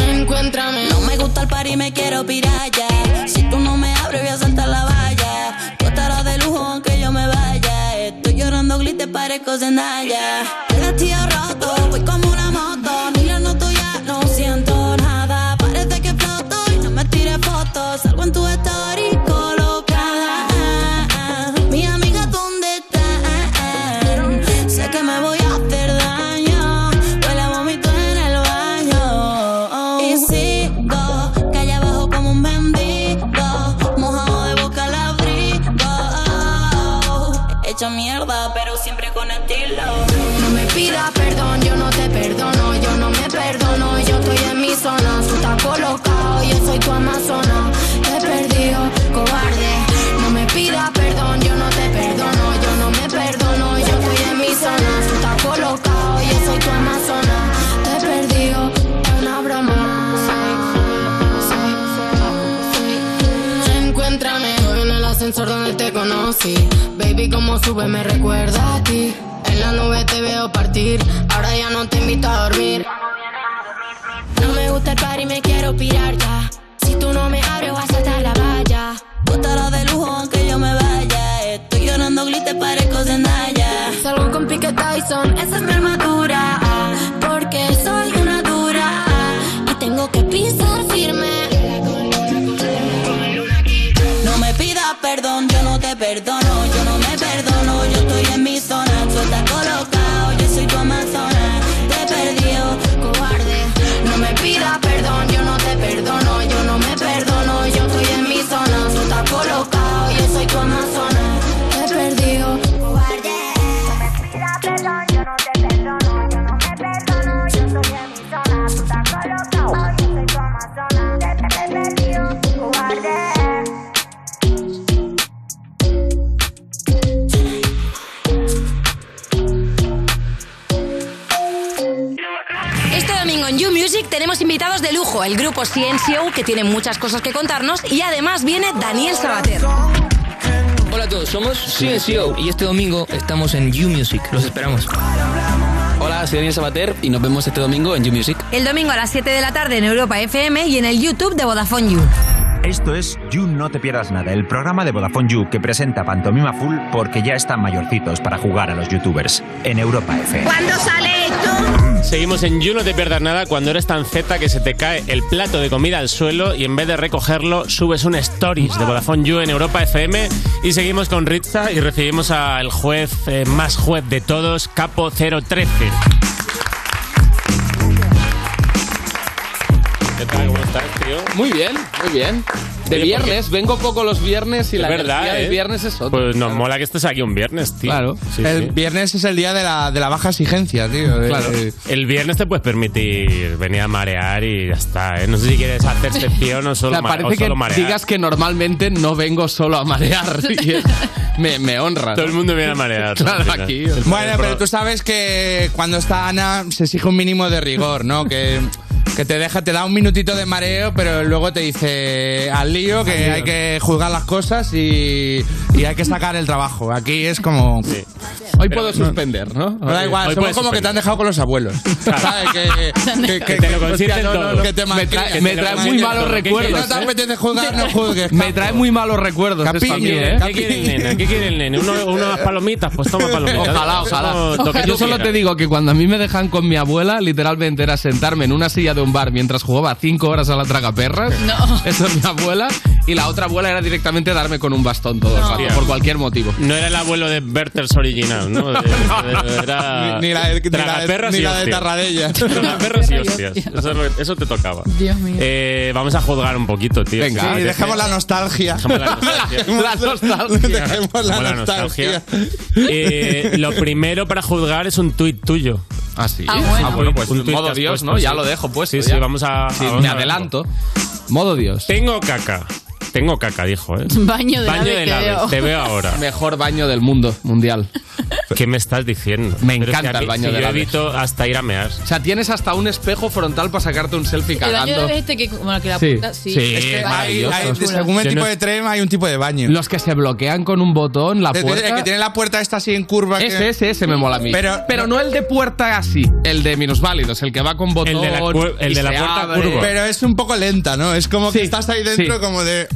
[SPEAKER 9] Encuéntrame.
[SPEAKER 25] No me gusta el par y me quiero pirar ya. Si tú no me abres, voy a saltar la valla. Tú estarás de lujo aunque yo me vaya. Estoy llorando, glitter, parezco Zendaya. El vestido roto, voy como una moto. Mira, no estoy ya, no siento nada. Parece que floto y no me tires fotos. Salgo en tu story colocada. Mi amiga, ¿dónde están? Sé que me voy a hacer daño. Huele a vómito en el baño. Y sigo, calle abajo como un mendigo. Mojado de boca al abrigo. Hecho mierda, pero siempre con estilo.
[SPEAKER 9] No me pidas perdón, yo no te perdono, yo no me perdono, yo estoy en mi zona, tú estás colocado, yo soy tu amazona, te he perdido, cobarde. No me pidas perdón, yo no te perdono, yo no me perdono, yo estoy en mi zona, tú estás colocado, yo soy tu amazona, te he perdido, es una broma. Encuéntrame en el ascensor donde te conocí. Baby, como sube me recuerda a ti. En la nube te veo partir. Ahora ya no te invito a dormir.
[SPEAKER 25] No me gusta el party, me quiero pirar ya. Si tú no me abres, vas a saltar la valla. Tú estarás de lujo aunque yo me vaya. Estoy llorando glitter, parezco Zendaya.
[SPEAKER 9] Salgo con Pique Tyson, esa es mi armadura. ah, Porque soy una dura. ah, Y tengo que pisar firme.
[SPEAKER 25] No me pidas perdón, yo no te perdono. Yo no me perdono, yo estoy en mi zona. Tú estás colocado, yo soy tu amazona. Te perdió, cobarde.
[SPEAKER 9] No me pidas perdón, yo no te perdono, yo no me perdono, yo estoy en mi zona, tú estás colocado, yo soy tu amazona, te he perdido, cobarde.
[SPEAKER 13] Este domingo en You Music tenemos invitados de lujo, el grupo CNCO, que tiene muchas cosas que contarnos, y además viene Daniel Sabater.
[SPEAKER 8] Hola a todos, somos CNCO y este domingo estamos en You Music. Los esperamos. Hola, soy Daniel Sabater y nos vemos este domingo en You Music.
[SPEAKER 13] El domingo a las 7 de la tarde en Europa FM y en el YouTube de Vodafone You.
[SPEAKER 7] Esto es You No Te Pierdas Nada, el programa de Vodafone You que presenta Pantomima Full porque ya están mayorcitos para jugar a los youtubers. En Europa FM.
[SPEAKER 13] sale esto?
[SPEAKER 3] Seguimos en You, no te pierdas nada cuando eres tan zeta que se te cae el plato de comida al suelo y en vez de recogerlo subes un stories de Vodafone You en Europa FM y seguimos con Ritza y recibimos al juez eh, más juez de todos, Capo 013. ¿Qué tal? ¿Cómo estás, tío?
[SPEAKER 26] Muy bien, muy bien. De
[SPEAKER 3] Oye, ¿por
[SPEAKER 26] viernes, vengo poco los viernes y
[SPEAKER 3] Es
[SPEAKER 26] la
[SPEAKER 3] verdad,
[SPEAKER 26] energía del
[SPEAKER 3] ¿eh?
[SPEAKER 26] viernes es otra.
[SPEAKER 3] Pues nos mola que estés aquí un viernes, tío. Claro.
[SPEAKER 4] el viernes es el día de la, de la baja exigencia, tío. Eh, de-
[SPEAKER 3] Claro. El viernes te puedes permitir venir a marear y ya está, ¿eh? No sé si quieres hacer excepción o
[SPEAKER 26] O
[SPEAKER 3] solo,
[SPEAKER 26] sea,
[SPEAKER 3] ma- o
[SPEAKER 26] parece que
[SPEAKER 3] solo marear.
[SPEAKER 26] digas que normalmente no vengo solo a
[SPEAKER 3] [LAUGHS]
[SPEAKER 26] marear. y es- me, me honra.
[SPEAKER 3] Todo el mundo viene a marear.
[SPEAKER 26] Claro,
[SPEAKER 3] Al final.
[SPEAKER 26] aquí.
[SPEAKER 4] Bueno, pero tú sabes que cuando está Ana se exige un mínimo de rigor, ¿no? Que, que te deja, te da un minutito de mareo, pero luego te dice al lío que hay que juzgar las cosas y, y hay que sacar el trabajo. Aquí es como.
[SPEAKER 26] Hoy puedo suspender, ¿no?
[SPEAKER 4] No da igual,
[SPEAKER 26] Hoy
[SPEAKER 4] somos
[SPEAKER 26] puedes
[SPEAKER 4] como que te han dejado con
[SPEAKER 26] [LAUGHS]
[SPEAKER 4] los abuelos. ¿Sabes? [LAUGHS] Que, que,
[SPEAKER 26] Que te lo consienten
[SPEAKER 4] hostia, no, no,
[SPEAKER 26] todo.
[SPEAKER 4] que te
[SPEAKER 26] Me
[SPEAKER 4] malcrian,
[SPEAKER 26] trae-
[SPEAKER 4] que
[SPEAKER 26] me
[SPEAKER 4] te
[SPEAKER 26] trae muy
[SPEAKER 4] malcrian.
[SPEAKER 26] malos
[SPEAKER 4] Que- que
[SPEAKER 26] recuerdos,
[SPEAKER 4] No te
[SPEAKER 26] ¿eh?
[SPEAKER 4] apetece juzgar, no juzgues.
[SPEAKER 26] Me trae muy malos recuerdos
[SPEAKER 4] Capi,
[SPEAKER 26] esto a mí, ¿eh?
[SPEAKER 3] ¿Qué quiere el nene? ¿Qué quiere el nene? ¿Uno- ¿Unas palomitas? Pues toma palomitas.
[SPEAKER 26] Ojalá, ojalá.
[SPEAKER 3] Somos lo que tú
[SPEAKER 26] Yo solo
[SPEAKER 3] quieras.
[SPEAKER 26] te digo que cuando a mí me dejan con mi abuela, literalmente era sentarme en una silla de un bar mientras jugaba cinco horas a la tragaperras. No. Esa es mi abuela. Y la otra abuela era directamente darme con un bastón todo el rato,
[SPEAKER 3] Hostia.
[SPEAKER 26] por cualquier motivo.
[SPEAKER 3] No era el abuelo de Bertels original,
[SPEAKER 26] [LAUGHS]
[SPEAKER 3] ¿no? De- de- de- era-
[SPEAKER 26] Ni- ni la de- ni la de-
[SPEAKER 3] Tragaperras
[SPEAKER 26] ni
[SPEAKER 3] y
[SPEAKER 26] la de
[SPEAKER 3] hostias. [LAUGHS]
[SPEAKER 26] Tarradella.
[SPEAKER 3] Tragaperras y hostias. Eso, es lo que- eso te tocaba.
[SPEAKER 4] Dios mío.
[SPEAKER 3] Eh, vamos a juzgar un poquito, tío.
[SPEAKER 4] Sí,
[SPEAKER 3] Porque-
[SPEAKER 4] dejamos la nostalgia.
[SPEAKER 3] Dejamos la nostalgia.
[SPEAKER 4] [LAUGHS] La nostalgia. Dejemos la
[SPEAKER 3] Mola
[SPEAKER 4] nostalgia.
[SPEAKER 3] Eh, lo primero para juzgar es un tuit tuyo.
[SPEAKER 26] Ah, sí.
[SPEAKER 3] Ah, bueno. pues
[SPEAKER 26] en
[SPEAKER 3] tuit
[SPEAKER 26] modo
[SPEAKER 3] que has
[SPEAKER 26] Dios,
[SPEAKER 3] puesto,
[SPEAKER 26] ¿no? Ya
[SPEAKER 3] sí.
[SPEAKER 26] lo dejo puesto.
[SPEAKER 3] Sí,
[SPEAKER 26] ya.
[SPEAKER 3] sí, vamos a.
[SPEAKER 26] Sí,
[SPEAKER 3] vamos
[SPEAKER 26] me
[SPEAKER 3] a verlo.
[SPEAKER 26] adelanto. Modo Dios.
[SPEAKER 3] Tengo caca. Tengo caca, dijo,
[SPEAKER 26] [LAUGHS]
[SPEAKER 3] ¿eh?
[SPEAKER 26] Baño
[SPEAKER 3] del Baño ave del que ave, veo. te veo ahora.
[SPEAKER 26] [LAUGHS] Mejor baño del mundo mundial.
[SPEAKER 3] [LAUGHS] ¿Qué me estás diciendo?
[SPEAKER 26] Me
[SPEAKER 3] Pero es que
[SPEAKER 26] encanta
[SPEAKER 3] a mí-
[SPEAKER 26] el baño
[SPEAKER 3] si
[SPEAKER 26] del
[SPEAKER 3] Yo
[SPEAKER 26] ave.
[SPEAKER 3] evito hasta ir a mear.
[SPEAKER 26] O sea, tienes hasta un espejo frontal para sacarte un selfie
[SPEAKER 1] El baño
[SPEAKER 26] cagando.
[SPEAKER 1] de este que, bueno, que la
[SPEAKER 26] Sí.
[SPEAKER 1] punta, sí.
[SPEAKER 26] Sí,
[SPEAKER 1] Es
[SPEAKER 8] este
[SPEAKER 1] que-
[SPEAKER 4] Hay,
[SPEAKER 26] Maravilloso.
[SPEAKER 4] hay- según el
[SPEAKER 26] Yo
[SPEAKER 4] tipo
[SPEAKER 26] no-
[SPEAKER 4] de tren hay un tipo de baño.
[SPEAKER 26] Los que se bloquean con un botón, la
[SPEAKER 4] De- de-
[SPEAKER 26] puerta.
[SPEAKER 4] que tiene la puerta esta así en curva.
[SPEAKER 26] Ese,
[SPEAKER 4] que-
[SPEAKER 26] ese, ese me mola a mí.
[SPEAKER 4] Pero,
[SPEAKER 26] no el de puerta así. El de minusválidos, el que va con botón.
[SPEAKER 4] El de la cu- el
[SPEAKER 26] y
[SPEAKER 4] de la
[SPEAKER 26] se
[SPEAKER 4] puerta
[SPEAKER 26] abre.
[SPEAKER 4] curva. Pero es un poco lenta, ¿no? Es como que estás ahí dentro
[SPEAKER 26] sí.
[SPEAKER 4] como de...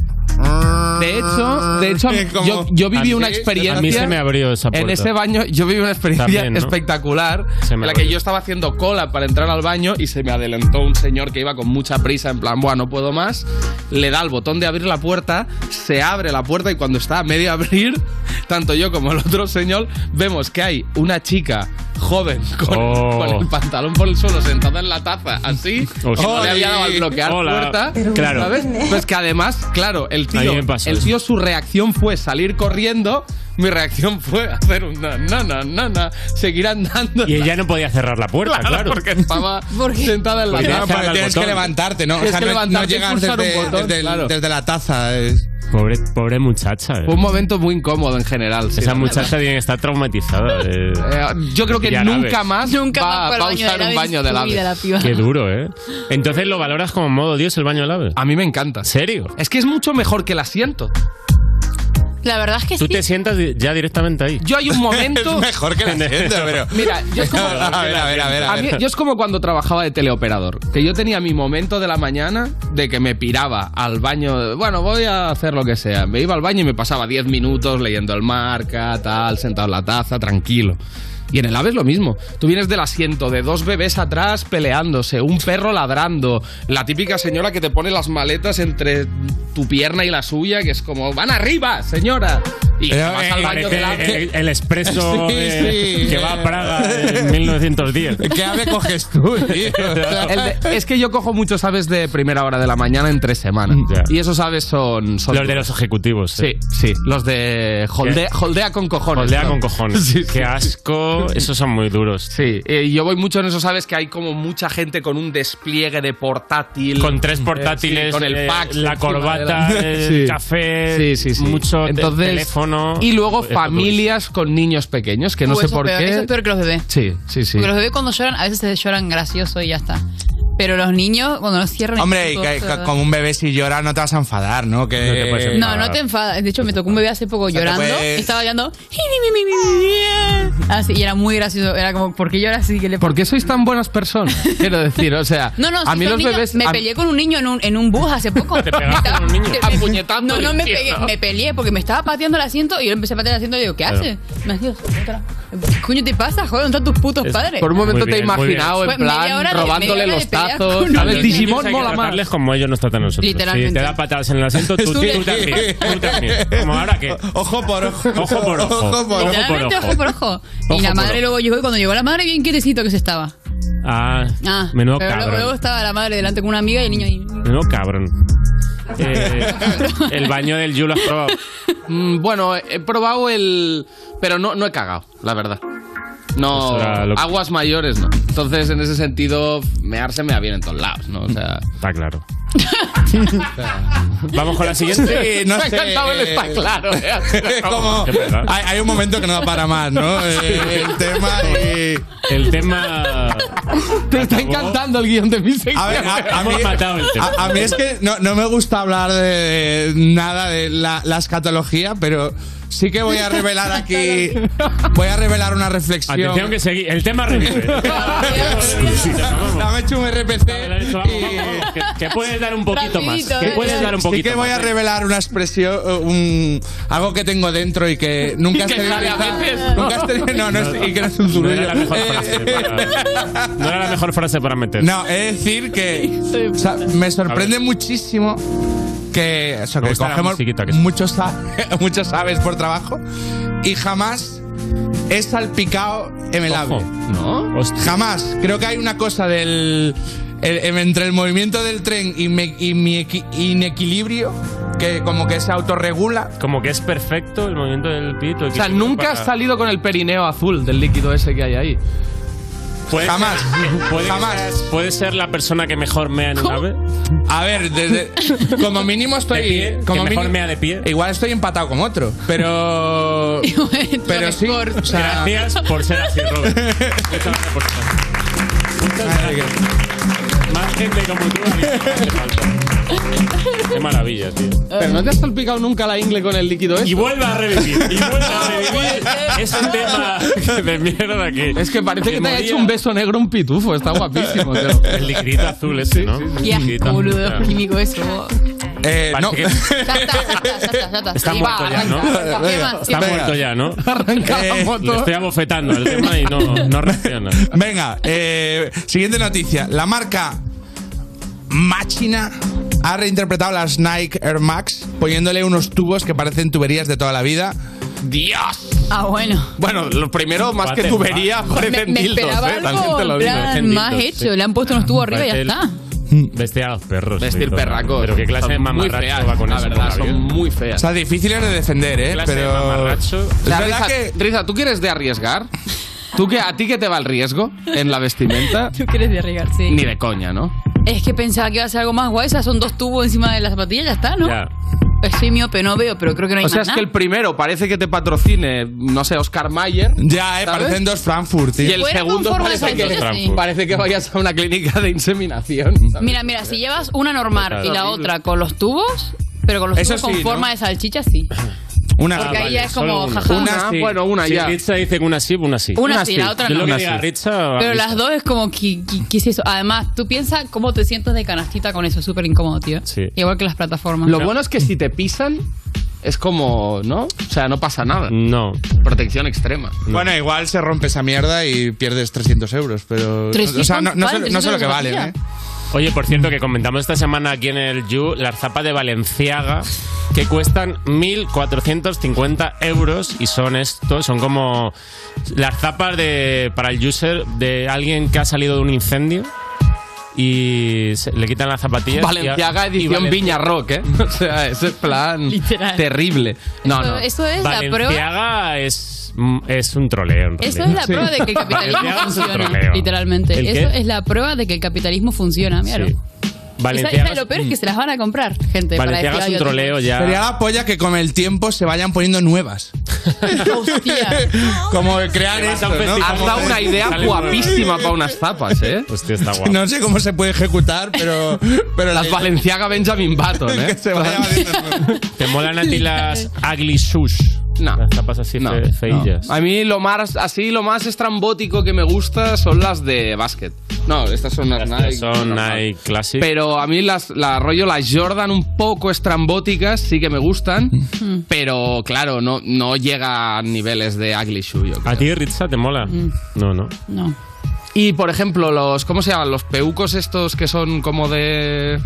[SPEAKER 26] De hecho, de hecho
[SPEAKER 4] Es [LAUGHS] como-
[SPEAKER 26] yo, yo viví
[SPEAKER 4] A
[SPEAKER 26] una
[SPEAKER 4] mí-
[SPEAKER 26] experiencia.
[SPEAKER 4] a mí se me abrió esa
[SPEAKER 26] En
[SPEAKER 4] puerta.
[SPEAKER 26] ese baño, yo viví una experiencia
[SPEAKER 4] También, ¿no?
[SPEAKER 26] espectacular.
[SPEAKER 4] Se
[SPEAKER 26] En
[SPEAKER 4] me
[SPEAKER 26] la que
[SPEAKER 4] abrió.
[SPEAKER 26] yo estaba haciendo cola para entrar al baño y se me adelantó un señor que iba con mucha prisa, en plan, Buah, no puedo más. Le da el botón de abrir la puerta, se abre la puerta y cuando está a medio abrir, [LAUGHS] tanto yo como el otro señor, vemos que hay una chica joven con,
[SPEAKER 3] Oh.
[SPEAKER 26] con el pantalón por el suelo, sentada en la taza, así. que no le había dado al bloquear
[SPEAKER 3] Hola.
[SPEAKER 26] puerta.
[SPEAKER 3] Claro.
[SPEAKER 26] ¿sabes? Pues que además, claro, el
[SPEAKER 3] A
[SPEAKER 26] tío,
[SPEAKER 3] mí me pasó
[SPEAKER 26] el
[SPEAKER 3] eso.
[SPEAKER 26] tío su reacción fue salir corriendo. Mi reacción fue hacer un na, na, na, na, na, seguir andando.
[SPEAKER 3] Y ella no podía cerrar la puerta, claro.
[SPEAKER 26] porque estaba sentada en la
[SPEAKER 3] [LAUGHS] Porque
[SPEAKER 26] taza.
[SPEAKER 3] tienes que Porque cerrar el tienes que botón.
[SPEAKER 4] levantarte, ¿no? O
[SPEAKER 26] Tienes
[SPEAKER 4] sea,
[SPEAKER 26] que
[SPEAKER 4] no- no
[SPEAKER 26] levantarte y
[SPEAKER 4] llegas
[SPEAKER 26] pulsar
[SPEAKER 4] desde-
[SPEAKER 26] un botón,
[SPEAKER 4] desde el-
[SPEAKER 26] claro.
[SPEAKER 4] desde la taza.
[SPEAKER 3] Pobre, pobre muchacha. eh.
[SPEAKER 26] Fue un momento muy incómodo en general. sí,
[SPEAKER 3] Esa
[SPEAKER 26] la verdad.
[SPEAKER 3] muchacha tiene que estar traumatizada. eh.
[SPEAKER 26] Eh, yo creo que
[SPEAKER 3] Y árabes.
[SPEAKER 26] nunca más va,
[SPEAKER 1] fue al
[SPEAKER 26] va a
[SPEAKER 1] baño
[SPEAKER 26] usar
[SPEAKER 1] del
[SPEAKER 26] un
[SPEAKER 1] ave
[SPEAKER 26] baño
[SPEAKER 1] en
[SPEAKER 26] del
[SPEAKER 1] su
[SPEAKER 26] ave.
[SPEAKER 1] vida, la piba.
[SPEAKER 3] Qué duro, ¿eh? Entonces lo valoras como modo Dios el baño del ave.
[SPEAKER 26] A mí me encanta.
[SPEAKER 3] ¿Serio?
[SPEAKER 26] Es que es mucho mejor que el asiento.
[SPEAKER 1] La verdad es que
[SPEAKER 3] Tú
[SPEAKER 1] sí.
[SPEAKER 3] te sientas di- ya directamente ahí.
[SPEAKER 26] Yo hay
[SPEAKER 3] [LAUGHS]
[SPEAKER 26] un momento. [LAUGHS] Mira, yo es como.
[SPEAKER 4] A ver, a ver, a ver, a
[SPEAKER 26] A mí-
[SPEAKER 4] ver.
[SPEAKER 26] yo es como cuando trabajaba de teleoperador. Que yo tenía mi momento de la mañana de que me piraba al baño. Bueno, voy a hacer lo que sea. Me iba al baño y me pasaba 10 minutos leyendo el marca, tal, sentado en la taza, tranquilo. Y en el AVE es lo mismo. Tú vienes del asiento de dos bebés atrás peleándose, un perro ladrando, la típica señora que te pone las maletas entre tu pierna y la suya, que es como, van arriba, señora. Y
[SPEAKER 3] Eh,
[SPEAKER 26] te vas al baño del E. AVE.
[SPEAKER 3] el, el expreso
[SPEAKER 26] [LAUGHS] Sí,
[SPEAKER 3] eh,
[SPEAKER 26] sí.
[SPEAKER 3] que va a Praga en 1910.
[SPEAKER 26] ¿Qué ave coges
[SPEAKER 3] [LAUGHS]
[SPEAKER 4] tú,
[SPEAKER 26] es que yo cojo muchos aves de primera hora de la mañana en tres semanas.
[SPEAKER 3] Mm,
[SPEAKER 26] Y esos aves son. son
[SPEAKER 3] Los de los ejecutivos.
[SPEAKER 26] Sí, sí. Los de holdea, holdea con cojones.
[SPEAKER 3] Holdea
[SPEAKER 26] ¿no?
[SPEAKER 3] con cojones. Qué asco. Esos son muy duros.
[SPEAKER 26] Sí. Eh, yo voy mucho en esos aves que hay como mucha gente con un despliegue de portátil.
[SPEAKER 3] Con tres
[SPEAKER 26] Eh, sí,
[SPEAKER 3] portátiles,
[SPEAKER 26] con
[SPEAKER 3] eh,
[SPEAKER 26] el pack. encima
[SPEAKER 3] la
[SPEAKER 26] de [LAUGHS]
[SPEAKER 3] corbata, el café, mucho te- teléfono.
[SPEAKER 26] Y luego
[SPEAKER 3] Esto es durísimo.
[SPEAKER 26] familias con niños pequeños, que no
[SPEAKER 1] Uh,
[SPEAKER 26] sé
[SPEAKER 1] eso es
[SPEAKER 26] por
[SPEAKER 1] peor,
[SPEAKER 26] qué.
[SPEAKER 1] eso es peor que los bebés.
[SPEAKER 26] Sí, sí, sí.
[SPEAKER 1] Porque los bebés cuando lloran, a veces se lloran gracioso y ya está. Pero los niños, cuando los cierran...
[SPEAKER 4] Hombre, y
[SPEAKER 1] es
[SPEAKER 4] que-
[SPEAKER 1] todo-
[SPEAKER 4] que como un bebé si llora no te vas a enfadar, ¿no? Que...
[SPEAKER 1] Eh,
[SPEAKER 4] eh, No te puedes
[SPEAKER 26] Pues, eh,
[SPEAKER 1] No, no te enfadas. De hecho, me tocó un bebé hace poco
[SPEAKER 4] sea, te
[SPEAKER 1] llorando.
[SPEAKER 4] puedes-
[SPEAKER 1] Y estaba llorando... [LAUGHS] Así, y era muy gracioso. Era como, ¿por qué llora así? ¿Qué le
[SPEAKER 26] ¿Por qué sois tan
[SPEAKER 1] [LAUGHS]
[SPEAKER 26] buenas personas? Quiero decir, o sea,
[SPEAKER 1] No, no,
[SPEAKER 26] a
[SPEAKER 1] sí,
[SPEAKER 26] mí
[SPEAKER 1] son
[SPEAKER 26] los
[SPEAKER 1] niños.
[SPEAKER 26] bebés.
[SPEAKER 1] me
[SPEAKER 26] a-
[SPEAKER 1] peleé con un niño en un, en un bus hace poco. [LAUGHS] ¿Te
[SPEAKER 26] pegaste
[SPEAKER 1] con un niño?
[SPEAKER 26] Apuñetando
[SPEAKER 1] No, no,
[SPEAKER 26] el
[SPEAKER 1] me
[SPEAKER 26] tío,
[SPEAKER 1] pegué,
[SPEAKER 26] ¿no?
[SPEAKER 1] me peleé porque me estaba pateando el asiento y yo empecé a patear el asiento y digo, ¿qué
[SPEAKER 26] Claro.
[SPEAKER 1] hace? Me dijo, ¿qué coño te pasa? Joder, ¿dónde están tus putos padres?
[SPEAKER 26] Por un momento te he imaginado en
[SPEAKER 1] Fue media
[SPEAKER 26] plan
[SPEAKER 1] hora de-
[SPEAKER 26] robándole
[SPEAKER 1] media hora
[SPEAKER 26] los
[SPEAKER 1] de pelear
[SPEAKER 26] tazos.
[SPEAKER 1] Ah, con
[SPEAKER 26] ¿Sabes?
[SPEAKER 1] un niño.
[SPEAKER 26] Digimon
[SPEAKER 3] Hay que
[SPEAKER 26] mola más.
[SPEAKER 3] tratarles como ellos nos tratan a nosotros.
[SPEAKER 1] Literalmente.
[SPEAKER 3] Si te da patadas en el asiento, tú,
[SPEAKER 26] Es un
[SPEAKER 3] tú también. Tú también. Como ahora que.
[SPEAKER 4] Ojo por ojo.
[SPEAKER 3] Ojo por ojo. Ojo por
[SPEAKER 1] Literalmente ojo por ojo. Y
[SPEAKER 3] Ojo
[SPEAKER 1] la
[SPEAKER 3] por
[SPEAKER 1] madre
[SPEAKER 3] ojo.
[SPEAKER 1] luego llegó y cuando llegó la madre, bien quietecito que se estaba.
[SPEAKER 3] Ah,
[SPEAKER 1] Ah,
[SPEAKER 3] menudo
[SPEAKER 1] pero luego- luego
[SPEAKER 3] cabrón.
[SPEAKER 1] estaba la madre delante con una amiga y el niño ahí.
[SPEAKER 3] Menudo
[SPEAKER 1] [LAUGHS]
[SPEAKER 3] cabrón. Eh, el baño del Yulo has [LAUGHS] probado.
[SPEAKER 26] Mm, bueno, he probado el. Pero no, no he cagado, la verdad. No,
[SPEAKER 3] Eso era lo que-
[SPEAKER 26] aguas mayores no. Entonces, en ese sentido, mearse me da bien en todos lados, ¿no? O sea.
[SPEAKER 3] Está claro. Vamos
[SPEAKER 4] [LAUGHS]
[SPEAKER 3] con la siguiente.
[SPEAKER 4] Sí, no
[SPEAKER 26] Me ha
[SPEAKER 4] sé,
[SPEAKER 26] encantado el
[SPEAKER 4] eh,
[SPEAKER 26] está claro.
[SPEAKER 4] [LAUGHS]
[SPEAKER 26] ¿eh?
[SPEAKER 4] como-
[SPEAKER 3] Es verdad.
[SPEAKER 4] hay, hay un momento que no da para más, ¿no? Eh, el tema y...
[SPEAKER 3] El
[SPEAKER 4] [LAUGHS]
[SPEAKER 3] tema.
[SPEAKER 26] [LAUGHS] Te está encantando el guión de mi sección.
[SPEAKER 4] A ver, a,
[SPEAKER 26] [LAUGHS]
[SPEAKER 4] a mí,
[SPEAKER 3] Hemos matado el tema.
[SPEAKER 4] a- a mí es que no, no me gusta hablar de, de nada de la, la escatología, pero sí que voy a revelar aquí. Voy a revelar una reflexión.
[SPEAKER 3] Atención que seguí. El tema revive.
[SPEAKER 4] [LAUGHS] La han hecho un RPC.
[SPEAKER 3] Que, que puedes dar un poquito más. Que puedes dar un poquito
[SPEAKER 4] Sí que voy
[SPEAKER 3] más. ¿eh?
[SPEAKER 4] a revelar una expresión, eh, un- algo que tengo dentro y que nunca
[SPEAKER 3] Y
[SPEAKER 4] has
[SPEAKER 3] que
[SPEAKER 4] tenido.
[SPEAKER 3] sale a
[SPEAKER 4] quizá-
[SPEAKER 3] veces, ¿no?
[SPEAKER 4] Nunca has tenido. No, no, es- y que no es un
[SPEAKER 3] No era
[SPEAKER 4] zurullo.
[SPEAKER 3] la mejor
[SPEAKER 4] Eh,
[SPEAKER 3] frase para- no era la mejor frase para meter.
[SPEAKER 4] No, es decir que o sea, me sorprende muchísimo que, o sea,
[SPEAKER 3] Me
[SPEAKER 4] que
[SPEAKER 3] gusta la
[SPEAKER 4] cogemos
[SPEAKER 3] musiquita que-
[SPEAKER 4] muchos, [LAUGHS] a- muchos aves por trabajo y jamás he salpicado en el ave.
[SPEAKER 26] ¿No?
[SPEAKER 4] Jamás. Creo que hay una cosa del el- entre el movimiento del tren y, me- y mi equi- inequilibrio que como que se autorregula.
[SPEAKER 3] Como que es perfecto el movimiento del pito.
[SPEAKER 26] O sea, nunca has salido con el perineo azul del líquido ese que hay ahí.
[SPEAKER 4] jamás.
[SPEAKER 3] Puede,
[SPEAKER 4] Jamás.
[SPEAKER 3] puede ser la persona que mejor mea en un ave.
[SPEAKER 4] A ver,
[SPEAKER 3] [LAUGHS]
[SPEAKER 4] desde, como mínimo estoy.
[SPEAKER 3] De pie, que
[SPEAKER 4] como
[SPEAKER 3] mejor
[SPEAKER 4] mínimo-
[SPEAKER 3] mea de pie.
[SPEAKER 4] Igual estoy empatado con otro, pero. pero sí. o sea-
[SPEAKER 3] Gracias por ser así,
[SPEAKER 26] [LAUGHS]
[SPEAKER 3] Robert. Muchas gracias por ser así. Más gente como tú a mí me falta. Qué maravilla, tío.
[SPEAKER 4] Eh.
[SPEAKER 26] Pero no te has salpicado nunca la ingle con el líquido ese.
[SPEAKER 3] Y vuelve a revivir. Y
[SPEAKER 26] [LAUGHS]
[SPEAKER 3] vuelve a revivir. Es un tema [LAUGHS] de mierda que.
[SPEAKER 26] Es que parece que, te haya
[SPEAKER 3] moría.
[SPEAKER 26] hecho un beso negro un pitufo, está guapísimo. tío.
[SPEAKER 3] El liquidito azul ese, ¿no?
[SPEAKER 8] Ya,
[SPEAKER 3] Liquidito azul,
[SPEAKER 8] boludo,
[SPEAKER 3] claro.
[SPEAKER 8] químico eso.
[SPEAKER 4] Eh, no.
[SPEAKER 8] Ya está, ya está, ya está, ya está.
[SPEAKER 3] Está
[SPEAKER 8] Sí,
[SPEAKER 3] muerto
[SPEAKER 8] va,
[SPEAKER 3] ya, ¿no?
[SPEAKER 8] arranca,
[SPEAKER 3] Está
[SPEAKER 8] arranca. ¿Qué más? ¿Qué
[SPEAKER 26] Arranca
[SPEAKER 3] muerto ya, ¿no?
[SPEAKER 8] más?
[SPEAKER 4] la moto.
[SPEAKER 3] Le estoy abofetando el tema y no,
[SPEAKER 4] [LAUGHS]
[SPEAKER 3] no reacciona.
[SPEAKER 4] Venga, eh, siguiente noticia. La marca Machina ha reinterpretado las Nike Air Max poniéndole unos tubos que parecen tuberías de toda la vida. ¡Dios!
[SPEAKER 8] Ah, bueno.
[SPEAKER 4] Bueno, lo primero,
[SPEAKER 3] más que tubería,
[SPEAKER 8] Me, me esperaba algo en plan más hecho. Le han puesto unos tubos arriba y ya
[SPEAKER 3] Parece
[SPEAKER 8] está.
[SPEAKER 3] Vestir a los perros.
[SPEAKER 26] Vestir
[SPEAKER 3] tío.
[SPEAKER 26] perracos.
[SPEAKER 3] Pero qué clase
[SPEAKER 26] Son
[SPEAKER 3] de
[SPEAKER 26] muy
[SPEAKER 3] mamarracho
[SPEAKER 26] feas,
[SPEAKER 3] va con
[SPEAKER 26] la
[SPEAKER 3] eso.
[SPEAKER 26] verdad,
[SPEAKER 3] por la
[SPEAKER 26] son
[SPEAKER 3] vida?
[SPEAKER 26] muy feas.
[SPEAKER 4] O sea, difíciles de defender, ¿eh?
[SPEAKER 3] Clase de
[SPEAKER 4] Pero.
[SPEAKER 3] mamarracho.
[SPEAKER 4] Es
[SPEAKER 26] La
[SPEAKER 4] verdad
[SPEAKER 26] Riza,
[SPEAKER 4] que.
[SPEAKER 26] Riza, ¿tú quieres de arriesgar? ¿Tú que a ti que te va el riesgo en la vestimenta?
[SPEAKER 8] Tú quieres de arriesgar, sí.
[SPEAKER 26] Ni de coña, ¿no?
[SPEAKER 8] Es que pensaba que iba a ser algo más guay. O sea, son dos tubos encima de las zapatillas, ya está, ¿no? Soy miope, no veo, pero creo que no hay
[SPEAKER 26] O sea,
[SPEAKER 8] más
[SPEAKER 26] es que el
[SPEAKER 8] nada.
[SPEAKER 26] primero parece que te patrocine, no sé, Oscar Mayer.
[SPEAKER 4] Ya, eh,
[SPEAKER 26] ¿sabes?
[SPEAKER 4] parecen dos Frankfurt, tío.
[SPEAKER 26] Y el
[SPEAKER 8] Fuera con
[SPEAKER 26] segundo
[SPEAKER 8] forma de
[SPEAKER 26] parece que,
[SPEAKER 8] zapatillas, sí.
[SPEAKER 26] parece que vayas a una clínica de inseminación. ¿sabes?
[SPEAKER 8] Mira, mira, si llevas una normal
[SPEAKER 26] Total.
[SPEAKER 8] y la
[SPEAKER 26] Horrible.
[SPEAKER 8] otra con los tubos, pero con los
[SPEAKER 26] Eso
[SPEAKER 8] tubos con
[SPEAKER 26] sí, ¿no?
[SPEAKER 8] forma de salchicha, sí.
[SPEAKER 4] Una
[SPEAKER 8] Porque ahí ya es como,
[SPEAKER 3] Solo
[SPEAKER 8] jaja.
[SPEAKER 26] Una, bueno, una
[SPEAKER 3] Si
[SPEAKER 26] ya.
[SPEAKER 3] Ritza dice que una sí, una sí.
[SPEAKER 8] Una Una sí, sí. la otra
[SPEAKER 3] Yo
[SPEAKER 8] no.
[SPEAKER 3] lo que
[SPEAKER 8] Una
[SPEAKER 3] diga
[SPEAKER 8] sí.
[SPEAKER 3] Ritza.
[SPEAKER 8] Pero
[SPEAKER 3] Ritza.
[SPEAKER 8] las dos es como, ¿qué, qué, qué es eso? Además, tú piensas cómo te sientes de canastita con eso, es súper incómodo, tío.
[SPEAKER 3] Sí.
[SPEAKER 8] Igual que las plataformas.
[SPEAKER 26] Lo bueno es que si te pisan, es como, ¿no? O sea, no pasa nada.
[SPEAKER 3] No.
[SPEAKER 26] Protección extrema.
[SPEAKER 4] Bueno, igual se rompe esa mierda y pierdes 300 euros, pero. o sea, no, no sé, no sé lo que valen, ¿eh?
[SPEAKER 3] Oye, por cierto, que comentamos esta semana aquí en el You las zapas de Valenciaga que cuestan 1.450 euros y son estos, son como las zapas de, para el user de alguien que ha salido de un incendio y se- le quitan las zapatillas. y-
[SPEAKER 26] Valenciaga
[SPEAKER 3] y
[SPEAKER 26] edición
[SPEAKER 3] Valen-
[SPEAKER 26] Viña Rock, ¿eh? [LAUGHS] O sea, ese plan
[SPEAKER 8] Literal.
[SPEAKER 26] terrible. No,
[SPEAKER 8] Eso-
[SPEAKER 26] no.
[SPEAKER 8] eso es la
[SPEAKER 3] Valenciaga es, es un troleo. en
[SPEAKER 8] Eso
[SPEAKER 3] realidad.
[SPEAKER 8] es la
[SPEAKER 3] [LAUGHS]
[SPEAKER 8] prueba de que el capitalismo
[SPEAKER 3] Valenciaga es un
[SPEAKER 8] funciona,
[SPEAKER 3] troleo.
[SPEAKER 8] literalmente.
[SPEAKER 3] ¿El qué?
[SPEAKER 8] Eso es la prueba de que el capitalismo funciona, míralo.
[SPEAKER 3] Sí.
[SPEAKER 8] Y sa-
[SPEAKER 3] Valenciaga
[SPEAKER 8] ¿sabes lo peor es que se las van a comprar, gente. para
[SPEAKER 3] Valenciaga
[SPEAKER 8] decir,
[SPEAKER 3] es
[SPEAKER 8] "Ay,
[SPEAKER 3] un
[SPEAKER 8] yo tengo
[SPEAKER 3] troleo ya.
[SPEAKER 4] Sería la polla que con el tiempo se vayan poniendo nuevas. [LAUGHS] Como crear
[SPEAKER 3] Levanta
[SPEAKER 4] esto,
[SPEAKER 3] un
[SPEAKER 4] ¿no?
[SPEAKER 3] festival.
[SPEAKER 4] Como-
[SPEAKER 26] Has dado una idea
[SPEAKER 3] Sale
[SPEAKER 26] guapísima para unas zapas,
[SPEAKER 4] [LAUGHS]
[SPEAKER 26] ¿eh? [LAUGHS]
[SPEAKER 3] Hostia, está guapo.
[SPEAKER 4] No sé cómo se puede ejecutar, pero. pero
[SPEAKER 26] Las
[SPEAKER 4] la-
[SPEAKER 26] Valenciaga Benjamin Button, ¿eh?
[SPEAKER 4] [LAUGHS] que se
[SPEAKER 26] [LAUGHS]
[SPEAKER 4] vaya
[SPEAKER 3] ¿Te molan
[SPEAKER 4] [LAUGHS]
[SPEAKER 3] a ti las ugly shoes?
[SPEAKER 26] No.
[SPEAKER 3] Las tapas así
[SPEAKER 26] No,
[SPEAKER 3] fe- feillas.
[SPEAKER 26] A mí lo más así lo más estrambótico que me gusta son las de básquet. No, estas son las Nike.
[SPEAKER 3] Son
[SPEAKER 26] normal.
[SPEAKER 3] Nike Classic.
[SPEAKER 26] Pero a mí las la rollo las Jordan un poco estrambóticas sí que me gustan, pero claro, no, no llega a niveles de ugly shoe. yo creo.
[SPEAKER 3] ¿A ti, Ritza, te mola? No, no.
[SPEAKER 8] No.
[SPEAKER 26] Y por ejemplo, los ¿cómo se llaman? Los peucos estos que son como de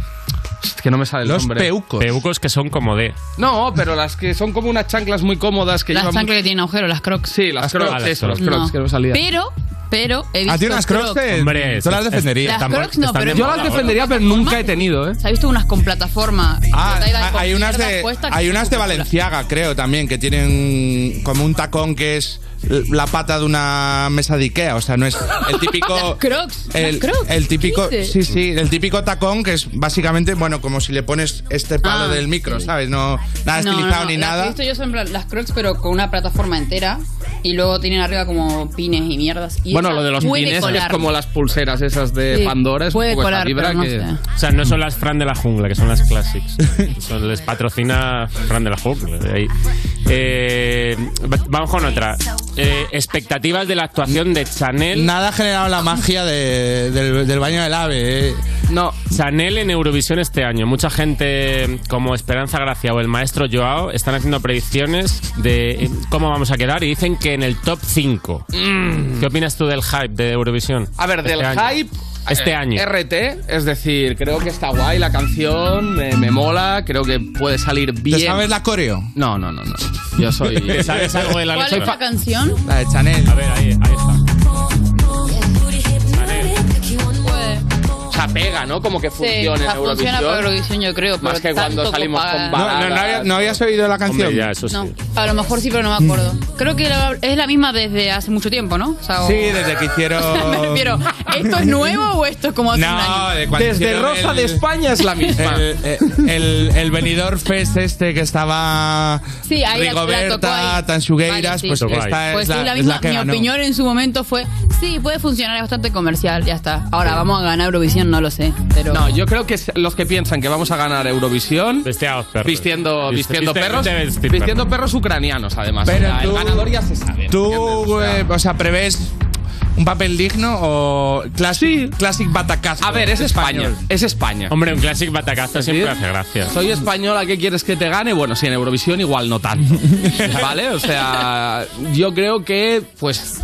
[SPEAKER 26] es que no me sale el
[SPEAKER 4] Los
[SPEAKER 26] nombre.
[SPEAKER 4] peucos.
[SPEAKER 3] Peucos que son como de.
[SPEAKER 26] No, pero las que son como unas chanclas muy cómodas que
[SPEAKER 8] Las
[SPEAKER 26] llevan
[SPEAKER 8] chanclas que tienen agujeros, las crocs.
[SPEAKER 26] Sí, Ah, las,
[SPEAKER 3] Las
[SPEAKER 26] crocs,
[SPEAKER 3] crocs.
[SPEAKER 26] eso, las
[SPEAKER 3] No.
[SPEAKER 26] crocs que no me salía.
[SPEAKER 8] Pero, pero, he visto.
[SPEAKER 4] A ti Ah, unas crocs, te-
[SPEAKER 3] Hombre,
[SPEAKER 4] tú las defenderías.
[SPEAKER 8] Las crocs no, pero-
[SPEAKER 26] Yo las defendería, pero nunca he tenido, ¿eh?
[SPEAKER 8] ¿Se ha visto unas con plataforma?
[SPEAKER 4] Ah,
[SPEAKER 8] Con tela
[SPEAKER 4] hay- hay
[SPEAKER 8] con
[SPEAKER 4] unas
[SPEAKER 8] mierda
[SPEAKER 4] de
[SPEAKER 8] puesta que
[SPEAKER 4] hay
[SPEAKER 8] son
[SPEAKER 4] unas de
[SPEAKER 8] súper chulas.
[SPEAKER 4] Valenciaga, creo también, que tienen como un tacón que es la pata de una mesa de Ikea, o sea, no es el
[SPEAKER 8] [LAUGHS]
[SPEAKER 4] típico
[SPEAKER 8] Crocs,
[SPEAKER 4] el,
[SPEAKER 8] las crocs.
[SPEAKER 4] el típico
[SPEAKER 8] ¿Qué
[SPEAKER 4] sí,
[SPEAKER 8] dices?
[SPEAKER 4] sí, el típico tacón que es básicamente, bueno, como si le pones este palo
[SPEAKER 8] Ah,
[SPEAKER 4] del micro, ¿sabes? No nada estilizado ni
[SPEAKER 8] no, las que he
[SPEAKER 4] nada.
[SPEAKER 8] visto yo son en plan las crocs, pero con una plataforma entera. Y luego tienen arriba como pines y mierdas. Y
[SPEAKER 28] bueno,
[SPEAKER 8] esa
[SPEAKER 28] lo de los
[SPEAKER 8] puede
[SPEAKER 28] pines es
[SPEAKER 8] colar.
[SPEAKER 28] como las pulseras esas de
[SPEAKER 8] Sí,
[SPEAKER 28] Pandora, es un
[SPEAKER 8] puede
[SPEAKER 28] poco esa
[SPEAKER 8] colar,
[SPEAKER 28] vibra
[SPEAKER 8] pero no
[SPEAKER 28] que...
[SPEAKER 8] sé.
[SPEAKER 3] O sea, no son las Fran de la Jungla, que son las
[SPEAKER 28] [LAUGHS]
[SPEAKER 3] Classics. Son- les patrocina Fran de la Jungla. de ahí. Eh, va- vamos con otra. Eh, expectativas de la actuación de Chanel.
[SPEAKER 4] Nada ha generado la magia de- del, del baño del ave. eh.
[SPEAKER 28] No.
[SPEAKER 3] Chanel en Eurovisión este año. Mucha gente como Esperanza Gracia o el maestro Joao están haciendo predicciones de eh, cómo vamos a quedar y dicen que en el top 5.
[SPEAKER 28] Mm.
[SPEAKER 3] ¿Qué opinas tú del hype de Eurovisión?
[SPEAKER 28] A ver,
[SPEAKER 3] Este
[SPEAKER 28] del
[SPEAKER 3] año.
[SPEAKER 28] hype.
[SPEAKER 3] Este
[SPEAKER 26] eh,
[SPEAKER 3] año.
[SPEAKER 26] RT, es decir, creo que está guay la canción, me, me mola, creo que puede salir bien.
[SPEAKER 4] sabes la coreo?
[SPEAKER 26] No, no, no, no. Yo
[SPEAKER 4] [LAUGHS]
[SPEAKER 26] soy.
[SPEAKER 3] ¿Te sabes algo de la
[SPEAKER 8] ¿Cuál es la canción?
[SPEAKER 4] La de Chanel. A
[SPEAKER 3] ver, ahí, ahí está.
[SPEAKER 8] Puede.
[SPEAKER 26] O sea, pega, ¿no? Como que
[SPEAKER 8] Sí, o
[SPEAKER 26] funciona
[SPEAKER 8] sea,
[SPEAKER 26] en
[SPEAKER 8] funciona
[SPEAKER 26] Eurovisión.
[SPEAKER 8] para Eurovisión, yo creo.
[SPEAKER 26] Más
[SPEAKER 8] pero
[SPEAKER 26] que cuando
[SPEAKER 8] tanto
[SPEAKER 26] salimos
[SPEAKER 8] como
[SPEAKER 26] con
[SPEAKER 8] para-
[SPEAKER 26] baladas.
[SPEAKER 4] No, no había- no habías oído la canción.
[SPEAKER 3] ya, eso
[SPEAKER 8] No, a lo mejor sí, pero no me acuerdo. Creo que la- es la misma desde hace mucho tiempo, ¿no? O sea, o-
[SPEAKER 4] Sí, desde que hicieron.
[SPEAKER 8] [LAUGHS] Me refiero, ¿esto es nuevo o esto es como hace un
[SPEAKER 4] No,
[SPEAKER 8] año?
[SPEAKER 4] de cuando
[SPEAKER 26] Desde
[SPEAKER 4] hicieron
[SPEAKER 26] Rosa de España
[SPEAKER 4] [LAUGHS]
[SPEAKER 26] es la misma.
[SPEAKER 4] El, el, el- el Benidorm Fest este que estaba
[SPEAKER 8] Sí, ahí la- la tocó
[SPEAKER 4] Rigoberta,
[SPEAKER 8] ahí.
[SPEAKER 4] Tanchugueiras,
[SPEAKER 8] Vale,
[SPEAKER 4] pues
[SPEAKER 8] sí.
[SPEAKER 4] esta
[SPEAKER 8] Pues
[SPEAKER 4] es
[SPEAKER 8] sí,
[SPEAKER 4] la,
[SPEAKER 8] la
[SPEAKER 4] es
[SPEAKER 8] misma.
[SPEAKER 4] la que
[SPEAKER 8] mi
[SPEAKER 4] ganó.
[SPEAKER 8] opinión en su momento fue, sí, puede funcionar, es bastante comercial, ya está. Ahora, ¿vamos a ganar Eurovisión? No lo sé, pero...
[SPEAKER 26] No, yo creo que es- los que piensan que vamos a ganar Eurovisión vistiendo,
[SPEAKER 3] Viste-
[SPEAKER 26] vistiendo
[SPEAKER 3] viste-
[SPEAKER 26] perros,
[SPEAKER 3] viste- viste
[SPEAKER 26] vistiendo perros ucranianos, además.
[SPEAKER 4] Pero
[SPEAKER 26] O sea, el
[SPEAKER 4] tú-
[SPEAKER 26] ganador ya se sabe.
[SPEAKER 4] ¿Tú, eh, o sea, prevés un papel digno o classic, classic batacazo?
[SPEAKER 26] A ver, es España. Es España.
[SPEAKER 3] Hombre, un clásico batacazo siempre hace gracia.
[SPEAKER 26] Soy española, ¿qué quieres que te gane? Bueno, sí, en Eurovisión igual no
[SPEAKER 3] [LAUGHS]
[SPEAKER 26] tanto. ¿Vale? O sea, yo creo que, pues,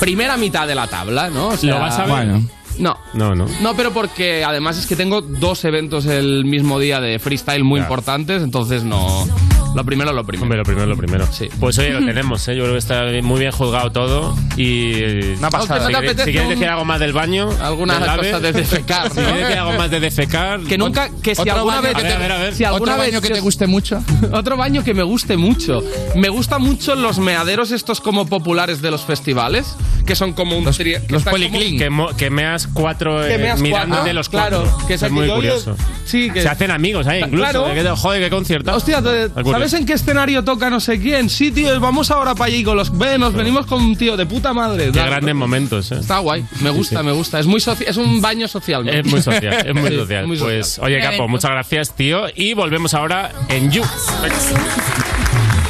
[SPEAKER 26] primera mitad de la tabla, ¿no? O sea,
[SPEAKER 3] ¿Lo vas a ver? Bueno.
[SPEAKER 26] No.
[SPEAKER 3] No, no.
[SPEAKER 26] No, pero porque además es que tengo dos eventos el mismo día de freestyle muy importantes, entonces no. Lo primero es lo primero.
[SPEAKER 3] Hombre, lo primero lo primero. Pues
[SPEAKER 26] [LAUGHS]
[SPEAKER 3] oye, lo tenemos, ¿eh? Yo creo que está bien- muy bien juzgado todo y...
[SPEAKER 4] Una pasada.
[SPEAKER 3] Si
[SPEAKER 4] ¿No te
[SPEAKER 3] queréis-
[SPEAKER 4] apetece
[SPEAKER 3] si queréis
[SPEAKER 4] un-
[SPEAKER 3] decir algo más del baño...
[SPEAKER 26] Alguna
[SPEAKER 3] del ave,
[SPEAKER 26] cosa de [LAUGHS] defecar,
[SPEAKER 3] Si
[SPEAKER 26] ¿no?
[SPEAKER 3] queréis decir algo más de defecar...
[SPEAKER 26] Que nunca, que si
[SPEAKER 3] Otro
[SPEAKER 26] alguna
[SPEAKER 3] baño
[SPEAKER 26] vez,
[SPEAKER 3] que te- A ver, a ver.
[SPEAKER 26] si alguna
[SPEAKER 3] Otro
[SPEAKER 26] vez
[SPEAKER 3] baño que
[SPEAKER 26] si
[SPEAKER 3] te
[SPEAKER 26] os-
[SPEAKER 4] guste mucho.
[SPEAKER 26] [LAUGHS] Otro baño que me guste mucho. Me gusta mucho los meaderos estos como populares de los festivales, que son como un tri- que están como-
[SPEAKER 3] Que, mo- que meas cuatro
[SPEAKER 26] Que
[SPEAKER 3] eh,
[SPEAKER 26] meas
[SPEAKER 3] mirándote
[SPEAKER 26] cuatro.
[SPEAKER 3] los
[SPEAKER 26] Claro,
[SPEAKER 3] cuatro.
[SPEAKER 26] que
[SPEAKER 3] Eso
[SPEAKER 26] se-
[SPEAKER 3] es muy
[SPEAKER 26] yo- yo-
[SPEAKER 3] curioso.
[SPEAKER 26] sí, que-
[SPEAKER 3] Se hacen amigos, ¿eh? Incluso.
[SPEAKER 26] Claro.
[SPEAKER 3] de que- joder, qué concierto.
[SPEAKER 26] Hostia, te-
[SPEAKER 3] Muy curioso.
[SPEAKER 26] ¿sabes en qué escenario toca no sé quién? Sí, tío, vamos ahora para allí con los venos, venimos con un tío de puta madre.
[SPEAKER 3] Qué
[SPEAKER 26] Da-
[SPEAKER 3] grandes momentos, ¿eh?
[SPEAKER 26] Está guay, me gusta, me gusta. Es muy soci- es un baño social. ¿no?
[SPEAKER 3] Es muy social, es muy
[SPEAKER 26] Sí,
[SPEAKER 3] social.
[SPEAKER 26] muy
[SPEAKER 3] pues, oye, Capo, muchas gracias, tío. Y volvemos ahora en You.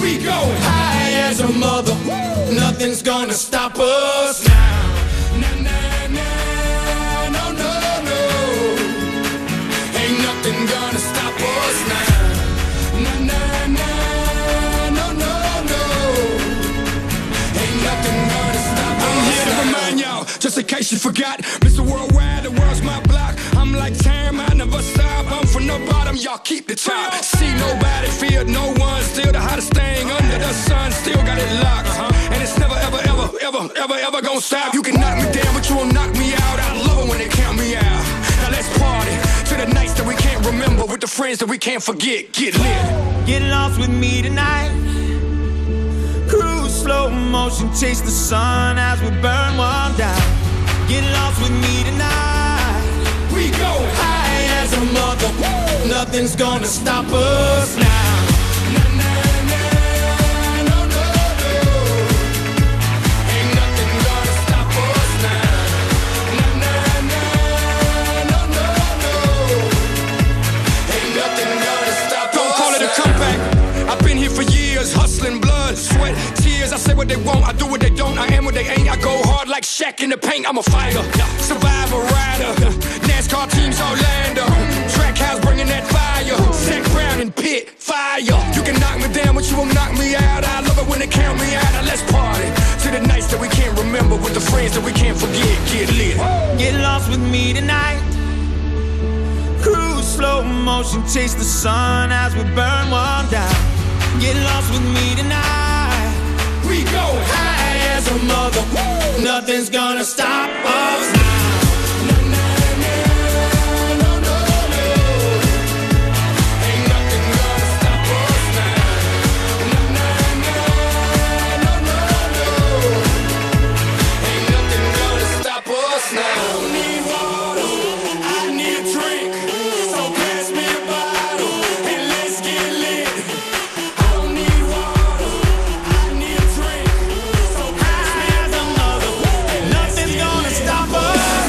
[SPEAKER 29] We go high as a mother. Nothing's gonna stop us now. Na, na, na, no, no, no. Ain't nothing gonna stop us now. Na, na, na, no, no, no. Ain't nothing gonna stop
[SPEAKER 30] I'm
[SPEAKER 29] us
[SPEAKER 30] here to
[SPEAKER 29] now.
[SPEAKER 30] remind y'all, just in case you forgot. Mr. Worldwide, the world's my block. I'm like time, I never stop. I'm from the bottom, y'all keep the top. See nobody, feel no one. Still the hottest thing under the sun, still got it locked. uh-huh. And it's never, ever, ever, ever, ever, ever gonna stop. You can knock me down, but you won't knock me out. I love it when they count me out. Now let's party to the nights that we can't remember with the friends that we can't forget. Get lit.
[SPEAKER 29] Get lost with me tonight. Cruise slow motion, chase the sun as we burn one down. Get lost with me tonight. We go high as a mother. Nothing's gonna stop us now. Na, na, na, no, no, no. Ain't nothing gonna stop us now. Na, na, na, no, no, no. Ain't nothing gonna stop
[SPEAKER 30] Don't
[SPEAKER 29] us
[SPEAKER 30] call it a
[SPEAKER 29] now.
[SPEAKER 30] comeback. I've been here for years, hustling blood, sweat, tears. I say what they want, I do what they don't, I am what they ain't. I go hard like Shaq in the paint. I'm a fighter, survivor rider. NASCAR teams Orlando, track house bringing that fire. Zach Brown and Pitt, fire. You can knock me down, but you won't knock me out. I love it when they count me out. Now let's party to the nights that we can't remember with the friends that we can't forget. Get lit.
[SPEAKER 29] Get lost with me tonight. Cruise slow motion, chase the sun as we burn one down. Get lost with me tonight. We go high as a mother.
[SPEAKER 21] Nothing's gonna stop us.
[SPEAKER 10] Stop us now. I don't need water. I need a drink. So pass me a bottle and let's get lit. I don't need water. I need a drink. So pass me a bottle and nothing's gonna stop us.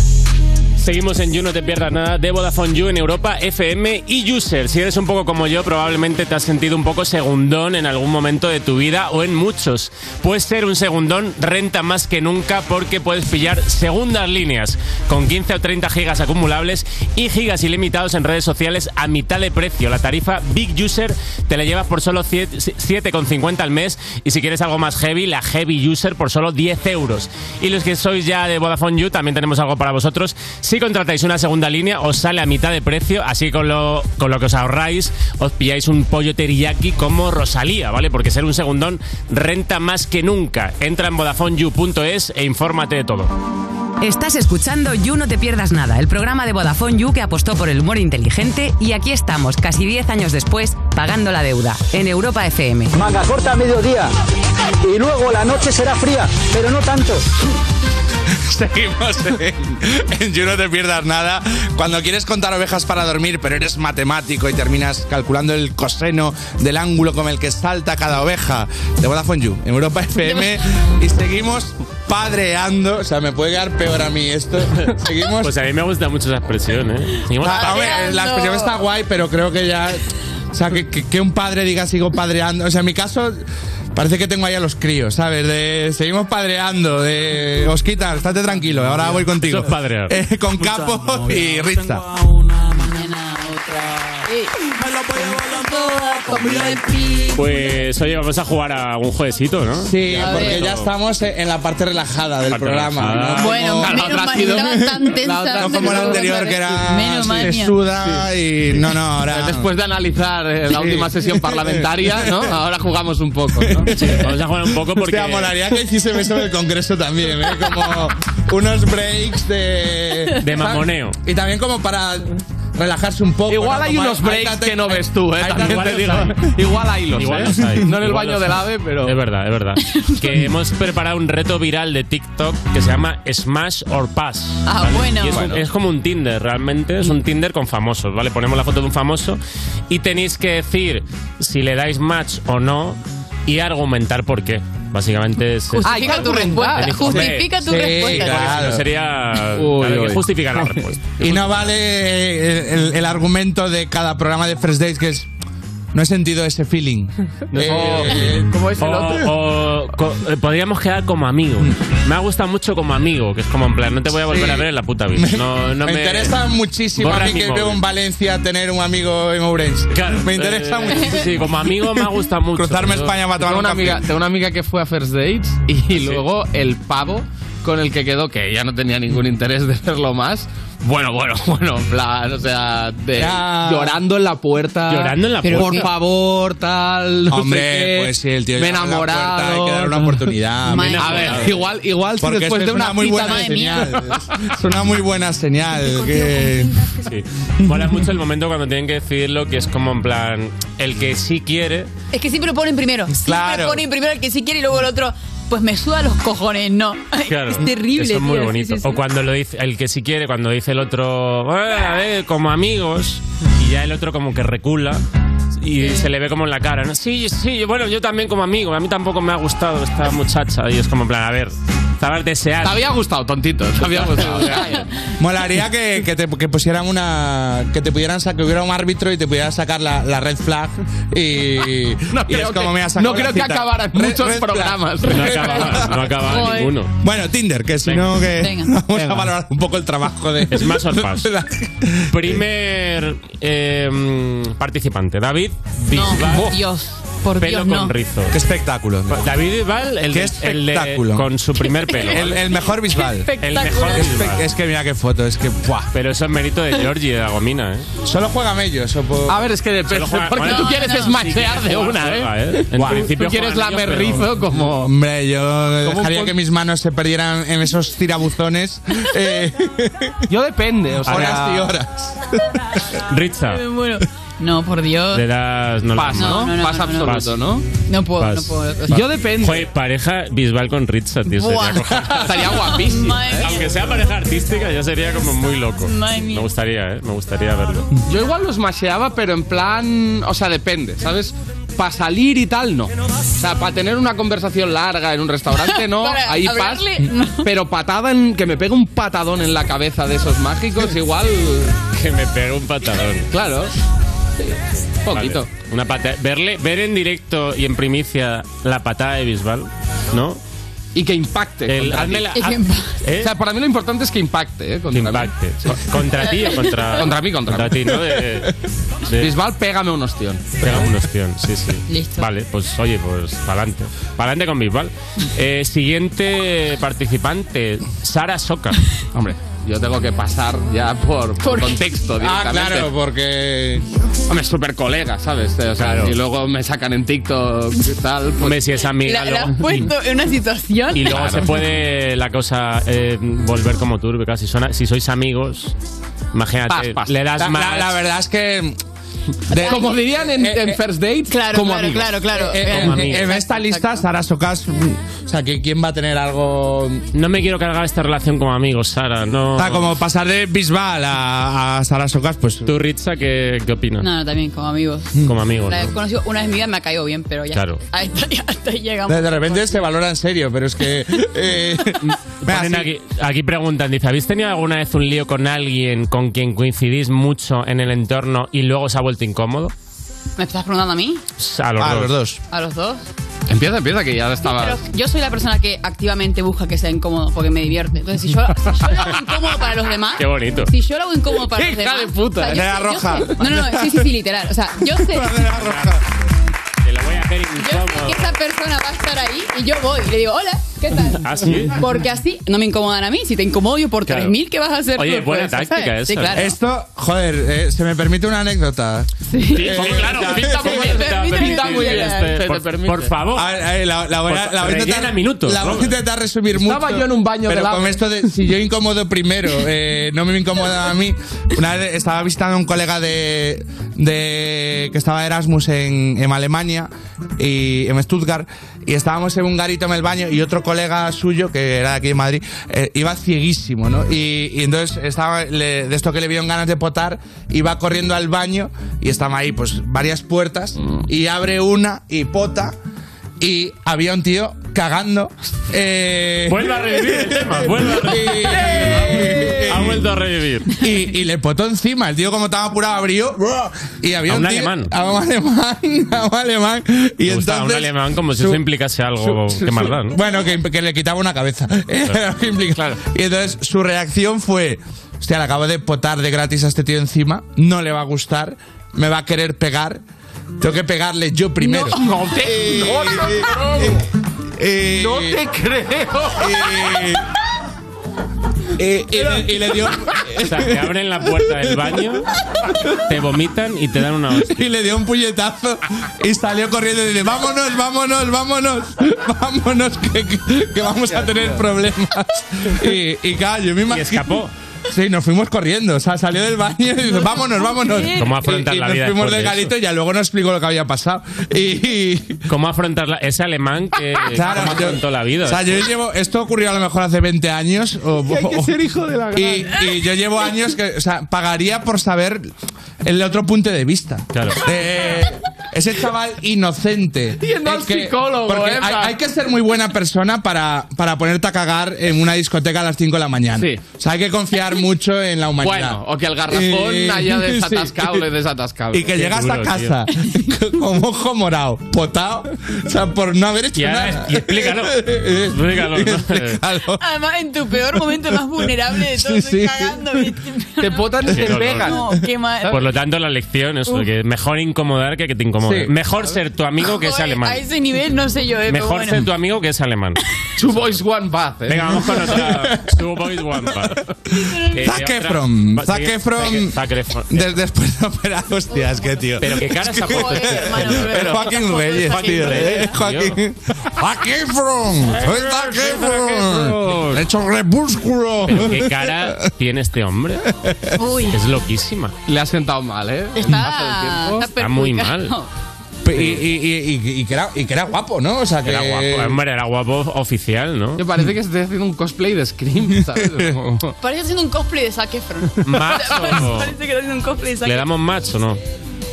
[SPEAKER 3] Seguimos en You, no te pierdas nada de Vodafone You en Europa, FM y User. Si eres un poco como yo, probablemente te has sentido un poco segundón en algún momento de tu vida o en muchos. Pues ser un segundón renta más que nunca porque puedes pillar segundas líneas con 15 o 30 gigas acumulables y gigas ilimitados en redes sociales a mitad de precio. La tarifa Big User te la llevas por solo 7 7,50 al mes y si quieres algo más heavy, la Heavy User por solo 10 euros. Y los que sois ya de Vodafone You, también tenemos algo para vosotros. Si contratáis una segunda línea, os sale a mitad de precio, así con lo, con lo que os ahorráis, os pilláis un pollo teriyaki como Rosalía, ¿vale? Porque ser un segundón renta más que nunca. Entra en VodafoneYou.es e infórmate de todo.
[SPEAKER 31] Estás escuchando You No Te Pierdas Nada, el programa de Vodafone You que apostó por el humor inteligente y aquí estamos, casi 10 años después, pagando la deuda, en Europa FM.
[SPEAKER 22] Manga corta a mediodía y luego la noche será fría, pero no tanto.
[SPEAKER 4] [LAUGHS] Seguimos en, en You No Te Pierdas Nada. Cuando quieres contar ovejas para dormir, pero eres matemático y terminas calculando el coseno del ángulo con el que salta cada oveja. De Vodafone You, en Europa FM. Y seguimos padreando. O sea, me puede quedar peor a mí
[SPEAKER 3] [LAUGHS]
[SPEAKER 4] esto. Seguimos.
[SPEAKER 3] Pues a mí me gusta mucho esa expresión, ¿eh? Seguimos
[SPEAKER 4] Ah, hombre, la expresión está guay, pero creo que ya. O sea, que, que- que un padre diga sigo padreando. O sea, en mi caso. Parece que tengo ahí a los críos, ¿sabes? De seguimos padreando, de Osquita, estate tranquilo, ahora voy contigo.
[SPEAKER 3] Eso es padrear.
[SPEAKER 4] [LAUGHS] Eh, con Capo y Rizza.
[SPEAKER 3] Pues oye, vamos a jugar a un jueguecito, ¿no?
[SPEAKER 4] Sí, porque ya estamos en la parte relajada del programa.
[SPEAKER 3] relajada.
[SPEAKER 4] ¿no?
[SPEAKER 3] Bueno,
[SPEAKER 4] Como-
[SPEAKER 3] menos
[SPEAKER 4] la otra
[SPEAKER 3] mal,
[SPEAKER 4] ha sido-
[SPEAKER 3] estaba
[SPEAKER 4] [LAUGHS]
[SPEAKER 3] tan tensa
[SPEAKER 4] la otra- No
[SPEAKER 3] antes
[SPEAKER 4] como la
[SPEAKER 3] de
[SPEAKER 4] anterior, que era
[SPEAKER 3] Menos mal,
[SPEAKER 4] se
[SPEAKER 3] mía.
[SPEAKER 4] suda y... No, no, ahora...
[SPEAKER 26] [LAUGHS] Después de analizar eh, la
[SPEAKER 4] Sí.
[SPEAKER 26] última sesión
[SPEAKER 4] [LAUGHS]
[SPEAKER 26] parlamentaria, ¿no? Ahora jugamos un poco, ¿no?
[SPEAKER 3] vamos a jugar un poco
[SPEAKER 4] Hostia, molaría que hiciesen eso en el Congreso también, ¿eh? Como unos breaks de...
[SPEAKER 3] De mamoneo.
[SPEAKER 4] Y también como para relajarse un poco.
[SPEAKER 26] Igual
[SPEAKER 4] ¿no?
[SPEAKER 26] hay
[SPEAKER 4] Como
[SPEAKER 26] unos breaks
[SPEAKER 4] tanta-
[SPEAKER 26] que no ves tú, ¿eh?
[SPEAKER 4] hay
[SPEAKER 26] También
[SPEAKER 4] tanta-
[SPEAKER 26] te digo. Igual hay los,
[SPEAKER 3] Igual
[SPEAKER 26] ¿eh?
[SPEAKER 3] los hay.
[SPEAKER 26] No en el
[SPEAKER 3] Igual
[SPEAKER 26] baño
[SPEAKER 3] los
[SPEAKER 26] del
[SPEAKER 3] hay.
[SPEAKER 26] ave, pero...
[SPEAKER 3] Es verdad,
[SPEAKER 1] [LAUGHS]
[SPEAKER 3] es verdad. que hemos preparado un reto viral de TikTok que se llama Smash or Pass.
[SPEAKER 1] Ah, bueno.
[SPEAKER 3] Y es, un-
[SPEAKER 1] Bueno.
[SPEAKER 3] es como un Tinder, realmente. Es un Tinder con famosos, ¿vale? Ponemos la foto de un famoso y tenéis que decir si le dais match o no y argumentar por qué. Básicamente es.
[SPEAKER 1] Justifica Ah, hay que tu argumentar. respuesta. Justifica tu Sí, respuesta.
[SPEAKER 3] Porque si no sería. claro, hay que
[SPEAKER 4] uy. [LAUGHS]
[SPEAKER 3] justificar la respuesta.
[SPEAKER 4] Y no vale el, el- el argumento de cada programa de Fresh Days que es... No he sentido ese feeling. Eh,
[SPEAKER 3] o- o co- eh, podríamos quedar
[SPEAKER 4] [LAUGHS]
[SPEAKER 3] como amigos. Me ha gustado mucho como amigo, que es como en plan, no te voy a volver
[SPEAKER 4] Sí.
[SPEAKER 3] a ver en la puta vida. No, no
[SPEAKER 4] me,
[SPEAKER 3] me,
[SPEAKER 4] interesa muchísimo
[SPEAKER 3] Borra
[SPEAKER 4] a mí
[SPEAKER 3] mi
[SPEAKER 4] que
[SPEAKER 3] móvil.
[SPEAKER 4] veo en Valencia tener un amigo en Ourense. me interesa
[SPEAKER 3] eh,
[SPEAKER 4] muchísimo.
[SPEAKER 3] sí, sí, como amigo me
[SPEAKER 4] [LAUGHS]
[SPEAKER 3] ha gustado mucho.
[SPEAKER 4] Cruzarme España para
[SPEAKER 26] tengo
[SPEAKER 4] tomar un
[SPEAKER 26] una
[SPEAKER 4] café.
[SPEAKER 26] amiga, tengo una amiga que fue a First Dates
[SPEAKER 4] [LAUGHS]
[SPEAKER 26] y luego el pavo con el que quedó, que ya no tenía ningún interés de verlo más. Bueno, bueno, [LAUGHS] bueno, en plan, o sea, de- Ya. llorando en la puerta. Llorando en la Pero puerta. Por favor, tal. no
[SPEAKER 4] Hombre,
[SPEAKER 26] sé qué.
[SPEAKER 4] pues sí, el tío
[SPEAKER 26] Me he
[SPEAKER 4] llama a la
[SPEAKER 26] enamorado.
[SPEAKER 4] puerta, hay que dar
[SPEAKER 26] [LAUGHS]
[SPEAKER 4] una oportunidad. Me he
[SPEAKER 26] A
[SPEAKER 4] enamorado.
[SPEAKER 26] ver, igual, igual si
[SPEAKER 4] Porque
[SPEAKER 26] después
[SPEAKER 4] es
[SPEAKER 26] de una,
[SPEAKER 4] muy
[SPEAKER 26] cita
[SPEAKER 4] buena
[SPEAKER 26] de-
[SPEAKER 4] señal. Es una muy buena señal. Que...
[SPEAKER 3] Sí. Mola mucho el momento cuando tienen que decidirlo, que es como en plan, el que sí quiere.
[SPEAKER 1] Es que siempre lo ponen primero. Siempre
[SPEAKER 3] Claro.
[SPEAKER 1] ponen primero el que sí quiere y luego el otro. Pues me suda los cojones, no. [LAUGHS]
[SPEAKER 3] Claro,
[SPEAKER 1] es terrible.
[SPEAKER 3] Eso es muy
[SPEAKER 1] tío, sí, [LAUGHS]
[SPEAKER 3] bonito.
[SPEAKER 1] sí, sí.
[SPEAKER 3] O cuando lo dice, el que sí quiere, cuando dice el otro, "Ah, eh, como amigos, y ya el otro como que recula. y se le ve como en la cara, ¿no? Sí, sí, bueno, yo también como amigo, a mí tampoco me ha gustado esta muchacha y es como en plan, a ver, estabas deseando.
[SPEAKER 26] Te había gustado, tontito, te
[SPEAKER 3] [LAUGHS]
[SPEAKER 26] había gustado.
[SPEAKER 4] Molaría que, que te que pusieran una. que te pudieran sacar, que hubiera un árbitro y te pudieran sacar la, la red flag y.
[SPEAKER 26] [LAUGHS] No
[SPEAKER 4] y es
[SPEAKER 26] creo
[SPEAKER 4] como
[SPEAKER 26] que-
[SPEAKER 4] me ha sacado
[SPEAKER 26] no
[SPEAKER 4] la
[SPEAKER 26] creo que
[SPEAKER 4] cita.
[SPEAKER 26] acabaran
[SPEAKER 4] Red-
[SPEAKER 26] muchos
[SPEAKER 4] red flag.
[SPEAKER 26] programas. No acababa- no acababa Joder. ninguno.
[SPEAKER 4] Bueno, Tinder, que si no, que.
[SPEAKER 3] Venga.
[SPEAKER 4] [LAUGHS] Vamos
[SPEAKER 3] Venga.
[SPEAKER 4] a valorar un poco el trabajo de.
[SPEAKER 3] Es más Pass.
[SPEAKER 4] de la-
[SPEAKER 3] Primer eh, participante, David Bisbal.
[SPEAKER 1] No, Dios. Por
[SPEAKER 3] Pelo
[SPEAKER 1] Dios, no.
[SPEAKER 3] con rizo. Qué
[SPEAKER 4] espectáculo.
[SPEAKER 3] David Bisbal, el,
[SPEAKER 4] Qué
[SPEAKER 3] de- el de-
[SPEAKER 4] espectáculo.
[SPEAKER 3] con su primer pelo.
[SPEAKER 4] El, el mejor Bisbal.
[SPEAKER 3] El mejor
[SPEAKER 4] Es,
[SPEAKER 3] Bisbal.
[SPEAKER 4] es que mira qué foto, es que. ¡buah!
[SPEAKER 3] Pero eso es mérito de Georgie, de la gomina, ¿eh?
[SPEAKER 4] Solo juega Mello, eso puedo-
[SPEAKER 26] A ver, es que depende.
[SPEAKER 3] Solo juega-
[SPEAKER 26] porque
[SPEAKER 3] bueno,
[SPEAKER 26] tú
[SPEAKER 3] no,
[SPEAKER 26] quieres
[SPEAKER 3] no,
[SPEAKER 26] esmachear
[SPEAKER 3] sí,
[SPEAKER 26] de
[SPEAKER 3] juega,
[SPEAKER 26] una,
[SPEAKER 3] juega,
[SPEAKER 26] ¿eh?
[SPEAKER 3] ¿eh? En
[SPEAKER 26] Tú-
[SPEAKER 3] principzo
[SPEAKER 26] tú quieres
[SPEAKER 3] juegan
[SPEAKER 26] lamer
[SPEAKER 3] ellos, pero-
[SPEAKER 1] [LAUGHS]
[SPEAKER 26] rizo como.
[SPEAKER 4] Hombre, yo
[SPEAKER 26] Como un
[SPEAKER 4] dejaría
[SPEAKER 26] pol-
[SPEAKER 4] que mis manos se perdieran en esos tirabuzones. eh,
[SPEAKER 26] Yo depende, o
[SPEAKER 3] sea-
[SPEAKER 4] Horas y horas.
[SPEAKER 3] Ritza.
[SPEAKER 1] Me muero. No, por Dios.
[SPEAKER 3] Le das. No
[SPEAKER 1] Pas, ¿no? No, no, Pas no, no, no. absoluto,
[SPEAKER 26] ¿no?
[SPEAKER 1] No puedo, no puedo. O sea,
[SPEAKER 26] depende.
[SPEAKER 3] Joder, pareja Bisbal con Ritza, tío. sería
[SPEAKER 1] Buah.
[SPEAKER 3] como-
[SPEAKER 1] [LAUGHS]
[SPEAKER 26] Estaría guapísimo.
[SPEAKER 1] Madre
[SPEAKER 26] ¿eh?
[SPEAKER 3] Aunque sea pareja artística, yo sería como muy loco.
[SPEAKER 26] Madre mía.
[SPEAKER 3] Me gustaría, ¿eh? Me gustaría verlo.
[SPEAKER 26] Yo igual los maseaba, pero en plan. O sea, depende, ¿sabes? Para salir y tal, no. O sea, para tener una conversación larga en un restaurante, no.
[SPEAKER 1] [LAUGHS] Para
[SPEAKER 26] Ahí paz.
[SPEAKER 1] hablarle, no.
[SPEAKER 26] Pero patada en. Que me pegue un patadón en la cabeza de esos mágicos, igual.
[SPEAKER 3] Que me pegue un patadón.
[SPEAKER 26] Claro. poquito.
[SPEAKER 3] Una pata verle, ver en directo y en primicia la patada de Bisbal, ¿no?
[SPEAKER 26] Y que impacte.
[SPEAKER 3] El,
[SPEAKER 26] contra
[SPEAKER 3] hazme
[SPEAKER 26] ti.
[SPEAKER 3] la-
[SPEAKER 26] Y que
[SPEAKER 3] haz-
[SPEAKER 26] impacte.
[SPEAKER 3] ¿eh?
[SPEAKER 26] O sea, para mí lo importante es que impacte, ¿eh? Contra
[SPEAKER 3] impacte. Contra ti o contra.
[SPEAKER 26] Contra mí, contra,
[SPEAKER 3] ti, ¿no? De- de-
[SPEAKER 26] Bisbal, pégame un ostión.
[SPEAKER 3] Pega un ostión, sí, sí.
[SPEAKER 26] Listo.
[SPEAKER 3] Vale, pues oye, pues pa'lante. Pa'lante con Bisbal. Eh, siguiente participante, Sara Soca.
[SPEAKER 26] [LAUGHS] Hombre, yo tengo que pasar ya por, por contexto directamente.
[SPEAKER 4] porque.
[SPEAKER 26] Hombre, súper colega, ¿sabes? Eh, O sea, Y luego me sacan en TikTok y tal. Pues...
[SPEAKER 3] Hombre, si es amiga,
[SPEAKER 1] La, la has
[SPEAKER 3] luego-
[SPEAKER 1] puesto en una situación.
[SPEAKER 3] Y luego se puede la cosa eh, volver como turbe, casi. Son- si sois amigos, imagínate, eh, le das
[SPEAKER 4] La-
[SPEAKER 3] más. Eh,
[SPEAKER 4] La, la verdad es que.
[SPEAKER 26] Como dirían en- en First Date,
[SPEAKER 1] claro, como claro, amigos. claro, claro.
[SPEAKER 4] Eh, eh,
[SPEAKER 1] Como
[SPEAKER 4] en-
[SPEAKER 1] amigos.
[SPEAKER 4] en esta lista, Sara Socas. mm, O sea, que ¿quién va a tener algo.?
[SPEAKER 3] No me quiero cargar esta relación como amigos, Sara. No.
[SPEAKER 4] Está como pasar de Bisbal a, a Sara Socas, pues.
[SPEAKER 3] ¿Tú, Ritza, qué, qué opinas?
[SPEAKER 1] No, no, también como amigos.
[SPEAKER 4] Mm.
[SPEAKER 3] Como amigos.
[SPEAKER 1] La he
[SPEAKER 3] ¿no?
[SPEAKER 1] conocido una vez en mi vida, me ha caído bien, pero ya.
[SPEAKER 3] Claro.
[SPEAKER 1] Ahí está, [LAUGHS] ya- hasta ahí llegamos.
[SPEAKER 4] De, de repente se valora en serio, pero es que.
[SPEAKER 3] [LAUGHS]
[SPEAKER 4] eh, venga,
[SPEAKER 3] Ponen
[SPEAKER 4] sí.
[SPEAKER 3] aquí, aquí preguntan, dice, ¿habéis tenido alguna vez un lío con alguien con quien coincidís mucho en el entorno y luego se ha vuelto incómodo? Pues
[SPEAKER 1] ¿Me estás preguntando a mí?
[SPEAKER 3] A
[SPEAKER 4] Ah,
[SPEAKER 3] los,
[SPEAKER 26] A
[SPEAKER 3] dos.
[SPEAKER 26] los dos.
[SPEAKER 1] ¿A los dos?
[SPEAKER 26] Empieza, empieza, que ya
[SPEAKER 1] Pero
[SPEAKER 26] estaba.
[SPEAKER 1] yo soy la persona que activamente busca que sea incómodo porque me divierte. Entonces, si yo, si yo lo hago incómodo para los demás.
[SPEAKER 3] Qué bonito.
[SPEAKER 1] Si yo lo hago incómodo para los
[SPEAKER 26] Hija
[SPEAKER 1] demás.
[SPEAKER 26] de puta.
[SPEAKER 1] o
[SPEAKER 3] ¿eh?
[SPEAKER 1] sea, yo
[SPEAKER 26] Bandera
[SPEAKER 1] sé- yo
[SPEAKER 26] roja.
[SPEAKER 1] sé- no, no, no, sí, sí, sí, literal. O sea, yo sé,
[SPEAKER 3] Te lo voy a hacer
[SPEAKER 1] yo sé
[SPEAKER 3] incómodo.
[SPEAKER 1] que esa persona va a estar ahí y yo voy y le digo, hola, ¿qué tal?
[SPEAKER 3] ¿Ah, sí?
[SPEAKER 1] Porque así no me incomodan a mí. Si te incomodo yo por
[SPEAKER 4] Claro.
[SPEAKER 1] 3.000, ¿qué vas a hacer?
[SPEAKER 3] Oye,
[SPEAKER 1] tú
[SPEAKER 3] buena
[SPEAKER 1] después?
[SPEAKER 3] táctica
[SPEAKER 1] ¿Sabes? Sí,
[SPEAKER 3] esa.
[SPEAKER 1] claro.
[SPEAKER 4] Esto, joder, eh, se me permite una anécdota.
[SPEAKER 3] Sí, claro, pinta muy bien, pinta muy bien. Este, por, por favor.
[SPEAKER 4] A ver, a ver, la, la voy a-
[SPEAKER 3] Por-
[SPEAKER 4] la voy a
[SPEAKER 3] rellena
[SPEAKER 4] intentar-
[SPEAKER 3] minutos,
[SPEAKER 4] La voy a
[SPEAKER 3] Robert.
[SPEAKER 4] intentar resumir mucho.
[SPEAKER 26] Estaba yo en un baño de
[SPEAKER 4] Pero
[SPEAKER 26] la-
[SPEAKER 4] con esto de si yo incomodo primero, eh, no me incomoda a mí. Una vez estaba visitando a un colega de, de que estaba de Erasmus en, en Alemania y en Stuttgart y estábamos en un garito en el baño y otro colega suyo que era de aquí de Madrid eh, iba cieguísimo, ¿no? Y, y entonces estaba le- de esto que le vieron ganas de potar, iba corriendo al baño y estaba ahí pues varias puertas y abre una y pota y había un tío cagando. Eh,
[SPEAKER 3] Vuelve a revivir el tema, vuelve a revivir. Ha vuelto a revivir.
[SPEAKER 4] Y, y le potó encima. El tío, como estaba apurado, abrió. ¡buah! Y había
[SPEAKER 3] A un
[SPEAKER 4] tío-
[SPEAKER 3] alemán.
[SPEAKER 4] A un alemán. A un alemán. Y
[SPEAKER 3] Me gusta,
[SPEAKER 4] entonces.
[SPEAKER 3] un alemán como si eso implicase algo.
[SPEAKER 4] su-
[SPEAKER 3] qué
[SPEAKER 4] su-
[SPEAKER 3] maldad, ¿no?
[SPEAKER 4] Bueno, que, que le quitaba una cabeza. Era lo que implica. Y entonces su reacción fue: Hostia, le acabo de potar de gratis a este tío encima. No le va a gustar. Me va a querer pegar. Tengo que pegarle yo primero.
[SPEAKER 26] No, no te- no, no, no.
[SPEAKER 4] Eh,
[SPEAKER 26] No te creo.
[SPEAKER 4] eh, y, le, y le dio.
[SPEAKER 3] O sea, te abren la puerta del baño, te vomitan y te dan una hostia.
[SPEAKER 4] [LAUGHS] y le dio un puñetazo y salió corriendo y dice, vámonos, vámonos, vámonos, vámonos, que, que- que vamos a tener problemas. Y, y claro, yo me imagino...
[SPEAKER 3] escapó.
[SPEAKER 4] Sí, nos fuimos corriendo, o sea, salió del baño y dice, [LAUGHS] vámonos, vámonos.
[SPEAKER 3] ¿Cómo afrontas
[SPEAKER 4] Y- y
[SPEAKER 3] la vida
[SPEAKER 4] Nos fuimos
[SPEAKER 3] después
[SPEAKER 4] del
[SPEAKER 3] de
[SPEAKER 4] galito y ya luego nos explicó lo que había pasado. Y,
[SPEAKER 3] ¿Cómo afrontarla? Ese alemán
[SPEAKER 4] [LAUGHS]
[SPEAKER 3] que
[SPEAKER 4] Claro,
[SPEAKER 3] cómo
[SPEAKER 4] yo-
[SPEAKER 3] afrontó la vida.
[SPEAKER 4] O sea, yo llevo. Esto ocurrió a lo mejor hace 20 años. O,
[SPEAKER 26] hay que
[SPEAKER 4] o-
[SPEAKER 26] ser hijo de la gran.
[SPEAKER 4] y, y yo llevo años que. O sea, pagaría por saber el otro punto de vista.
[SPEAKER 3] Claro.
[SPEAKER 4] Eh, ese chaval inocente.
[SPEAKER 26] Yendo al
[SPEAKER 4] Es que-
[SPEAKER 26] psicólogo,
[SPEAKER 4] porque
[SPEAKER 26] eh,
[SPEAKER 4] hay,
[SPEAKER 26] Fran.
[SPEAKER 4] hay que ser muy buena persona para, para ponerte a cagar en una discoteca a las 5 de la mañana. O sea, hay que
[SPEAKER 26] [LAUGHS]
[SPEAKER 4] confiar mucho en la humanidad.
[SPEAKER 26] Bueno, o que el garrafón
[SPEAKER 4] Eh,
[SPEAKER 26] haya desatascado,
[SPEAKER 4] [LAUGHS] sí.
[SPEAKER 26] le desatascado.
[SPEAKER 4] Y que llegas a casa [LAUGHS] con ojo morado, potado, o sea, por no haber hecho
[SPEAKER 26] Y ahora
[SPEAKER 4] nada.
[SPEAKER 26] es- y
[SPEAKER 4] [LAUGHS]
[SPEAKER 26] explícalo.
[SPEAKER 4] explícalo. explícalo.
[SPEAKER 8] Además, en tu peor momento más vulnerable de todo,
[SPEAKER 4] Sí,
[SPEAKER 8] estoy
[SPEAKER 4] sí.
[SPEAKER 8] cagando.
[SPEAKER 26] Te botan
[SPEAKER 3] y Qué te dolor. pegan.
[SPEAKER 8] No, qué mal.
[SPEAKER 3] Por lo tanto, la lección es
[SPEAKER 8] Uf.
[SPEAKER 3] que mejor incomodar que que te incomode.
[SPEAKER 8] Sí.
[SPEAKER 3] Mejor ser tu amigo que ese
[SPEAKER 8] Joder,
[SPEAKER 3] alemán.
[SPEAKER 8] A ese nivel no sé yo, eh,
[SPEAKER 3] Mejor
[SPEAKER 8] pero
[SPEAKER 3] ser
[SPEAKER 8] bueno.
[SPEAKER 3] tu amigo que
[SPEAKER 4] [LAUGHS]
[SPEAKER 3] ese alemán.
[SPEAKER 26] Two boys, one
[SPEAKER 4] ¿eh?
[SPEAKER 26] bath.
[SPEAKER 3] Venga, vamos con otra. Two boys, one bath. Eh,
[SPEAKER 4] Zac
[SPEAKER 3] otra-
[SPEAKER 4] Efron,
[SPEAKER 3] Va-
[SPEAKER 4] Zac
[SPEAKER 3] sigue-
[SPEAKER 4] Efron.
[SPEAKER 3] Zac Efron.
[SPEAKER 4] Desde [LAUGHS] después de operar, hostias, qué tío.
[SPEAKER 3] Pero qué cara se ha puesto este tío.
[SPEAKER 4] Es Joaquín Reyes,
[SPEAKER 3] Joaquín
[SPEAKER 4] tío.
[SPEAKER 3] Reyes,
[SPEAKER 4] Es Joaquín. ¡Zac Efron! ¡Soy Zac Efron! ¡He hecho repúsculo!
[SPEAKER 3] Pero qué cara tiene este hombre.
[SPEAKER 8] Uy.
[SPEAKER 3] Es loquísima.
[SPEAKER 26] Le ha sentado mal, ¿eh?
[SPEAKER 8] Está, está,
[SPEAKER 3] Está muy mal.
[SPEAKER 8] perjudicado.
[SPEAKER 4] Y, y- y- y- y que era, y que era guapo, ¿no? O sea, que
[SPEAKER 3] Era guapo, hombre, era guapo oficial, ¿no?
[SPEAKER 26] Me parece que estoy haciendo un cosplay de
[SPEAKER 3] [LAUGHS]
[SPEAKER 26] Scream, ¿sabes? Como-
[SPEAKER 8] Parece haciendo un cosplay de Zac Efron.
[SPEAKER 3] Macho.
[SPEAKER 8] [LAUGHS] Parece que está haciendo un cosplay de Zac
[SPEAKER 3] ¿Le damos match o no?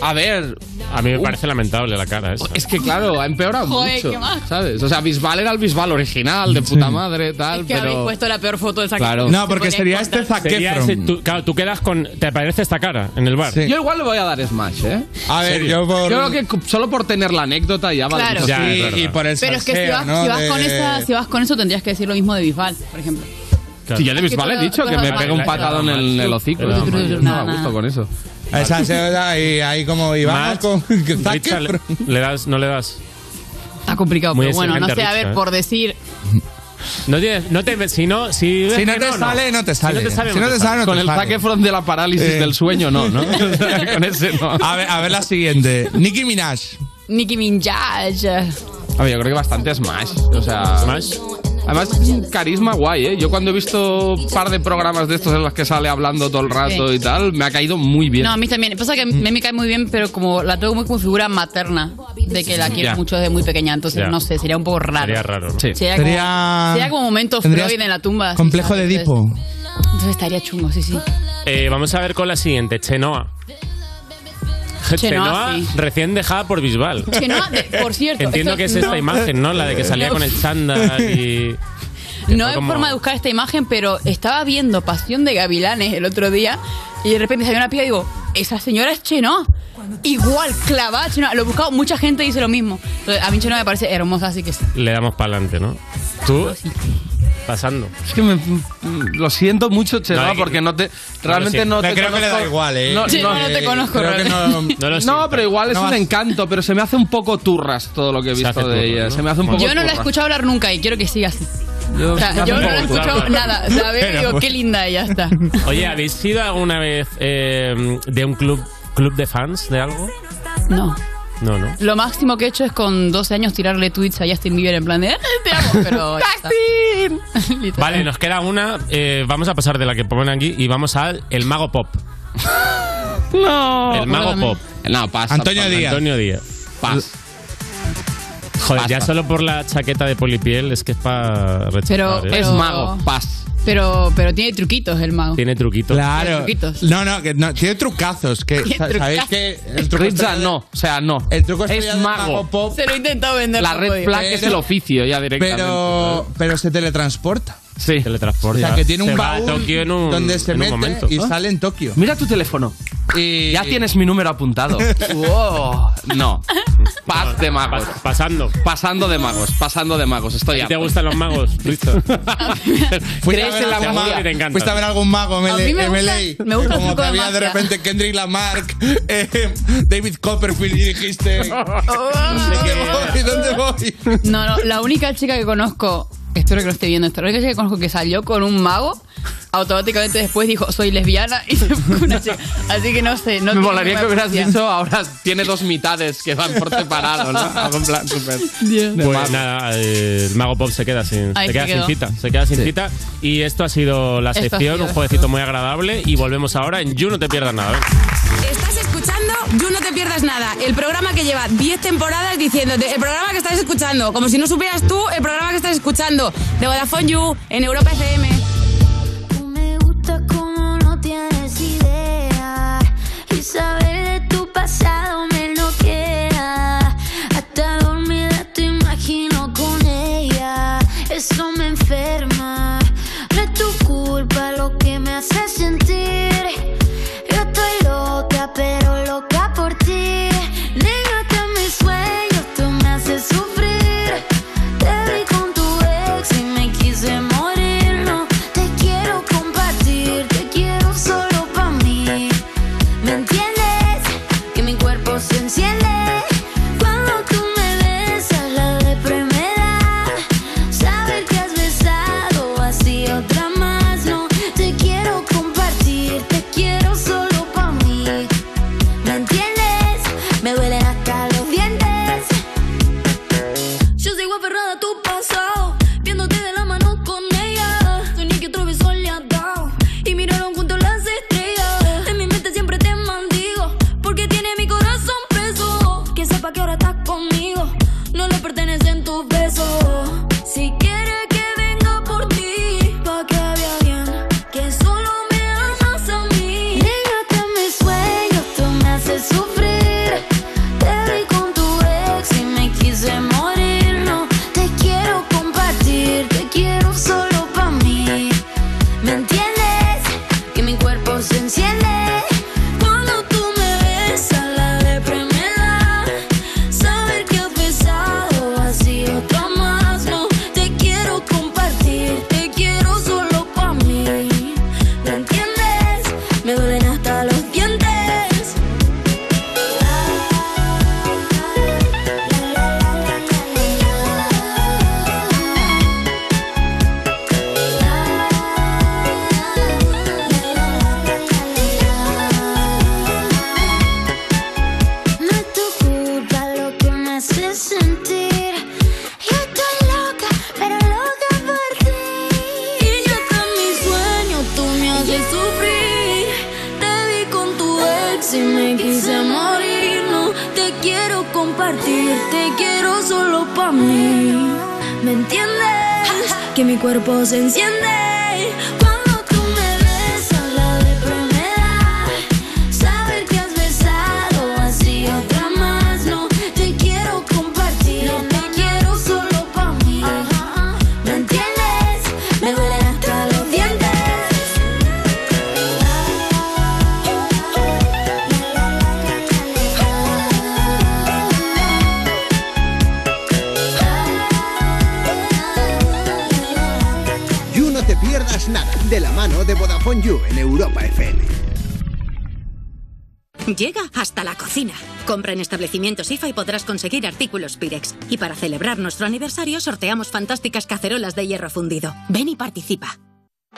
[SPEAKER 26] A ver.
[SPEAKER 3] A mí me parece lamentable la cara esa.
[SPEAKER 26] Es que claro, ha empeorado
[SPEAKER 8] Joder,
[SPEAKER 26] mucho,
[SPEAKER 8] qué mal.
[SPEAKER 26] ¿sabes? O sea, Bisbal era el Bisbal original, de puta madre, tal,
[SPEAKER 8] Es que habéis
[SPEAKER 26] pero...
[SPEAKER 8] puesto la peor foto de Zac
[SPEAKER 26] Claro.
[SPEAKER 8] Efron.
[SPEAKER 26] No, porque
[SPEAKER 8] Se
[SPEAKER 26] sería
[SPEAKER 8] podía
[SPEAKER 26] este
[SPEAKER 8] encontrar.
[SPEAKER 26] Zac Efron.
[SPEAKER 3] Ese, tú- claro, tú quedas con. Te aparece esta cara en el bar.
[SPEAKER 26] Yo igual le voy a dar Smash, ¿eh?
[SPEAKER 4] A ver,
[SPEAKER 3] ¿Serio? yo por-
[SPEAKER 26] creo que cu- solo por tener la anécdota ya vale.
[SPEAKER 8] Claro.
[SPEAKER 26] mucho.
[SPEAKER 3] Ya, es verdad.
[SPEAKER 8] Pero es que si vas, si vas con esa, si vas con eso tendrías que decir lo mismo de Bisbal, por ejemplo.
[SPEAKER 26] Si yo de
[SPEAKER 8] Es que
[SPEAKER 26] Bisbal
[SPEAKER 8] tú
[SPEAKER 26] he
[SPEAKER 8] lo-
[SPEAKER 26] dicho
[SPEAKER 8] tú
[SPEAKER 26] que
[SPEAKER 8] lo
[SPEAKER 26] me
[SPEAKER 8] has-
[SPEAKER 26] pega un
[SPEAKER 8] Vale,
[SPEAKER 26] patado en
[SPEAKER 8] vale,
[SPEAKER 26] el,
[SPEAKER 8] vale.
[SPEAKER 26] el hocico.
[SPEAKER 8] Pero-
[SPEAKER 26] No,
[SPEAKER 8] pero-
[SPEAKER 26] yo
[SPEAKER 8] pero-
[SPEAKER 26] no
[SPEAKER 8] nada,
[SPEAKER 26] me gusto
[SPEAKER 8] nada.
[SPEAKER 26] con eso.
[SPEAKER 4] Esa seda y ahí como y vamos
[SPEAKER 3] Match.
[SPEAKER 4] con [LAUGHS] con Zac
[SPEAKER 3] Richard,
[SPEAKER 4] Efron.
[SPEAKER 3] ¿Le das? ¿No le das?
[SPEAKER 8] Está complicado,
[SPEAKER 3] Muy
[SPEAKER 8] pero bueno, no sé,
[SPEAKER 3] exigente,
[SPEAKER 8] a ver,
[SPEAKER 3] Richa, ¿eh?
[SPEAKER 8] por decir.
[SPEAKER 3] No tienes, no te, si no, si, ves
[SPEAKER 4] Si no
[SPEAKER 3] que
[SPEAKER 4] te sale, no te sale.
[SPEAKER 3] Si no te sale,
[SPEAKER 4] Si no te sale, no
[SPEAKER 26] Con
[SPEAKER 4] te
[SPEAKER 26] el
[SPEAKER 4] sale.
[SPEAKER 26] saque front de la parálisis
[SPEAKER 4] Eh.
[SPEAKER 26] del sueño, no,
[SPEAKER 4] [LAUGHS]
[SPEAKER 26] ¿no? con ese no.
[SPEAKER 4] A ver, a ver la siguiente. Nicki Minaj.
[SPEAKER 8] Nicki Minaj.
[SPEAKER 26] A ver, yo creo que bastante Smash. O sea.
[SPEAKER 3] Smash.
[SPEAKER 26] Además, es un carisma guay, ¿eh? Yo cuando he visto un par de programas de estos en los que sale hablando todo el rato
[SPEAKER 8] Sí.
[SPEAKER 26] y tal, me ha caído muy bien.
[SPEAKER 8] No, a mí también. Pasa que a mí me cae muy bien, pero como la tengo muy como figura materna, de que la quiero
[SPEAKER 26] Ya.
[SPEAKER 8] mucho desde muy pequeña, entonces
[SPEAKER 26] Ya.
[SPEAKER 8] no sé, sería un poco raro.
[SPEAKER 3] Sería raro, ¿no?
[SPEAKER 26] Sí.
[SPEAKER 8] Sería,
[SPEAKER 4] Sería-
[SPEAKER 8] como, sería como momento
[SPEAKER 4] tendrías
[SPEAKER 8] Freud en la tumba. así,
[SPEAKER 4] Complejo de
[SPEAKER 8] ¿sabes?
[SPEAKER 4] Edipo.
[SPEAKER 8] Entonces, entonces estaría chungo,
[SPEAKER 4] [LAUGHS]
[SPEAKER 8] sí, sí.
[SPEAKER 3] Eh, vamos a ver con la siguiente, Chenoa. Chenoa,
[SPEAKER 8] sí.
[SPEAKER 3] recién dejada por Bisbal.
[SPEAKER 8] Chenoa, de- por
[SPEAKER 3] [LAUGHS]
[SPEAKER 8] cierto,
[SPEAKER 3] Entiendo
[SPEAKER 8] esto
[SPEAKER 3] que es esta
[SPEAKER 8] no-
[SPEAKER 3] imagen, ¿no? La de que salía
[SPEAKER 8] No.
[SPEAKER 3] con el
[SPEAKER 8] [LAUGHS]
[SPEAKER 3] chándal y.
[SPEAKER 8] No
[SPEAKER 3] fue
[SPEAKER 8] hay
[SPEAKER 3] como-
[SPEAKER 8] forma de buscar esta imagen, pero estaba viendo Pasión de Gavilanes el otro día y de repente salió una piba y digo, esa señora es Chenoa. Igual, clavada a Chenoa. Lo he buscado, mucha gente dice lo mismo. Entonces, a mí Chenoa me parece hermosa, así que sí.
[SPEAKER 3] Le damos para adelante, ¿no? Tú. Pasando.
[SPEAKER 26] Es que me- mm, lo siento mucho, Chenoa,
[SPEAKER 3] No, y-
[SPEAKER 26] porque no te. Realmente
[SPEAKER 3] siento.
[SPEAKER 26] no te.
[SPEAKER 3] Creo que le da igual, ¿eh? Sí, no, no te conozco,
[SPEAKER 26] creo que no,
[SPEAKER 3] realmente. No lo
[SPEAKER 26] [LAUGHS] no,
[SPEAKER 3] siento.
[SPEAKER 26] pero igual es
[SPEAKER 3] No
[SPEAKER 26] un
[SPEAKER 3] vas-
[SPEAKER 26] encanto, pero se me hace un poco turras todo lo que he
[SPEAKER 3] Se
[SPEAKER 26] visto
[SPEAKER 3] hace
[SPEAKER 26] de
[SPEAKER 3] turras,
[SPEAKER 26] ella.
[SPEAKER 3] ¿no?
[SPEAKER 26] Se me hace un poco
[SPEAKER 8] Yo no la he
[SPEAKER 26] turras.
[SPEAKER 8] escuchado hablar nunca y quiero que siga así.
[SPEAKER 26] Yo-
[SPEAKER 8] O sea,
[SPEAKER 26] se me hace
[SPEAKER 8] yo
[SPEAKER 26] un
[SPEAKER 8] no la he
[SPEAKER 26] poco turras.
[SPEAKER 8] escuchado nada. La
[SPEAKER 3] [LAUGHS] pues
[SPEAKER 8] veo y digo, qué linda ella está.
[SPEAKER 3] Oye, ¿habéis sido alguna vez eh, de un club, club de fans de algo?
[SPEAKER 8] No.
[SPEAKER 3] No, no.
[SPEAKER 8] Lo máximo que he hecho es con 12 años tirarle tweets a Justin Bieber en plan de, "Eh, te amo, pero... ya está. [LAUGHS]
[SPEAKER 3] Vale, nos queda una. eh, vamos a pasar de la que ponen aquí y vamos al El Mago Pop.
[SPEAKER 26] No.
[SPEAKER 3] El Mago Pop.
[SPEAKER 26] No, pasa.
[SPEAKER 3] Antonio
[SPEAKER 26] pasa.
[SPEAKER 3] Díaz. Antonio Díaz.
[SPEAKER 26] Paz.
[SPEAKER 3] Joder, ya solo por la chaqueta de polipiel es que es para rechazar. ¿eh?
[SPEAKER 8] Pero- pero- Es mago,
[SPEAKER 26] paz.
[SPEAKER 8] Pero, pero tiene truquitos el mago.
[SPEAKER 3] Tiene truquitos.
[SPEAKER 4] Claro. No, no, que no, tiene trucazos. Que,
[SPEAKER 8] Tiene
[SPEAKER 4] sa- ¿Sabéis
[SPEAKER 8] trucazos.
[SPEAKER 4] que el truco
[SPEAKER 26] Ritza
[SPEAKER 4] estrella-
[SPEAKER 26] no, o sea, no.
[SPEAKER 4] El truco
[SPEAKER 26] Es
[SPEAKER 4] estrella del
[SPEAKER 26] mago.
[SPEAKER 4] pop,
[SPEAKER 8] Se lo he intentado vender.
[SPEAKER 26] La
[SPEAKER 8] no
[SPEAKER 26] red
[SPEAKER 8] podía.
[SPEAKER 26] flag es el oficio ya directamente.
[SPEAKER 4] pero, pero se teletransporta.
[SPEAKER 26] Sí.
[SPEAKER 4] O
[SPEAKER 3] Teletransporta.
[SPEAKER 4] sea, que tiene un
[SPEAKER 3] Se va a
[SPEAKER 4] baúl
[SPEAKER 3] Tokio en un-
[SPEAKER 4] donde se
[SPEAKER 3] en un
[SPEAKER 4] mete
[SPEAKER 3] momento.
[SPEAKER 4] y
[SPEAKER 3] Ah.
[SPEAKER 4] sale en Tokio.
[SPEAKER 26] Mira tu teléfono. Ya tienes mi número
[SPEAKER 3] [LAUGHS]
[SPEAKER 26] apuntado. Wow. No. Paz de magos.
[SPEAKER 3] pasando.
[SPEAKER 26] Pasando de magos. Pasando de magos. Estoy
[SPEAKER 3] ¿Te
[SPEAKER 26] harto.
[SPEAKER 3] gustan
[SPEAKER 26] [LAUGHS]
[SPEAKER 3] los magos,
[SPEAKER 4] [LAUGHS]
[SPEAKER 3] Risto?
[SPEAKER 4] Fuiste a
[SPEAKER 26] ¿Crees
[SPEAKER 4] ver
[SPEAKER 26] en la
[SPEAKER 4] algún
[SPEAKER 26] magia?
[SPEAKER 4] mago-
[SPEAKER 26] Te encanta.
[SPEAKER 4] Fuiste a ver algún mago
[SPEAKER 26] A mí me
[SPEAKER 4] MLA.
[SPEAKER 26] gusta- me
[SPEAKER 3] [LAUGHS]
[SPEAKER 26] gusta el
[SPEAKER 4] como
[SPEAKER 26] truco
[SPEAKER 4] que
[SPEAKER 26] de
[SPEAKER 4] había de
[SPEAKER 26] magia.
[SPEAKER 4] repente Kendrick Lamarck, eh, David Copperfield y
[SPEAKER 26] [LAUGHS]
[SPEAKER 4] dijiste. ¿Y dónde voy?
[SPEAKER 8] [LAUGHS] No, no, la única chica que conozco, espero que lo esté viendo esta, la única chica que conozco que salió con un mago, automáticamente después dijo, soy lesbiana y [LAUGHS] se fue con una chica. Así que [LAUGHS] no sé, no
[SPEAKER 26] Me
[SPEAKER 8] tiene
[SPEAKER 26] molaría que
[SPEAKER 8] ninguna
[SPEAKER 26] hubieras
[SPEAKER 8] gracia.
[SPEAKER 26] dicho ahora tiene dos mitades que van por separado,
[SPEAKER 4] [LAUGHS]
[SPEAKER 26] ¿no? Algo en plan súper-
[SPEAKER 3] Pues nada, eh, el Mago Pop se queda sin,
[SPEAKER 26] Ahí
[SPEAKER 3] se queda
[SPEAKER 26] se
[SPEAKER 3] sin
[SPEAKER 26] quedó.
[SPEAKER 3] cita. Se queda sin
[SPEAKER 26] Sí.
[SPEAKER 3] cita. Y esto ha sido la
[SPEAKER 13] Esto ha
[SPEAKER 3] sección,
[SPEAKER 13] sido
[SPEAKER 3] un jueguecito muy agradable. Y volvemos ahora en You, no te pierdas nada.
[SPEAKER 13] Estás escuchando You No Te Pierdas Nada, el programa que lleva 10 temporadas diciéndote, el programa que estás escuchando, como si no supieras tú el programa que estás escuchando, de Vodafone You, en Europa FM.
[SPEAKER 2] gusta como no tienes idea y saber de tu pasado me lo queda. hace sentir. Yo estoy loca, pero loca por ti. Negate a mis sueños, tú me haces sufrir. Te vi con tu ex y me quise morir. No te quiero compartir, te quiero solo para mí. ¿Me entiendes? Que mi cuerpo se enciende. Cuando tú me besas, la depresión me da. Saber que has besado así otra más. No te quiero compartir, te quiero solo para mí. ¿Me entiendes? Me duelen hasta los dientes. Yo sigo aferrada a tu pasado, viéndote de la mano con ella. Soñé que otro beso le ha dado y miraron juntos las estrellas. En mi mente siempre te mandigo, porque tiene mi corazón preso. Que sepa que ahora estás conmigo, no le pertenecen tus besos. Si quieres que venga por ti, pa' que vea bien, que solo me amas a mí. Negate a mis sueños, tú me haces sufrir. Te vi con tu ex y me quise morir. No te quiero compartir, te quiero solo pa' mí. ¿Me entiendes? Que mi cuerpo se enciende. Cuando tú me besas, la depre me da. Saber que has besado así otra más. No te quiero compartir, te quiero solo pa' mí. ¿Me entiendes? Me duelen hasta los dientes. No es tu culpa lo que me hace sentir. Yo estoy loca, pero loca por ti. Y yo con mis sueños tú me haces sufrir. Te vi con tu ex y me quise morir. No te quiero compartir, te quiero solo para mí. ¿Me entiendes? Que mi cuerpo se enciende. Cuando tú me besas, la depresión me da. Saber que has besado así otra más No te quiero compartir No te quiero solo pa' mí ¿Me entiendes? Me duelen hasta los dientes
[SPEAKER 5] You No Te Pierdas Nada, de la mano de Vodafone You en Europa FM.
[SPEAKER 16] Llega hasta la cocina. Compra en establecimientos IFA y podrás conseguir artículos Pirex. Y para celebrar nuestro aniversario sorteamos fantásticas cacerolas de hierro fundido. Ven y participa.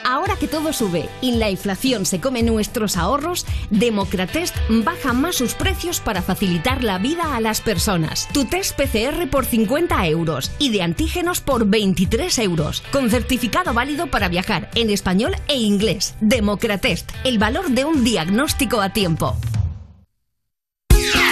[SPEAKER 18] Ahora que todo sube y la inflación se come nuestros ahorros, Democratest baja más sus precios para facilitar la vida a las personas. Tu test PCR por 50 euros y de antígenos por 23 euros, con certificado válido para viajar en español e inglés. Democratest, el valor de un diagnóstico a tiempo.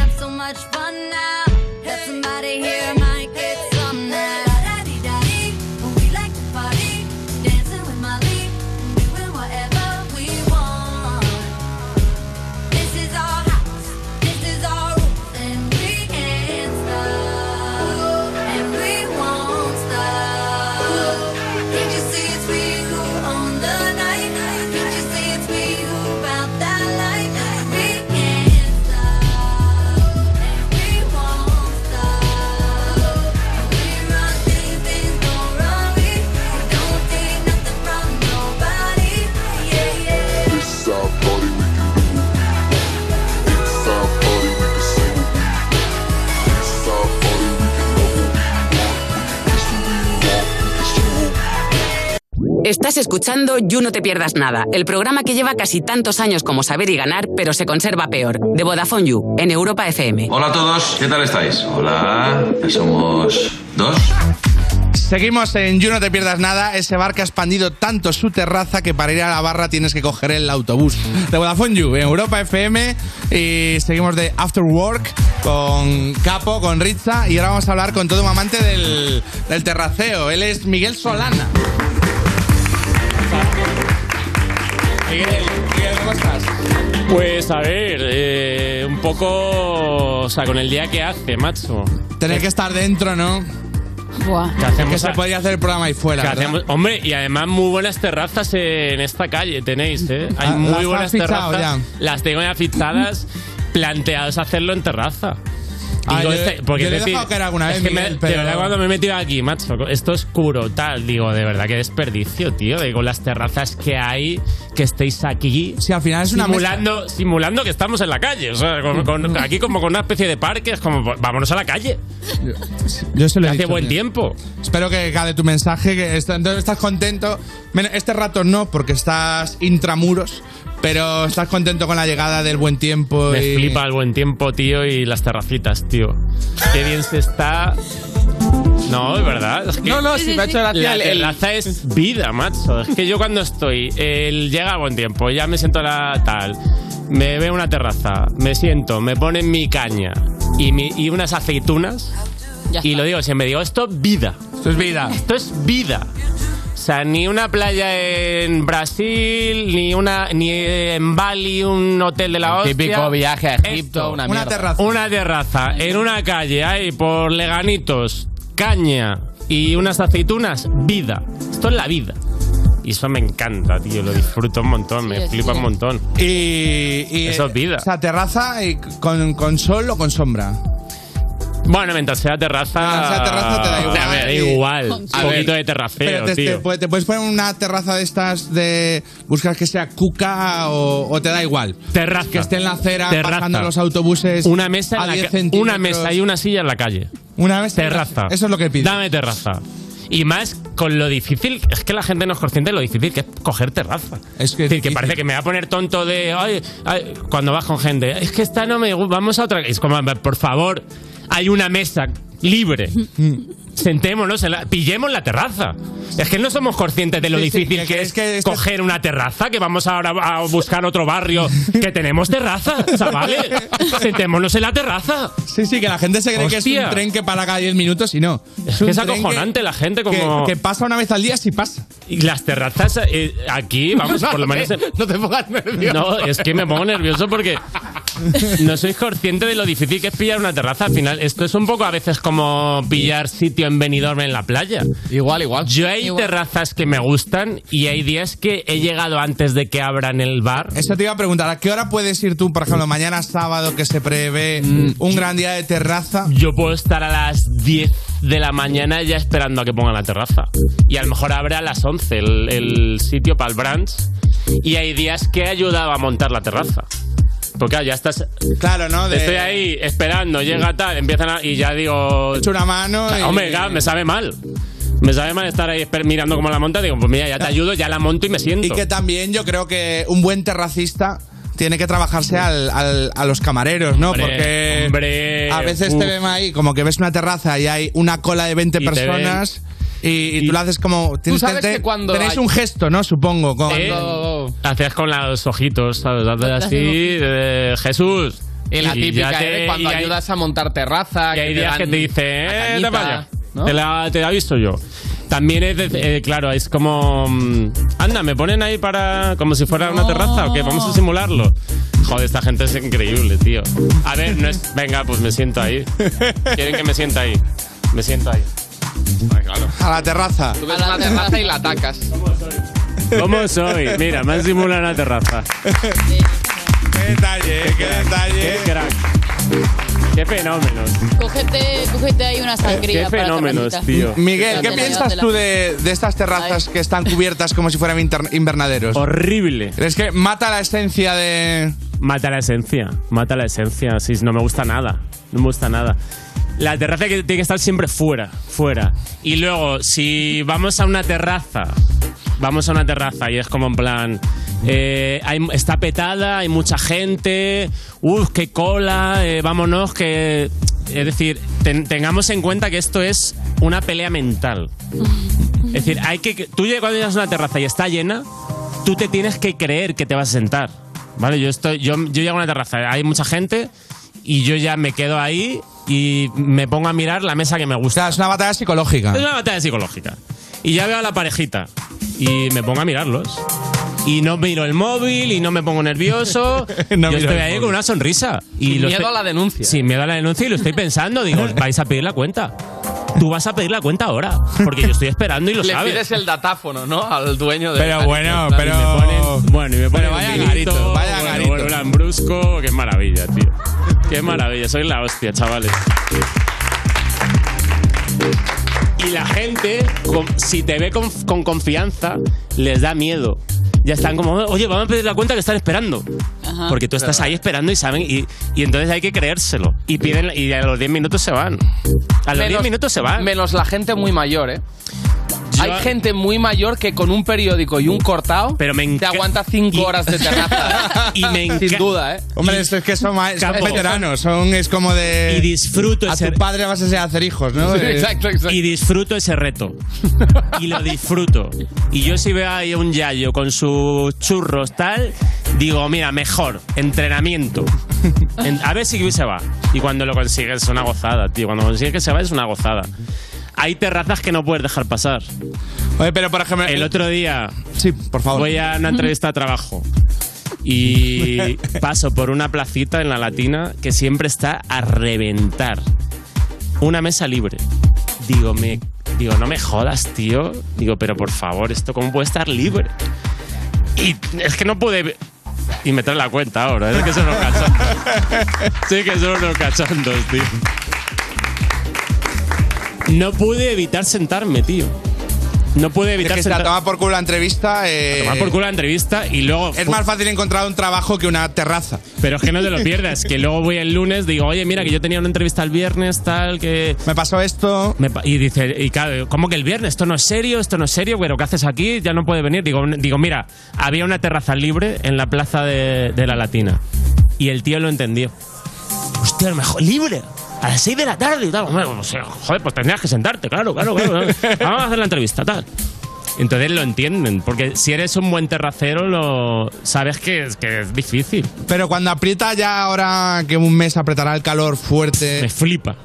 [SPEAKER 23] have so much fun now. That somebody here might get some now. La-da-dee-da-dee, we like to party. Dancing with my league, doing whatever we want. This is our house, this is our rules, and we can't stop. And we won't stop. Can't you see it's we who own the night? Can't you see it's we who found that light? We can't stop, and we won't stop. We run these things, don't run we. We don't take nothing from nobody. Yeah, yeah.
[SPEAKER 29] It's our party, we can do it. It's our party, we can sing it. It's our party, we can love what we want. We can kiss who we want, we can show who we
[SPEAKER 31] Estás escuchando You No Te Pierdas Nada, el programa que lleva casi tantos años como saber y ganar, pero se conserva peor, de Vodafone You, en Europa FM.
[SPEAKER 32] Hola a todos, ¿qué tal estáis? Hola, somos dos.
[SPEAKER 4] Seguimos en You No Te Pierdas Nada. Ese bar que ha expandido tanto su terraza que para ir a la barra tienes que coger el autobús. De Vodafone You, en Europa FM. Y seguimos de After Work con Capo, con Ritza. Y ahora vamos a hablar con todo un amante del, del terraceo. Él es Miguel Solana.
[SPEAKER 3] Miguel, Miguel, ¿cómo estás? Pues a ver, eh, un poco. O sea, con el día que hace, macho.
[SPEAKER 4] Tener que estar dentro, ¿no?
[SPEAKER 1] Buah.
[SPEAKER 3] Que hacemos
[SPEAKER 4] que se
[SPEAKER 3] a-
[SPEAKER 4] podía hacer el programa ahí fuera.
[SPEAKER 3] Que
[SPEAKER 4] ¿verdad?
[SPEAKER 3] hacemos- hombre, y además muy buenas terrazas en esta calle tenéis, ¿eh? Hay
[SPEAKER 4] Ah, las
[SPEAKER 3] muy
[SPEAKER 4] has
[SPEAKER 3] buenas
[SPEAKER 4] fichado
[SPEAKER 3] terrazas. Las tengo ya fichadas, planteadas hacerlo en terraza.
[SPEAKER 4] Ah, yo-
[SPEAKER 3] Digo, este- porque
[SPEAKER 4] yo le he
[SPEAKER 3] es decir,
[SPEAKER 4] dejado caer alguna
[SPEAKER 3] es
[SPEAKER 4] vez,
[SPEAKER 3] que me-
[SPEAKER 4] Miguel,
[SPEAKER 3] De
[SPEAKER 4] pero-
[SPEAKER 3] verdad, cuando me he metido aquí, macho, esto es curo, tal. Digo, de verdad, qué desperdicio, tío. de con las terrazas que hay, que estéis aquí.
[SPEAKER 4] Si al final es una
[SPEAKER 3] simulando, simulando que estamos en la calle. O sea,
[SPEAKER 4] [LAUGHS]
[SPEAKER 3] con- con- aquí como con una especie de parque, es como, pues, vámonos a la calle.
[SPEAKER 4] Yo se lo he
[SPEAKER 3] Hace
[SPEAKER 4] dicho,
[SPEAKER 3] buen
[SPEAKER 4] mira.
[SPEAKER 3] tiempo.
[SPEAKER 4] Espero que cale tu mensaje. Que est- entonces estás contento. Bueno, Este rato no, porque estás intramuros. Pero estás contento con la llegada del buen tiempo.
[SPEAKER 3] Me
[SPEAKER 4] y-
[SPEAKER 3] flipa el buen tiempo, tío, y las terracitas, tío. Qué bien se está. No, es verdad. Es que
[SPEAKER 26] No, no, sí, Sí, sí, me ha hecho gracia
[SPEAKER 3] La
[SPEAKER 26] el- el-
[SPEAKER 3] terraza es vida, macho. Es que yo cuando estoy, el llega el buen tiempo, ya me siento a la tal, me veo una terraza, me siento, me ponen mi caña y, mi- y unas aceitunas. Y lo digo, siempre digo, esto es vida. Esto es vida. Esto es vida. O sea, ni una playa en Brasil, ni una ni en Bali, un hotel de la hostia.
[SPEAKER 26] típico viaje a Egipto,
[SPEAKER 3] Esto.
[SPEAKER 26] una Una mierda. terraza.
[SPEAKER 3] Una terraza en una calle ahí por leganitos, caña y unas aceitunas, vida. Esto es la vida. Y eso me encanta, tío. Lo disfruto un montón, me
[SPEAKER 4] es
[SPEAKER 3] flipa un
[SPEAKER 4] vida.
[SPEAKER 3] montón.
[SPEAKER 4] Y, eh,
[SPEAKER 3] eso es vida.
[SPEAKER 4] O sea, terraza y con, con sol o con sombra.
[SPEAKER 3] Bueno, mientras sea terraza.
[SPEAKER 4] sea terraza te da igual.
[SPEAKER 3] A ver, Ah, da
[SPEAKER 4] Y-
[SPEAKER 3] igual.
[SPEAKER 4] Con
[SPEAKER 3] Un
[SPEAKER 4] sol.
[SPEAKER 3] poquito de terraceo,
[SPEAKER 4] Pero te, te
[SPEAKER 3] tío.
[SPEAKER 4] puede- te puedes poner una terraza de estas de. Buscas que sea cuca o, o te da igual.
[SPEAKER 3] Terraza.
[SPEAKER 4] Que esté en la acera,
[SPEAKER 3] Terraza.
[SPEAKER 4] pasando los autobuses.
[SPEAKER 3] Una mesa,
[SPEAKER 4] a
[SPEAKER 3] en la
[SPEAKER 4] 10
[SPEAKER 3] ca- una
[SPEAKER 4] centímetros.
[SPEAKER 3] mesa y una silla en la calle.
[SPEAKER 4] Una mesa.
[SPEAKER 3] Terraza.
[SPEAKER 4] Eso es lo que pido.
[SPEAKER 3] Dame terraza. Y más con lo difícil, es que la gente no es consciente de lo difícil que es coger terraza. Es, decir, que parece que me va a poner tonto de. "Ay, ay", cuando vas con gente, es que esta no me gu- Vamos a otra. Es como, por favor, hay una mesa libre.
[SPEAKER 4] Mm.
[SPEAKER 3] Sentémonos, en la- pillemos la terraza. Es que no somos conscientes de lo
[SPEAKER 4] Sí, sí,
[SPEAKER 3] difícil
[SPEAKER 4] que-
[SPEAKER 3] que, es coger una terraza, que vamos ahora a buscar otro barrio que tenemos terraza,
[SPEAKER 4] [LAUGHS]
[SPEAKER 3] chavales. Sentémonos en la terraza.
[SPEAKER 4] Sí, sí, que la gente se cree que es
[SPEAKER 3] Hostia.
[SPEAKER 4] un tren que para cada 10 minutos y no.
[SPEAKER 3] Es
[SPEAKER 4] un
[SPEAKER 3] que es
[SPEAKER 4] tren
[SPEAKER 3] acojonante la gente como...
[SPEAKER 4] que- que pasa una vez al día si pasa.
[SPEAKER 3] Y las terrazas eh, aquí, vamos, por
[SPEAKER 4] [LAUGHS]
[SPEAKER 3] lo menos...
[SPEAKER 26] No te pongas nervioso.
[SPEAKER 3] No, es que me pongo nervioso porque no sois consciente de lo difícil que es pillar una terraza. Al final, esto es un poco a veces como pillar sitio en Benidorm en la playa.
[SPEAKER 26] Igual, igual.
[SPEAKER 3] Yo hay terrazas que me gustan y hay días que he llegado antes de que abran el bar.
[SPEAKER 4] Eso te iba a preguntar, ¿a qué hora puedes ir tú, por ejemplo, mañana sábado que se prevé un gran día de terraza?
[SPEAKER 3] Mm. Yo puedo estar a las 10 de la mañana ya esperando a que pongan la terraza. Y a lo mejor abre a las 11 el, el sitio para el brunch. Y hay días que he ayudado a montar la terraza. Porque claro, ya estás.
[SPEAKER 4] Claro, ¿no? De-
[SPEAKER 3] Estoy ahí esperando, llega tal, empiezan a- y ya digo. "Ah,
[SPEAKER 4] Echo una mano y-
[SPEAKER 3] Hombre, claro, me sabe mal. Me sabe mal estar ahí esper- mirando cómo la monta. Digo, pues mira, ya te ayudo, ya la monto y me siento.
[SPEAKER 4] Y que también yo creo que un buen terracista tiene que trabajarse al- al- a los camareros, ¿no?
[SPEAKER 3] Hombre,
[SPEAKER 4] Porque
[SPEAKER 3] hombre,
[SPEAKER 4] a veces
[SPEAKER 3] uf.
[SPEAKER 4] te ven ahí, como que ves una terraza y hay una cola de 20
[SPEAKER 3] Y te
[SPEAKER 4] personas y, y tú lo haces como... tienes
[SPEAKER 26] sabes
[SPEAKER 4] te-
[SPEAKER 26] que cuando
[SPEAKER 4] tenéis
[SPEAKER 26] hay-
[SPEAKER 4] un gesto, ¿no? Supongo. con-
[SPEAKER 3] Eh, Hacías con los ojitos, ¿sabes? Haces así, eh, Jesús.
[SPEAKER 26] Y la típica
[SPEAKER 3] ya
[SPEAKER 26] ¿eh? cuando
[SPEAKER 3] y hay-
[SPEAKER 26] ayudas a montar terraza.
[SPEAKER 3] Y hay días
[SPEAKER 26] dan
[SPEAKER 3] que te dicen,
[SPEAKER 26] la
[SPEAKER 3] eh,
[SPEAKER 26] cañita,
[SPEAKER 3] te vaya.
[SPEAKER 26] ¿no?
[SPEAKER 3] Te la, te la aviso yo. También es, de- eh, claro, es como. mm, Anda, me ponen ahí para. como si fuera una terraza o qué, vamos a simularlo. Joder, esta gente es increíble, tío. A ver, no es. Venga, pues me siento ahí. Quieren que me sienta ahí. Me siento ahí. Ay, claro.
[SPEAKER 4] A la terraza.
[SPEAKER 26] Tú ves una terraza y la atacas.
[SPEAKER 3] ¿Cómo soy? Mira, me han simulado una terraza.
[SPEAKER 4] ¡Qué detalle, qué detalle!
[SPEAKER 3] ¡Qué crack! ¡Qué fenómeno!
[SPEAKER 1] Cógete, cógete ahí una sangría.
[SPEAKER 3] Qué fenómenos,
[SPEAKER 1] para
[SPEAKER 3] tío.
[SPEAKER 4] Miguel, ¿qué piensas tú de, de estas terrazas que están cubiertas como si fueran inter- invernaderos?
[SPEAKER 3] Horrible.
[SPEAKER 4] ¿Crees que mata la esencia de...?
[SPEAKER 3] Mata la esencia, mata la esencia. Sí, no me gusta nada, no me gusta nada. La terraza que tiene que estar siempre fuera, fuera. Y luego, si vamos a una terraza, vamos a una terraza y es como en plan, eh, hay- está petada, hay mucha gente, uff, qué cola, eh, vámonos, que... Es decir, ten- tengamos en cuenta que esto es una pelea mental. Es decir, hay que, tú ya cuando llegas a una terraza y está llena, tú te tienes que creer que te vas a sentar. ¿Vale? Yo, estoy, yo, yo llego a una terraza, hay mucha gente y yo ya me quedo ahí y me pongo a mirar la mesa que me gusta.
[SPEAKER 4] es una batalla psicológica.
[SPEAKER 3] Es una batalla psicológica. Y ya veo a la parejita y me pongo a mirarlos. y no miro el móvil y no me
[SPEAKER 4] [LAUGHS]
[SPEAKER 3] pongo nervioso. Yo
[SPEAKER 26] miro
[SPEAKER 3] estoy
[SPEAKER 26] el
[SPEAKER 3] ahí
[SPEAKER 26] móvil.
[SPEAKER 3] con una sonrisa. Y
[SPEAKER 26] Sin
[SPEAKER 3] lo
[SPEAKER 26] miedo
[SPEAKER 3] estoy-
[SPEAKER 26] a la denuncia.
[SPEAKER 3] Sin miedo a la denuncia y lo estoy pensando. Digo, vais a pedir la cuenta. Tú vas a pedir la cuenta ahora. Porque yo estoy esperando y lo
[SPEAKER 26] Le
[SPEAKER 3] sabes.
[SPEAKER 26] pides el datáfono, ¿no? Al dueño de.
[SPEAKER 3] Pero bueno, pero. bueno, y me ponen vaya garito, vaya garito. Bueno, un Lambrusco, qué maravilla, tío. Qué maravilla, soy la hostia, chavales. Y la gente, con- si te ve con, con confianza, les da miedo. Ya están como, oye, vamos a pedir la cuenta que están esperando.
[SPEAKER 1] Ajá.
[SPEAKER 3] Porque tú estás ahí esperando y saben, y, y entonces hay que creérselo. Y piden, y a los 10 minutos se van. A los 10 minutos se van.
[SPEAKER 26] Menos la gente muy mayor, ¿eh? Hay gente muy mayor que con un periódico y un cortado te aguanta cinco horas de terraza.
[SPEAKER 3] [LAUGHS]
[SPEAKER 4] [LAUGHS]
[SPEAKER 3] y me
[SPEAKER 26] Sin duda, ¿eh?
[SPEAKER 4] Hombre, esto es que son, ma- son
[SPEAKER 26] Capo.
[SPEAKER 4] veteranos, son, es como de.
[SPEAKER 3] Y disfruto
[SPEAKER 4] A
[SPEAKER 3] ese-
[SPEAKER 4] tu padre vas a ser- hacer hijos, ¿no? Eh,
[SPEAKER 3] Y disfruto ese reto. Y lo disfruto. Y yo si veo ahí un yayo con sus churros tal, digo, mira, mejor, entrenamiento. En- a ver si se va. Y cuando lo consigues es una gozada, tío. Cuando consigues que se va es una gozada. Hay terrazas que no puedes dejar pasar.
[SPEAKER 4] Oye, pero por ejemplo... eh,
[SPEAKER 3] El otro día...
[SPEAKER 4] Sí, por favor.
[SPEAKER 3] Voy a una entrevista a trabajo.
[SPEAKER 4] [LAUGHS]
[SPEAKER 3] Y paso por una placita en la latina que siempre está a reventar. Una mesa libre. Digo, me, digo, no me jodas, tío. Digo, pero por favor, ¿esto cómo puede estar libre? Y es que no pude. Y me trae la cuenta ahora. ¿eh? Es que son unos cachondos. sí, que son unos cachondos, tío. No pude evitar sentarme, tío. No pude
[SPEAKER 4] Es
[SPEAKER 3] evitar
[SPEAKER 4] que se la
[SPEAKER 3] sentarme.
[SPEAKER 4] toma por culo la entrevista. eh,
[SPEAKER 3] Tomar por culo la entrevista y luego.
[SPEAKER 4] Es más fácil encontrar un trabajo que una terraza.
[SPEAKER 3] Pero es que no te lo
[SPEAKER 4] [LAUGHS]
[SPEAKER 3] pierdas, que luego voy el lunes, digo, oye, mira, que yo tenía una entrevista el viernes, tal, que.
[SPEAKER 4] Me pasó esto.
[SPEAKER 3] y dice, y claro, ¿cómo que el viernes? Esto no es serio, esto no es serio, pero ¿qué haces aquí? Ya no puede venir. Digo, digo mira, había una terraza libre en la plaza de, de la Latina. Y el tío lo entendió. Hostia, a lo mejor, libre. A las 6 de la tarde y tal. Hombre, o sea, joder, pues tendrías que sentarte, claro, claro, claro.
[SPEAKER 4] [LAUGHS]
[SPEAKER 3] claro. Vamos a hacer la entrevista, tal. Entonces lo entienden, porque si eres un buen terracero, lo sabes que es, que es difícil.
[SPEAKER 4] Pero cuando aprieta ya ahora que un mes apretará el calor fuerte. Me
[SPEAKER 3] flipa.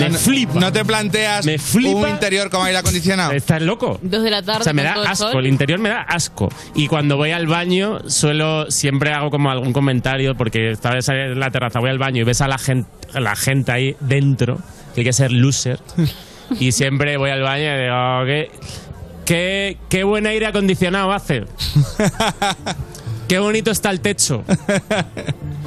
[SPEAKER 3] Me flipa.
[SPEAKER 4] No te planteas un interior con aire acondicionado.
[SPEAKER 3] Estás loco.
[SPEAKER 1] Dos de la tarde.
[SPEAKER 3] O sea, me
[SPEAKER 1] con
[SPEAKER 3] da
[SPEAKER 1] todo el
[SPEAKER 3] asco,
[SPEAKER 1] sol.
[SPEAKER 3] el interior me da asco. Y cuando voy al baño, suelo, siempre hago como algún comentario, porque esta vez en la terraza voy al baño y ves a la gente, la gente ahí dentro, que hay que ser loser. Y siempre voy al baño y digo, ¿qué, qué, qué buen aire
[SPEAKER 4] [LAUGHS]
[SPEAKER 3] acondicionado hace. Qué bonito está el techo.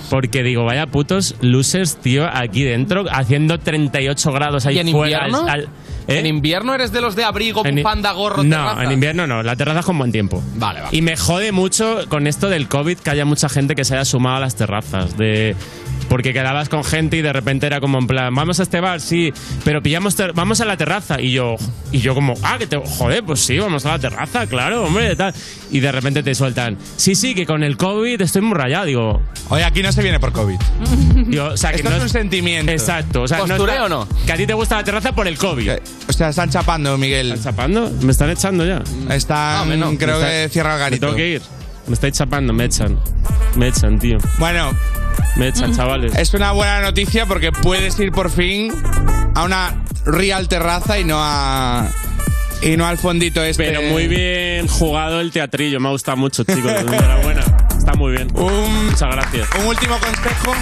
[SPEAKER 3] Porque digo, vaya putos losers, tío, aquí dentro, haciendo 38 grados ahí
[SPEAKER 26] ¿Y en
[SPEAKER 3] fuera. ¿Eh?
[SPEAKER 26] invierno?
[SPEAKER 3] ¿En
[SPEAKER 26] invierno eres de los de abrigo,
[SPEAKER 3] en i-
[SPEAKER 26] bufanda, gorro,
[SPEAKER 3] No,
[SPEAKER 26] terraza?
[SPEAKER 3] en invierno no. La terraza es con buen tiempo. Vale, vale. Y me jode mucho con esto del COVID que haya mucha gente que se haya sumado a las terrazas. De... Porque quedabas con gente y de repente era como en plan, vamos a este bar, sí, pero pillamos, ter- vamos a la terraza. Y yo, y yo como, ah, que te, joder, pues sí, vamos a la terraza, claro, hombre, tal. Y de repente te sueltan, sí, sí, que con el COVID estoy muy rayado. Digo,
[SPEAKER 4] oye, aquí no se viene por COVID.
[SPEAKER 3] o sea, que
[SPEAKER 4] Esto
[SPEAKER 3] no
[SPEAKER 4] es un sentimiento.
[SPEAKER 3] Exacto. O sea,
[SPEAKER 4] ¿Postureo
[SPEAKER 3] no? está- Que a ti te gusta la terraza por el COVID.
[SPEAKER 4] O sea, están chapando, Miguel. ¿Están
[SPEAKER 3] chapando? Me están echando ya.
[SPEAKER 4] Están,
[SPEAKER 3] Hombre, no.
[SPEAKER 4] creo
[SPEAKER 3] Me
[SPEAKER 4] que
[SPEAKER 3] está-
[SPEAKER 4] cierra el
[SPEAKER 3] me
[SPEAKER 4] garito.
[SPEAKER 3] tengo que ir. Me estáis chapando, me echan. Me echan, tío.
[SPEAKER 4] Bueno.
[SPEAKER 3] Me echan, chavales.
[SPEAKER 4] Es una buena noticia porque puedes ir por fin a una real terraza y no a y no al fondito este.
[SPEAKER 3] Pero muy bien jugado el teatrillo. Me ha gustado
[SPEAKER 4] [LAUGHS]
[SPEAKER 3] mucho, chicos. Enhorabuena. Está muy bien. Muchas gracias.
[SPEAKER 4] Un último consejo.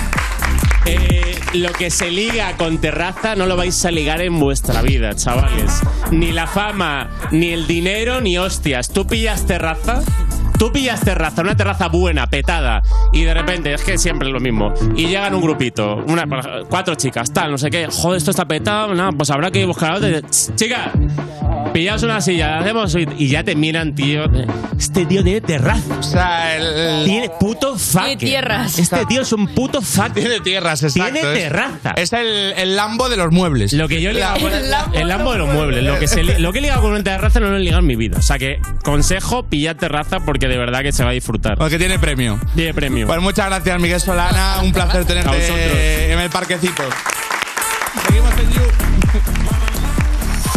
[SPEAKER 3] Eh, lo que se liga con terraza no lo vais a ligar en vuestra vida, chavales. Ni la fama, ni el dinero, ni hostias. Tú pillas terraza. Tú pillas terraza, una terraza buena, petada, y de repente es que siempre es lo mismo. Y llegan un grupito, una, cuatro chicas, tal, no sé qué. Joder, esto está petado, no, pues habrá que buscar otra. Ch- Chica, pillaos una silla, hacemos. Y ya te miran, tío. Este tío tiene terraza.
[SPEAKER 4] O sea, el.
[SPEAKER 3] Tiene puto
[SPEAKER 1] Tiene
[SPEAKER 3] fucker.
[SPEAKER 1] tierras.
[SPEAKER 3] Este tío es un puto fucker.
[SPEAKER 4] Tiene tierras, exacto.
[SPEAKER 3] Tiene
[SPEAKER 4] Es-
[SPEAKER 3] terraza.
[SPEAKER 4] Es el, el Lambo de los muebles.
[SPEAKER 3] Lo que yo he ligado
[SPEAKER 4] El
[SPEAKER 3] con-
[SPEAKER 4] Lambo
[SPEAKER 3] el Lambo de los muebles. Lo que, se li- lo que he ligado con una terraza no lo he ligado en mi vida. O sea que, consejo, pillad terraza porque de verdad que se va a disfrutar.
[SPEAKER 4] Porque tiene premio.
[SPEAKER 3] Tiene premio.
[SPEAKER 4] Pues muchas gracias, Miguel Solana. Un placer
[SPEAKER 3] A vosotros.
[SPEAKER 4] tenerte en el parquecito.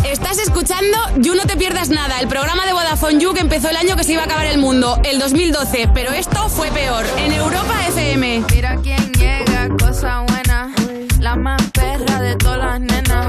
[SPEAKER 13] Estás escuchando You No Te Pierdas Nada, el programa de Vodafone You que empezó el año que se iba a acabar el mundo, el 2012, pero esto fue peor, en Europa FM.
[SPEAKER 6] Mira quien llega, cosa buena. La más perra de todas las nenas.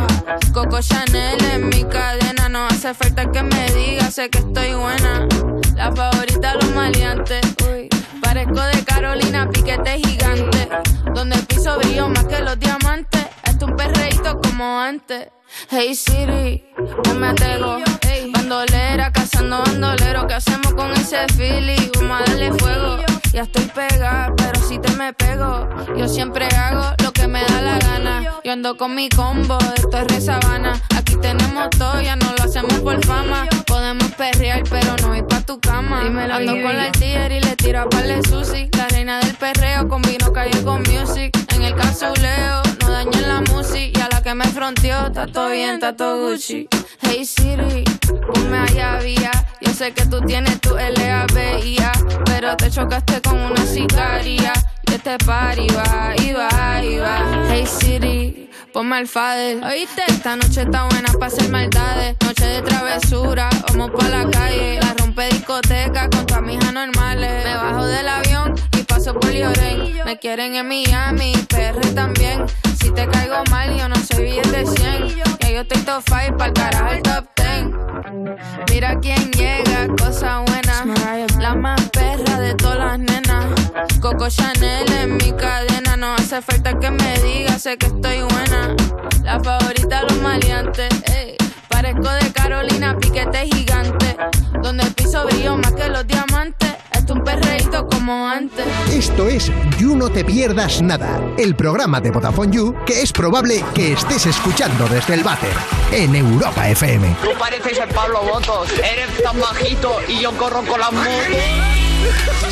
[SPEAKER 6] Coco Chanel en mi cadena. No hace falta que me diga, sé que estoy buena. La
[SPEAKER 33] la favorita de los maleantes. Uy, parezco de Carolina, piquete gigante. Donde el piso brilló más que los diamantes. Esto es un perreíto como antes. Hey Siri, no me atego. Ey, bandolera, cazando bandolero. ¿Qué hacemos con ese fili? Vamos a darle fuego. Ya estoy pegada, pero si te me pego. Yo siempre hago lo que me da la gana. Yo ando con mi combo, esto es re sabana. Aquí tenemos todo, ya no lo hacemos por fama. Podemos perrear, pero no ir pa' tu cama. ando con la tigre y le tiro a par de sushi. La reina del perreo combino calle con music. En el casuleo, no dañen la music. Y a la que me fronteó, está todo bien, está todo Gucci. Hey Siri, ponme allá vía. Yo sé que tú tienes tu LABIA, pero te chocaste con una sicaria. Y este party va, y va, y va. Hey Siri, ponme al fader. ¿Oíste? Esta noche está buena para hacer maldades. Noche de travesura, vamos pa' la calle. La rompe discoteca con todas mis anormales. Me bajo del avión y paso por Llorén. Me quieren en Miami, PR también. Si te caigo mal, yo no soy billete 100. Ya yo estoy top five pa'l carajo el top 10. Mira quién llega, cosa buena. La más perra de todas las nenas. Coco Chanel en mi cadena. No hace falta que me diga, sé que estoy buena. La favorita de los maleantes. ey. Parezco de Carolina, piquete gigante. Donde el piso brilló más que los diamantes. Esto es un perreíto como antes.
[SPEAKER 5] Esto es You No Te Pierdas Nada, el programa de Vodafone You que es probable que estés escuchando desde el váter en Europa FM.
[SPEAKER 7] Tú pareces el Pablo Botos, eres tan bajito y yo corro con las motos.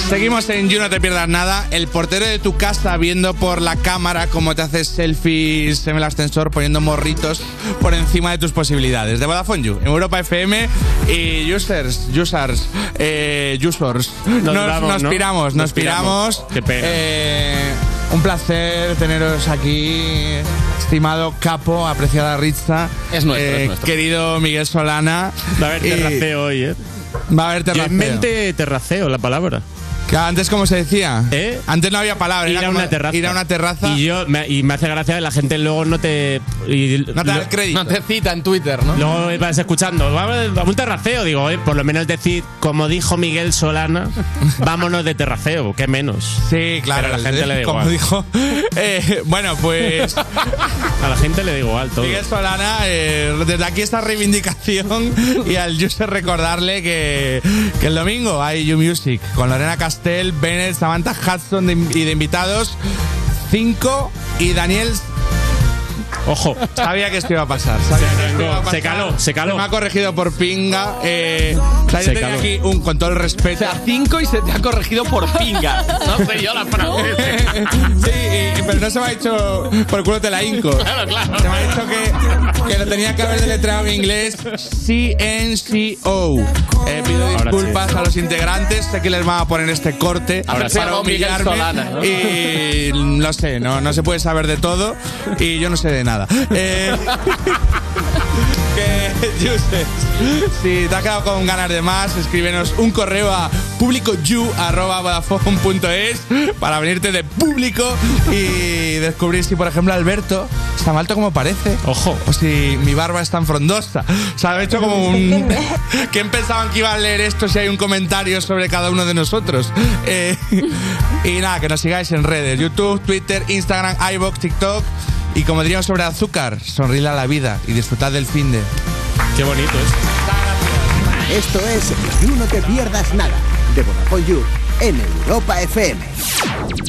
[SPEAKER 4] Seguimos en You, no te pierdas nada. El portero de tu casa viendo por la cámara cómo te haces selfies en el ascensor poniendo morritos por encima de tus posibilidades. De Vodafone You, en Europa FM y users, users, eh, users. Nos,
[SPEAKER 3] vamos,
[SPEAKER 4] nos
[SPEAKER 3] ¿no?
[SPEAKER 4] piramos, nos,
[SPEAKER 3] Nos piramos.
[SPEAKER 4] piramos.
[SPEAKER 3] Qué pena.
[SPEAKER 4] Eh, un placer teneros aquí, estimado capo, apreciada Ritza. Eh,
[SPEAKER 26] Es nuestro, es nuestro.
[SPEAKER 4] Querido Miguel Solana.
[SPEAKER 26] Va a haber terraceo
[SPEAKER 4] hoy, ¿eh? Va a haber
[SPEAKER 26] Yo
[SPEAKER 4] terraceo.
[SPEAKER 26] inventé
[SPEAKER 4] terraceo la palabra. antes, ¿cómo se decía? Antes no había palabra.
[SPEAKER 3] ¿Eh? ir
[SPEAKER 4] era
[SPEAKER 3] a
[SPEAKER 4] como
[SPEAKER 3] una terraza.
[SPEAKER 4] ir a una terraza.
[SPEAKER 3] Y, yo, me, y me hace gracia que la gente luego no te. y
[SPEAKER 4] No te da
[SPEAKER 3] lo-
[SPEAKER 4] el crédito.
[SPEAKER 26] cita en Twitter, ¿no?
[SPEAKER 3] Luego vas escuchando, vamos a un terraceo, digo, eh, por lo menos decir, como dijo
[SPEAKER 4] [LAUGHS]
[SPEAKER 3] Miguel Solana, vámonos de terraceo, qué menos.
[SPEAKER 4] Sí, claro,
[SPEAKER 3] Pero a la gente le da
[SPEAKER 4] como
[SPEAKER 3] igual.
[SPEAKER 4] dijo. [LAUGHS] Eh, bueno, pues.
[SPEAKER 3] [LAUGHS] A la gente le da igual todo.
[SPEAKER 4] Miguel Solana, eh, desde aquí esta reivindicación y al user recordarle que, que el domingo hay You Music con Lorena Castell, Bennett, Samantha Hudson de- y de invitados 5 y Daniel.
[SPEAKER 3] Ojo,
[SPEAKER 4] sabía que esto iba a pasar. sabía que esto iba a
[SPEAKER 3] se
[SPEAKER 4] pasar.
[SPEAKER 3] caló, se caló.
[SPEAKER 4] Me ha corregido por pinga. Eh, o sea, yo
[SPEAKER 3] Se
[SPEAKER 4] tenía
[SPEAKER 3] caló.
[SPEAKER 4] aquí un con todo el respeto.
[SPEAKER 26] A 5 y se te ha corregido por pinga. No sé yo la frase.
[SPEAKER 4] [LAUGHS] Sí, y- y- pero no se me ha hecho por culo te la inco.
[SPEAKER 26] Claro, claro.
[SPEAKER 4] Se me ha dicho que, que lo tenía que haber deletreado en inglés CNCO. Eh, pido
[SPEAKER 26] Ahora
[SPEAKER 4] disculpas
[SPEAKER 26] sí.
[SPEAKER 4] a los integrantes. Sé que les van a poner este corte
[SPEAKER 26] Ahora sí.
[SPEAKER 4] para
[SPEAKER 26] Como Miguel
[SPEAKER 4] humillarme.
[SPEAKER 26] Solana, ¿no?
[SPEAKER 4] Y no sé, no, no se puede saber de todo. Y yo no sé de nada. Eh, [LAUGHS] que, Yuses, si te has quedado con ganas de más, escríbenos un correo a publicoyu.vodafone.es para venirte de público y descubrir si, por ejemplo, Alberto es tan alto como parece. Ojo. O si mi barba es tan frondosa. O sea, he hecho como un... [LAUGHS] ¿Quién pensaban que iba a leer esto si hay un comentario sobre cada uno de nosotros? Eh, [LAUGHS] y nada, que nos sigáis en redes. YouTube, Twitter, Instagram, iVoox, TikTok. Y como diríamos sobre azúcar, sonríe a la vida y disfrutad del fin de...
[SPEAKER 3] Qué bonito es.
[SPEAKER 5] Esto es You No Te Pierdas Nada, de Vodafone You en Europa FM.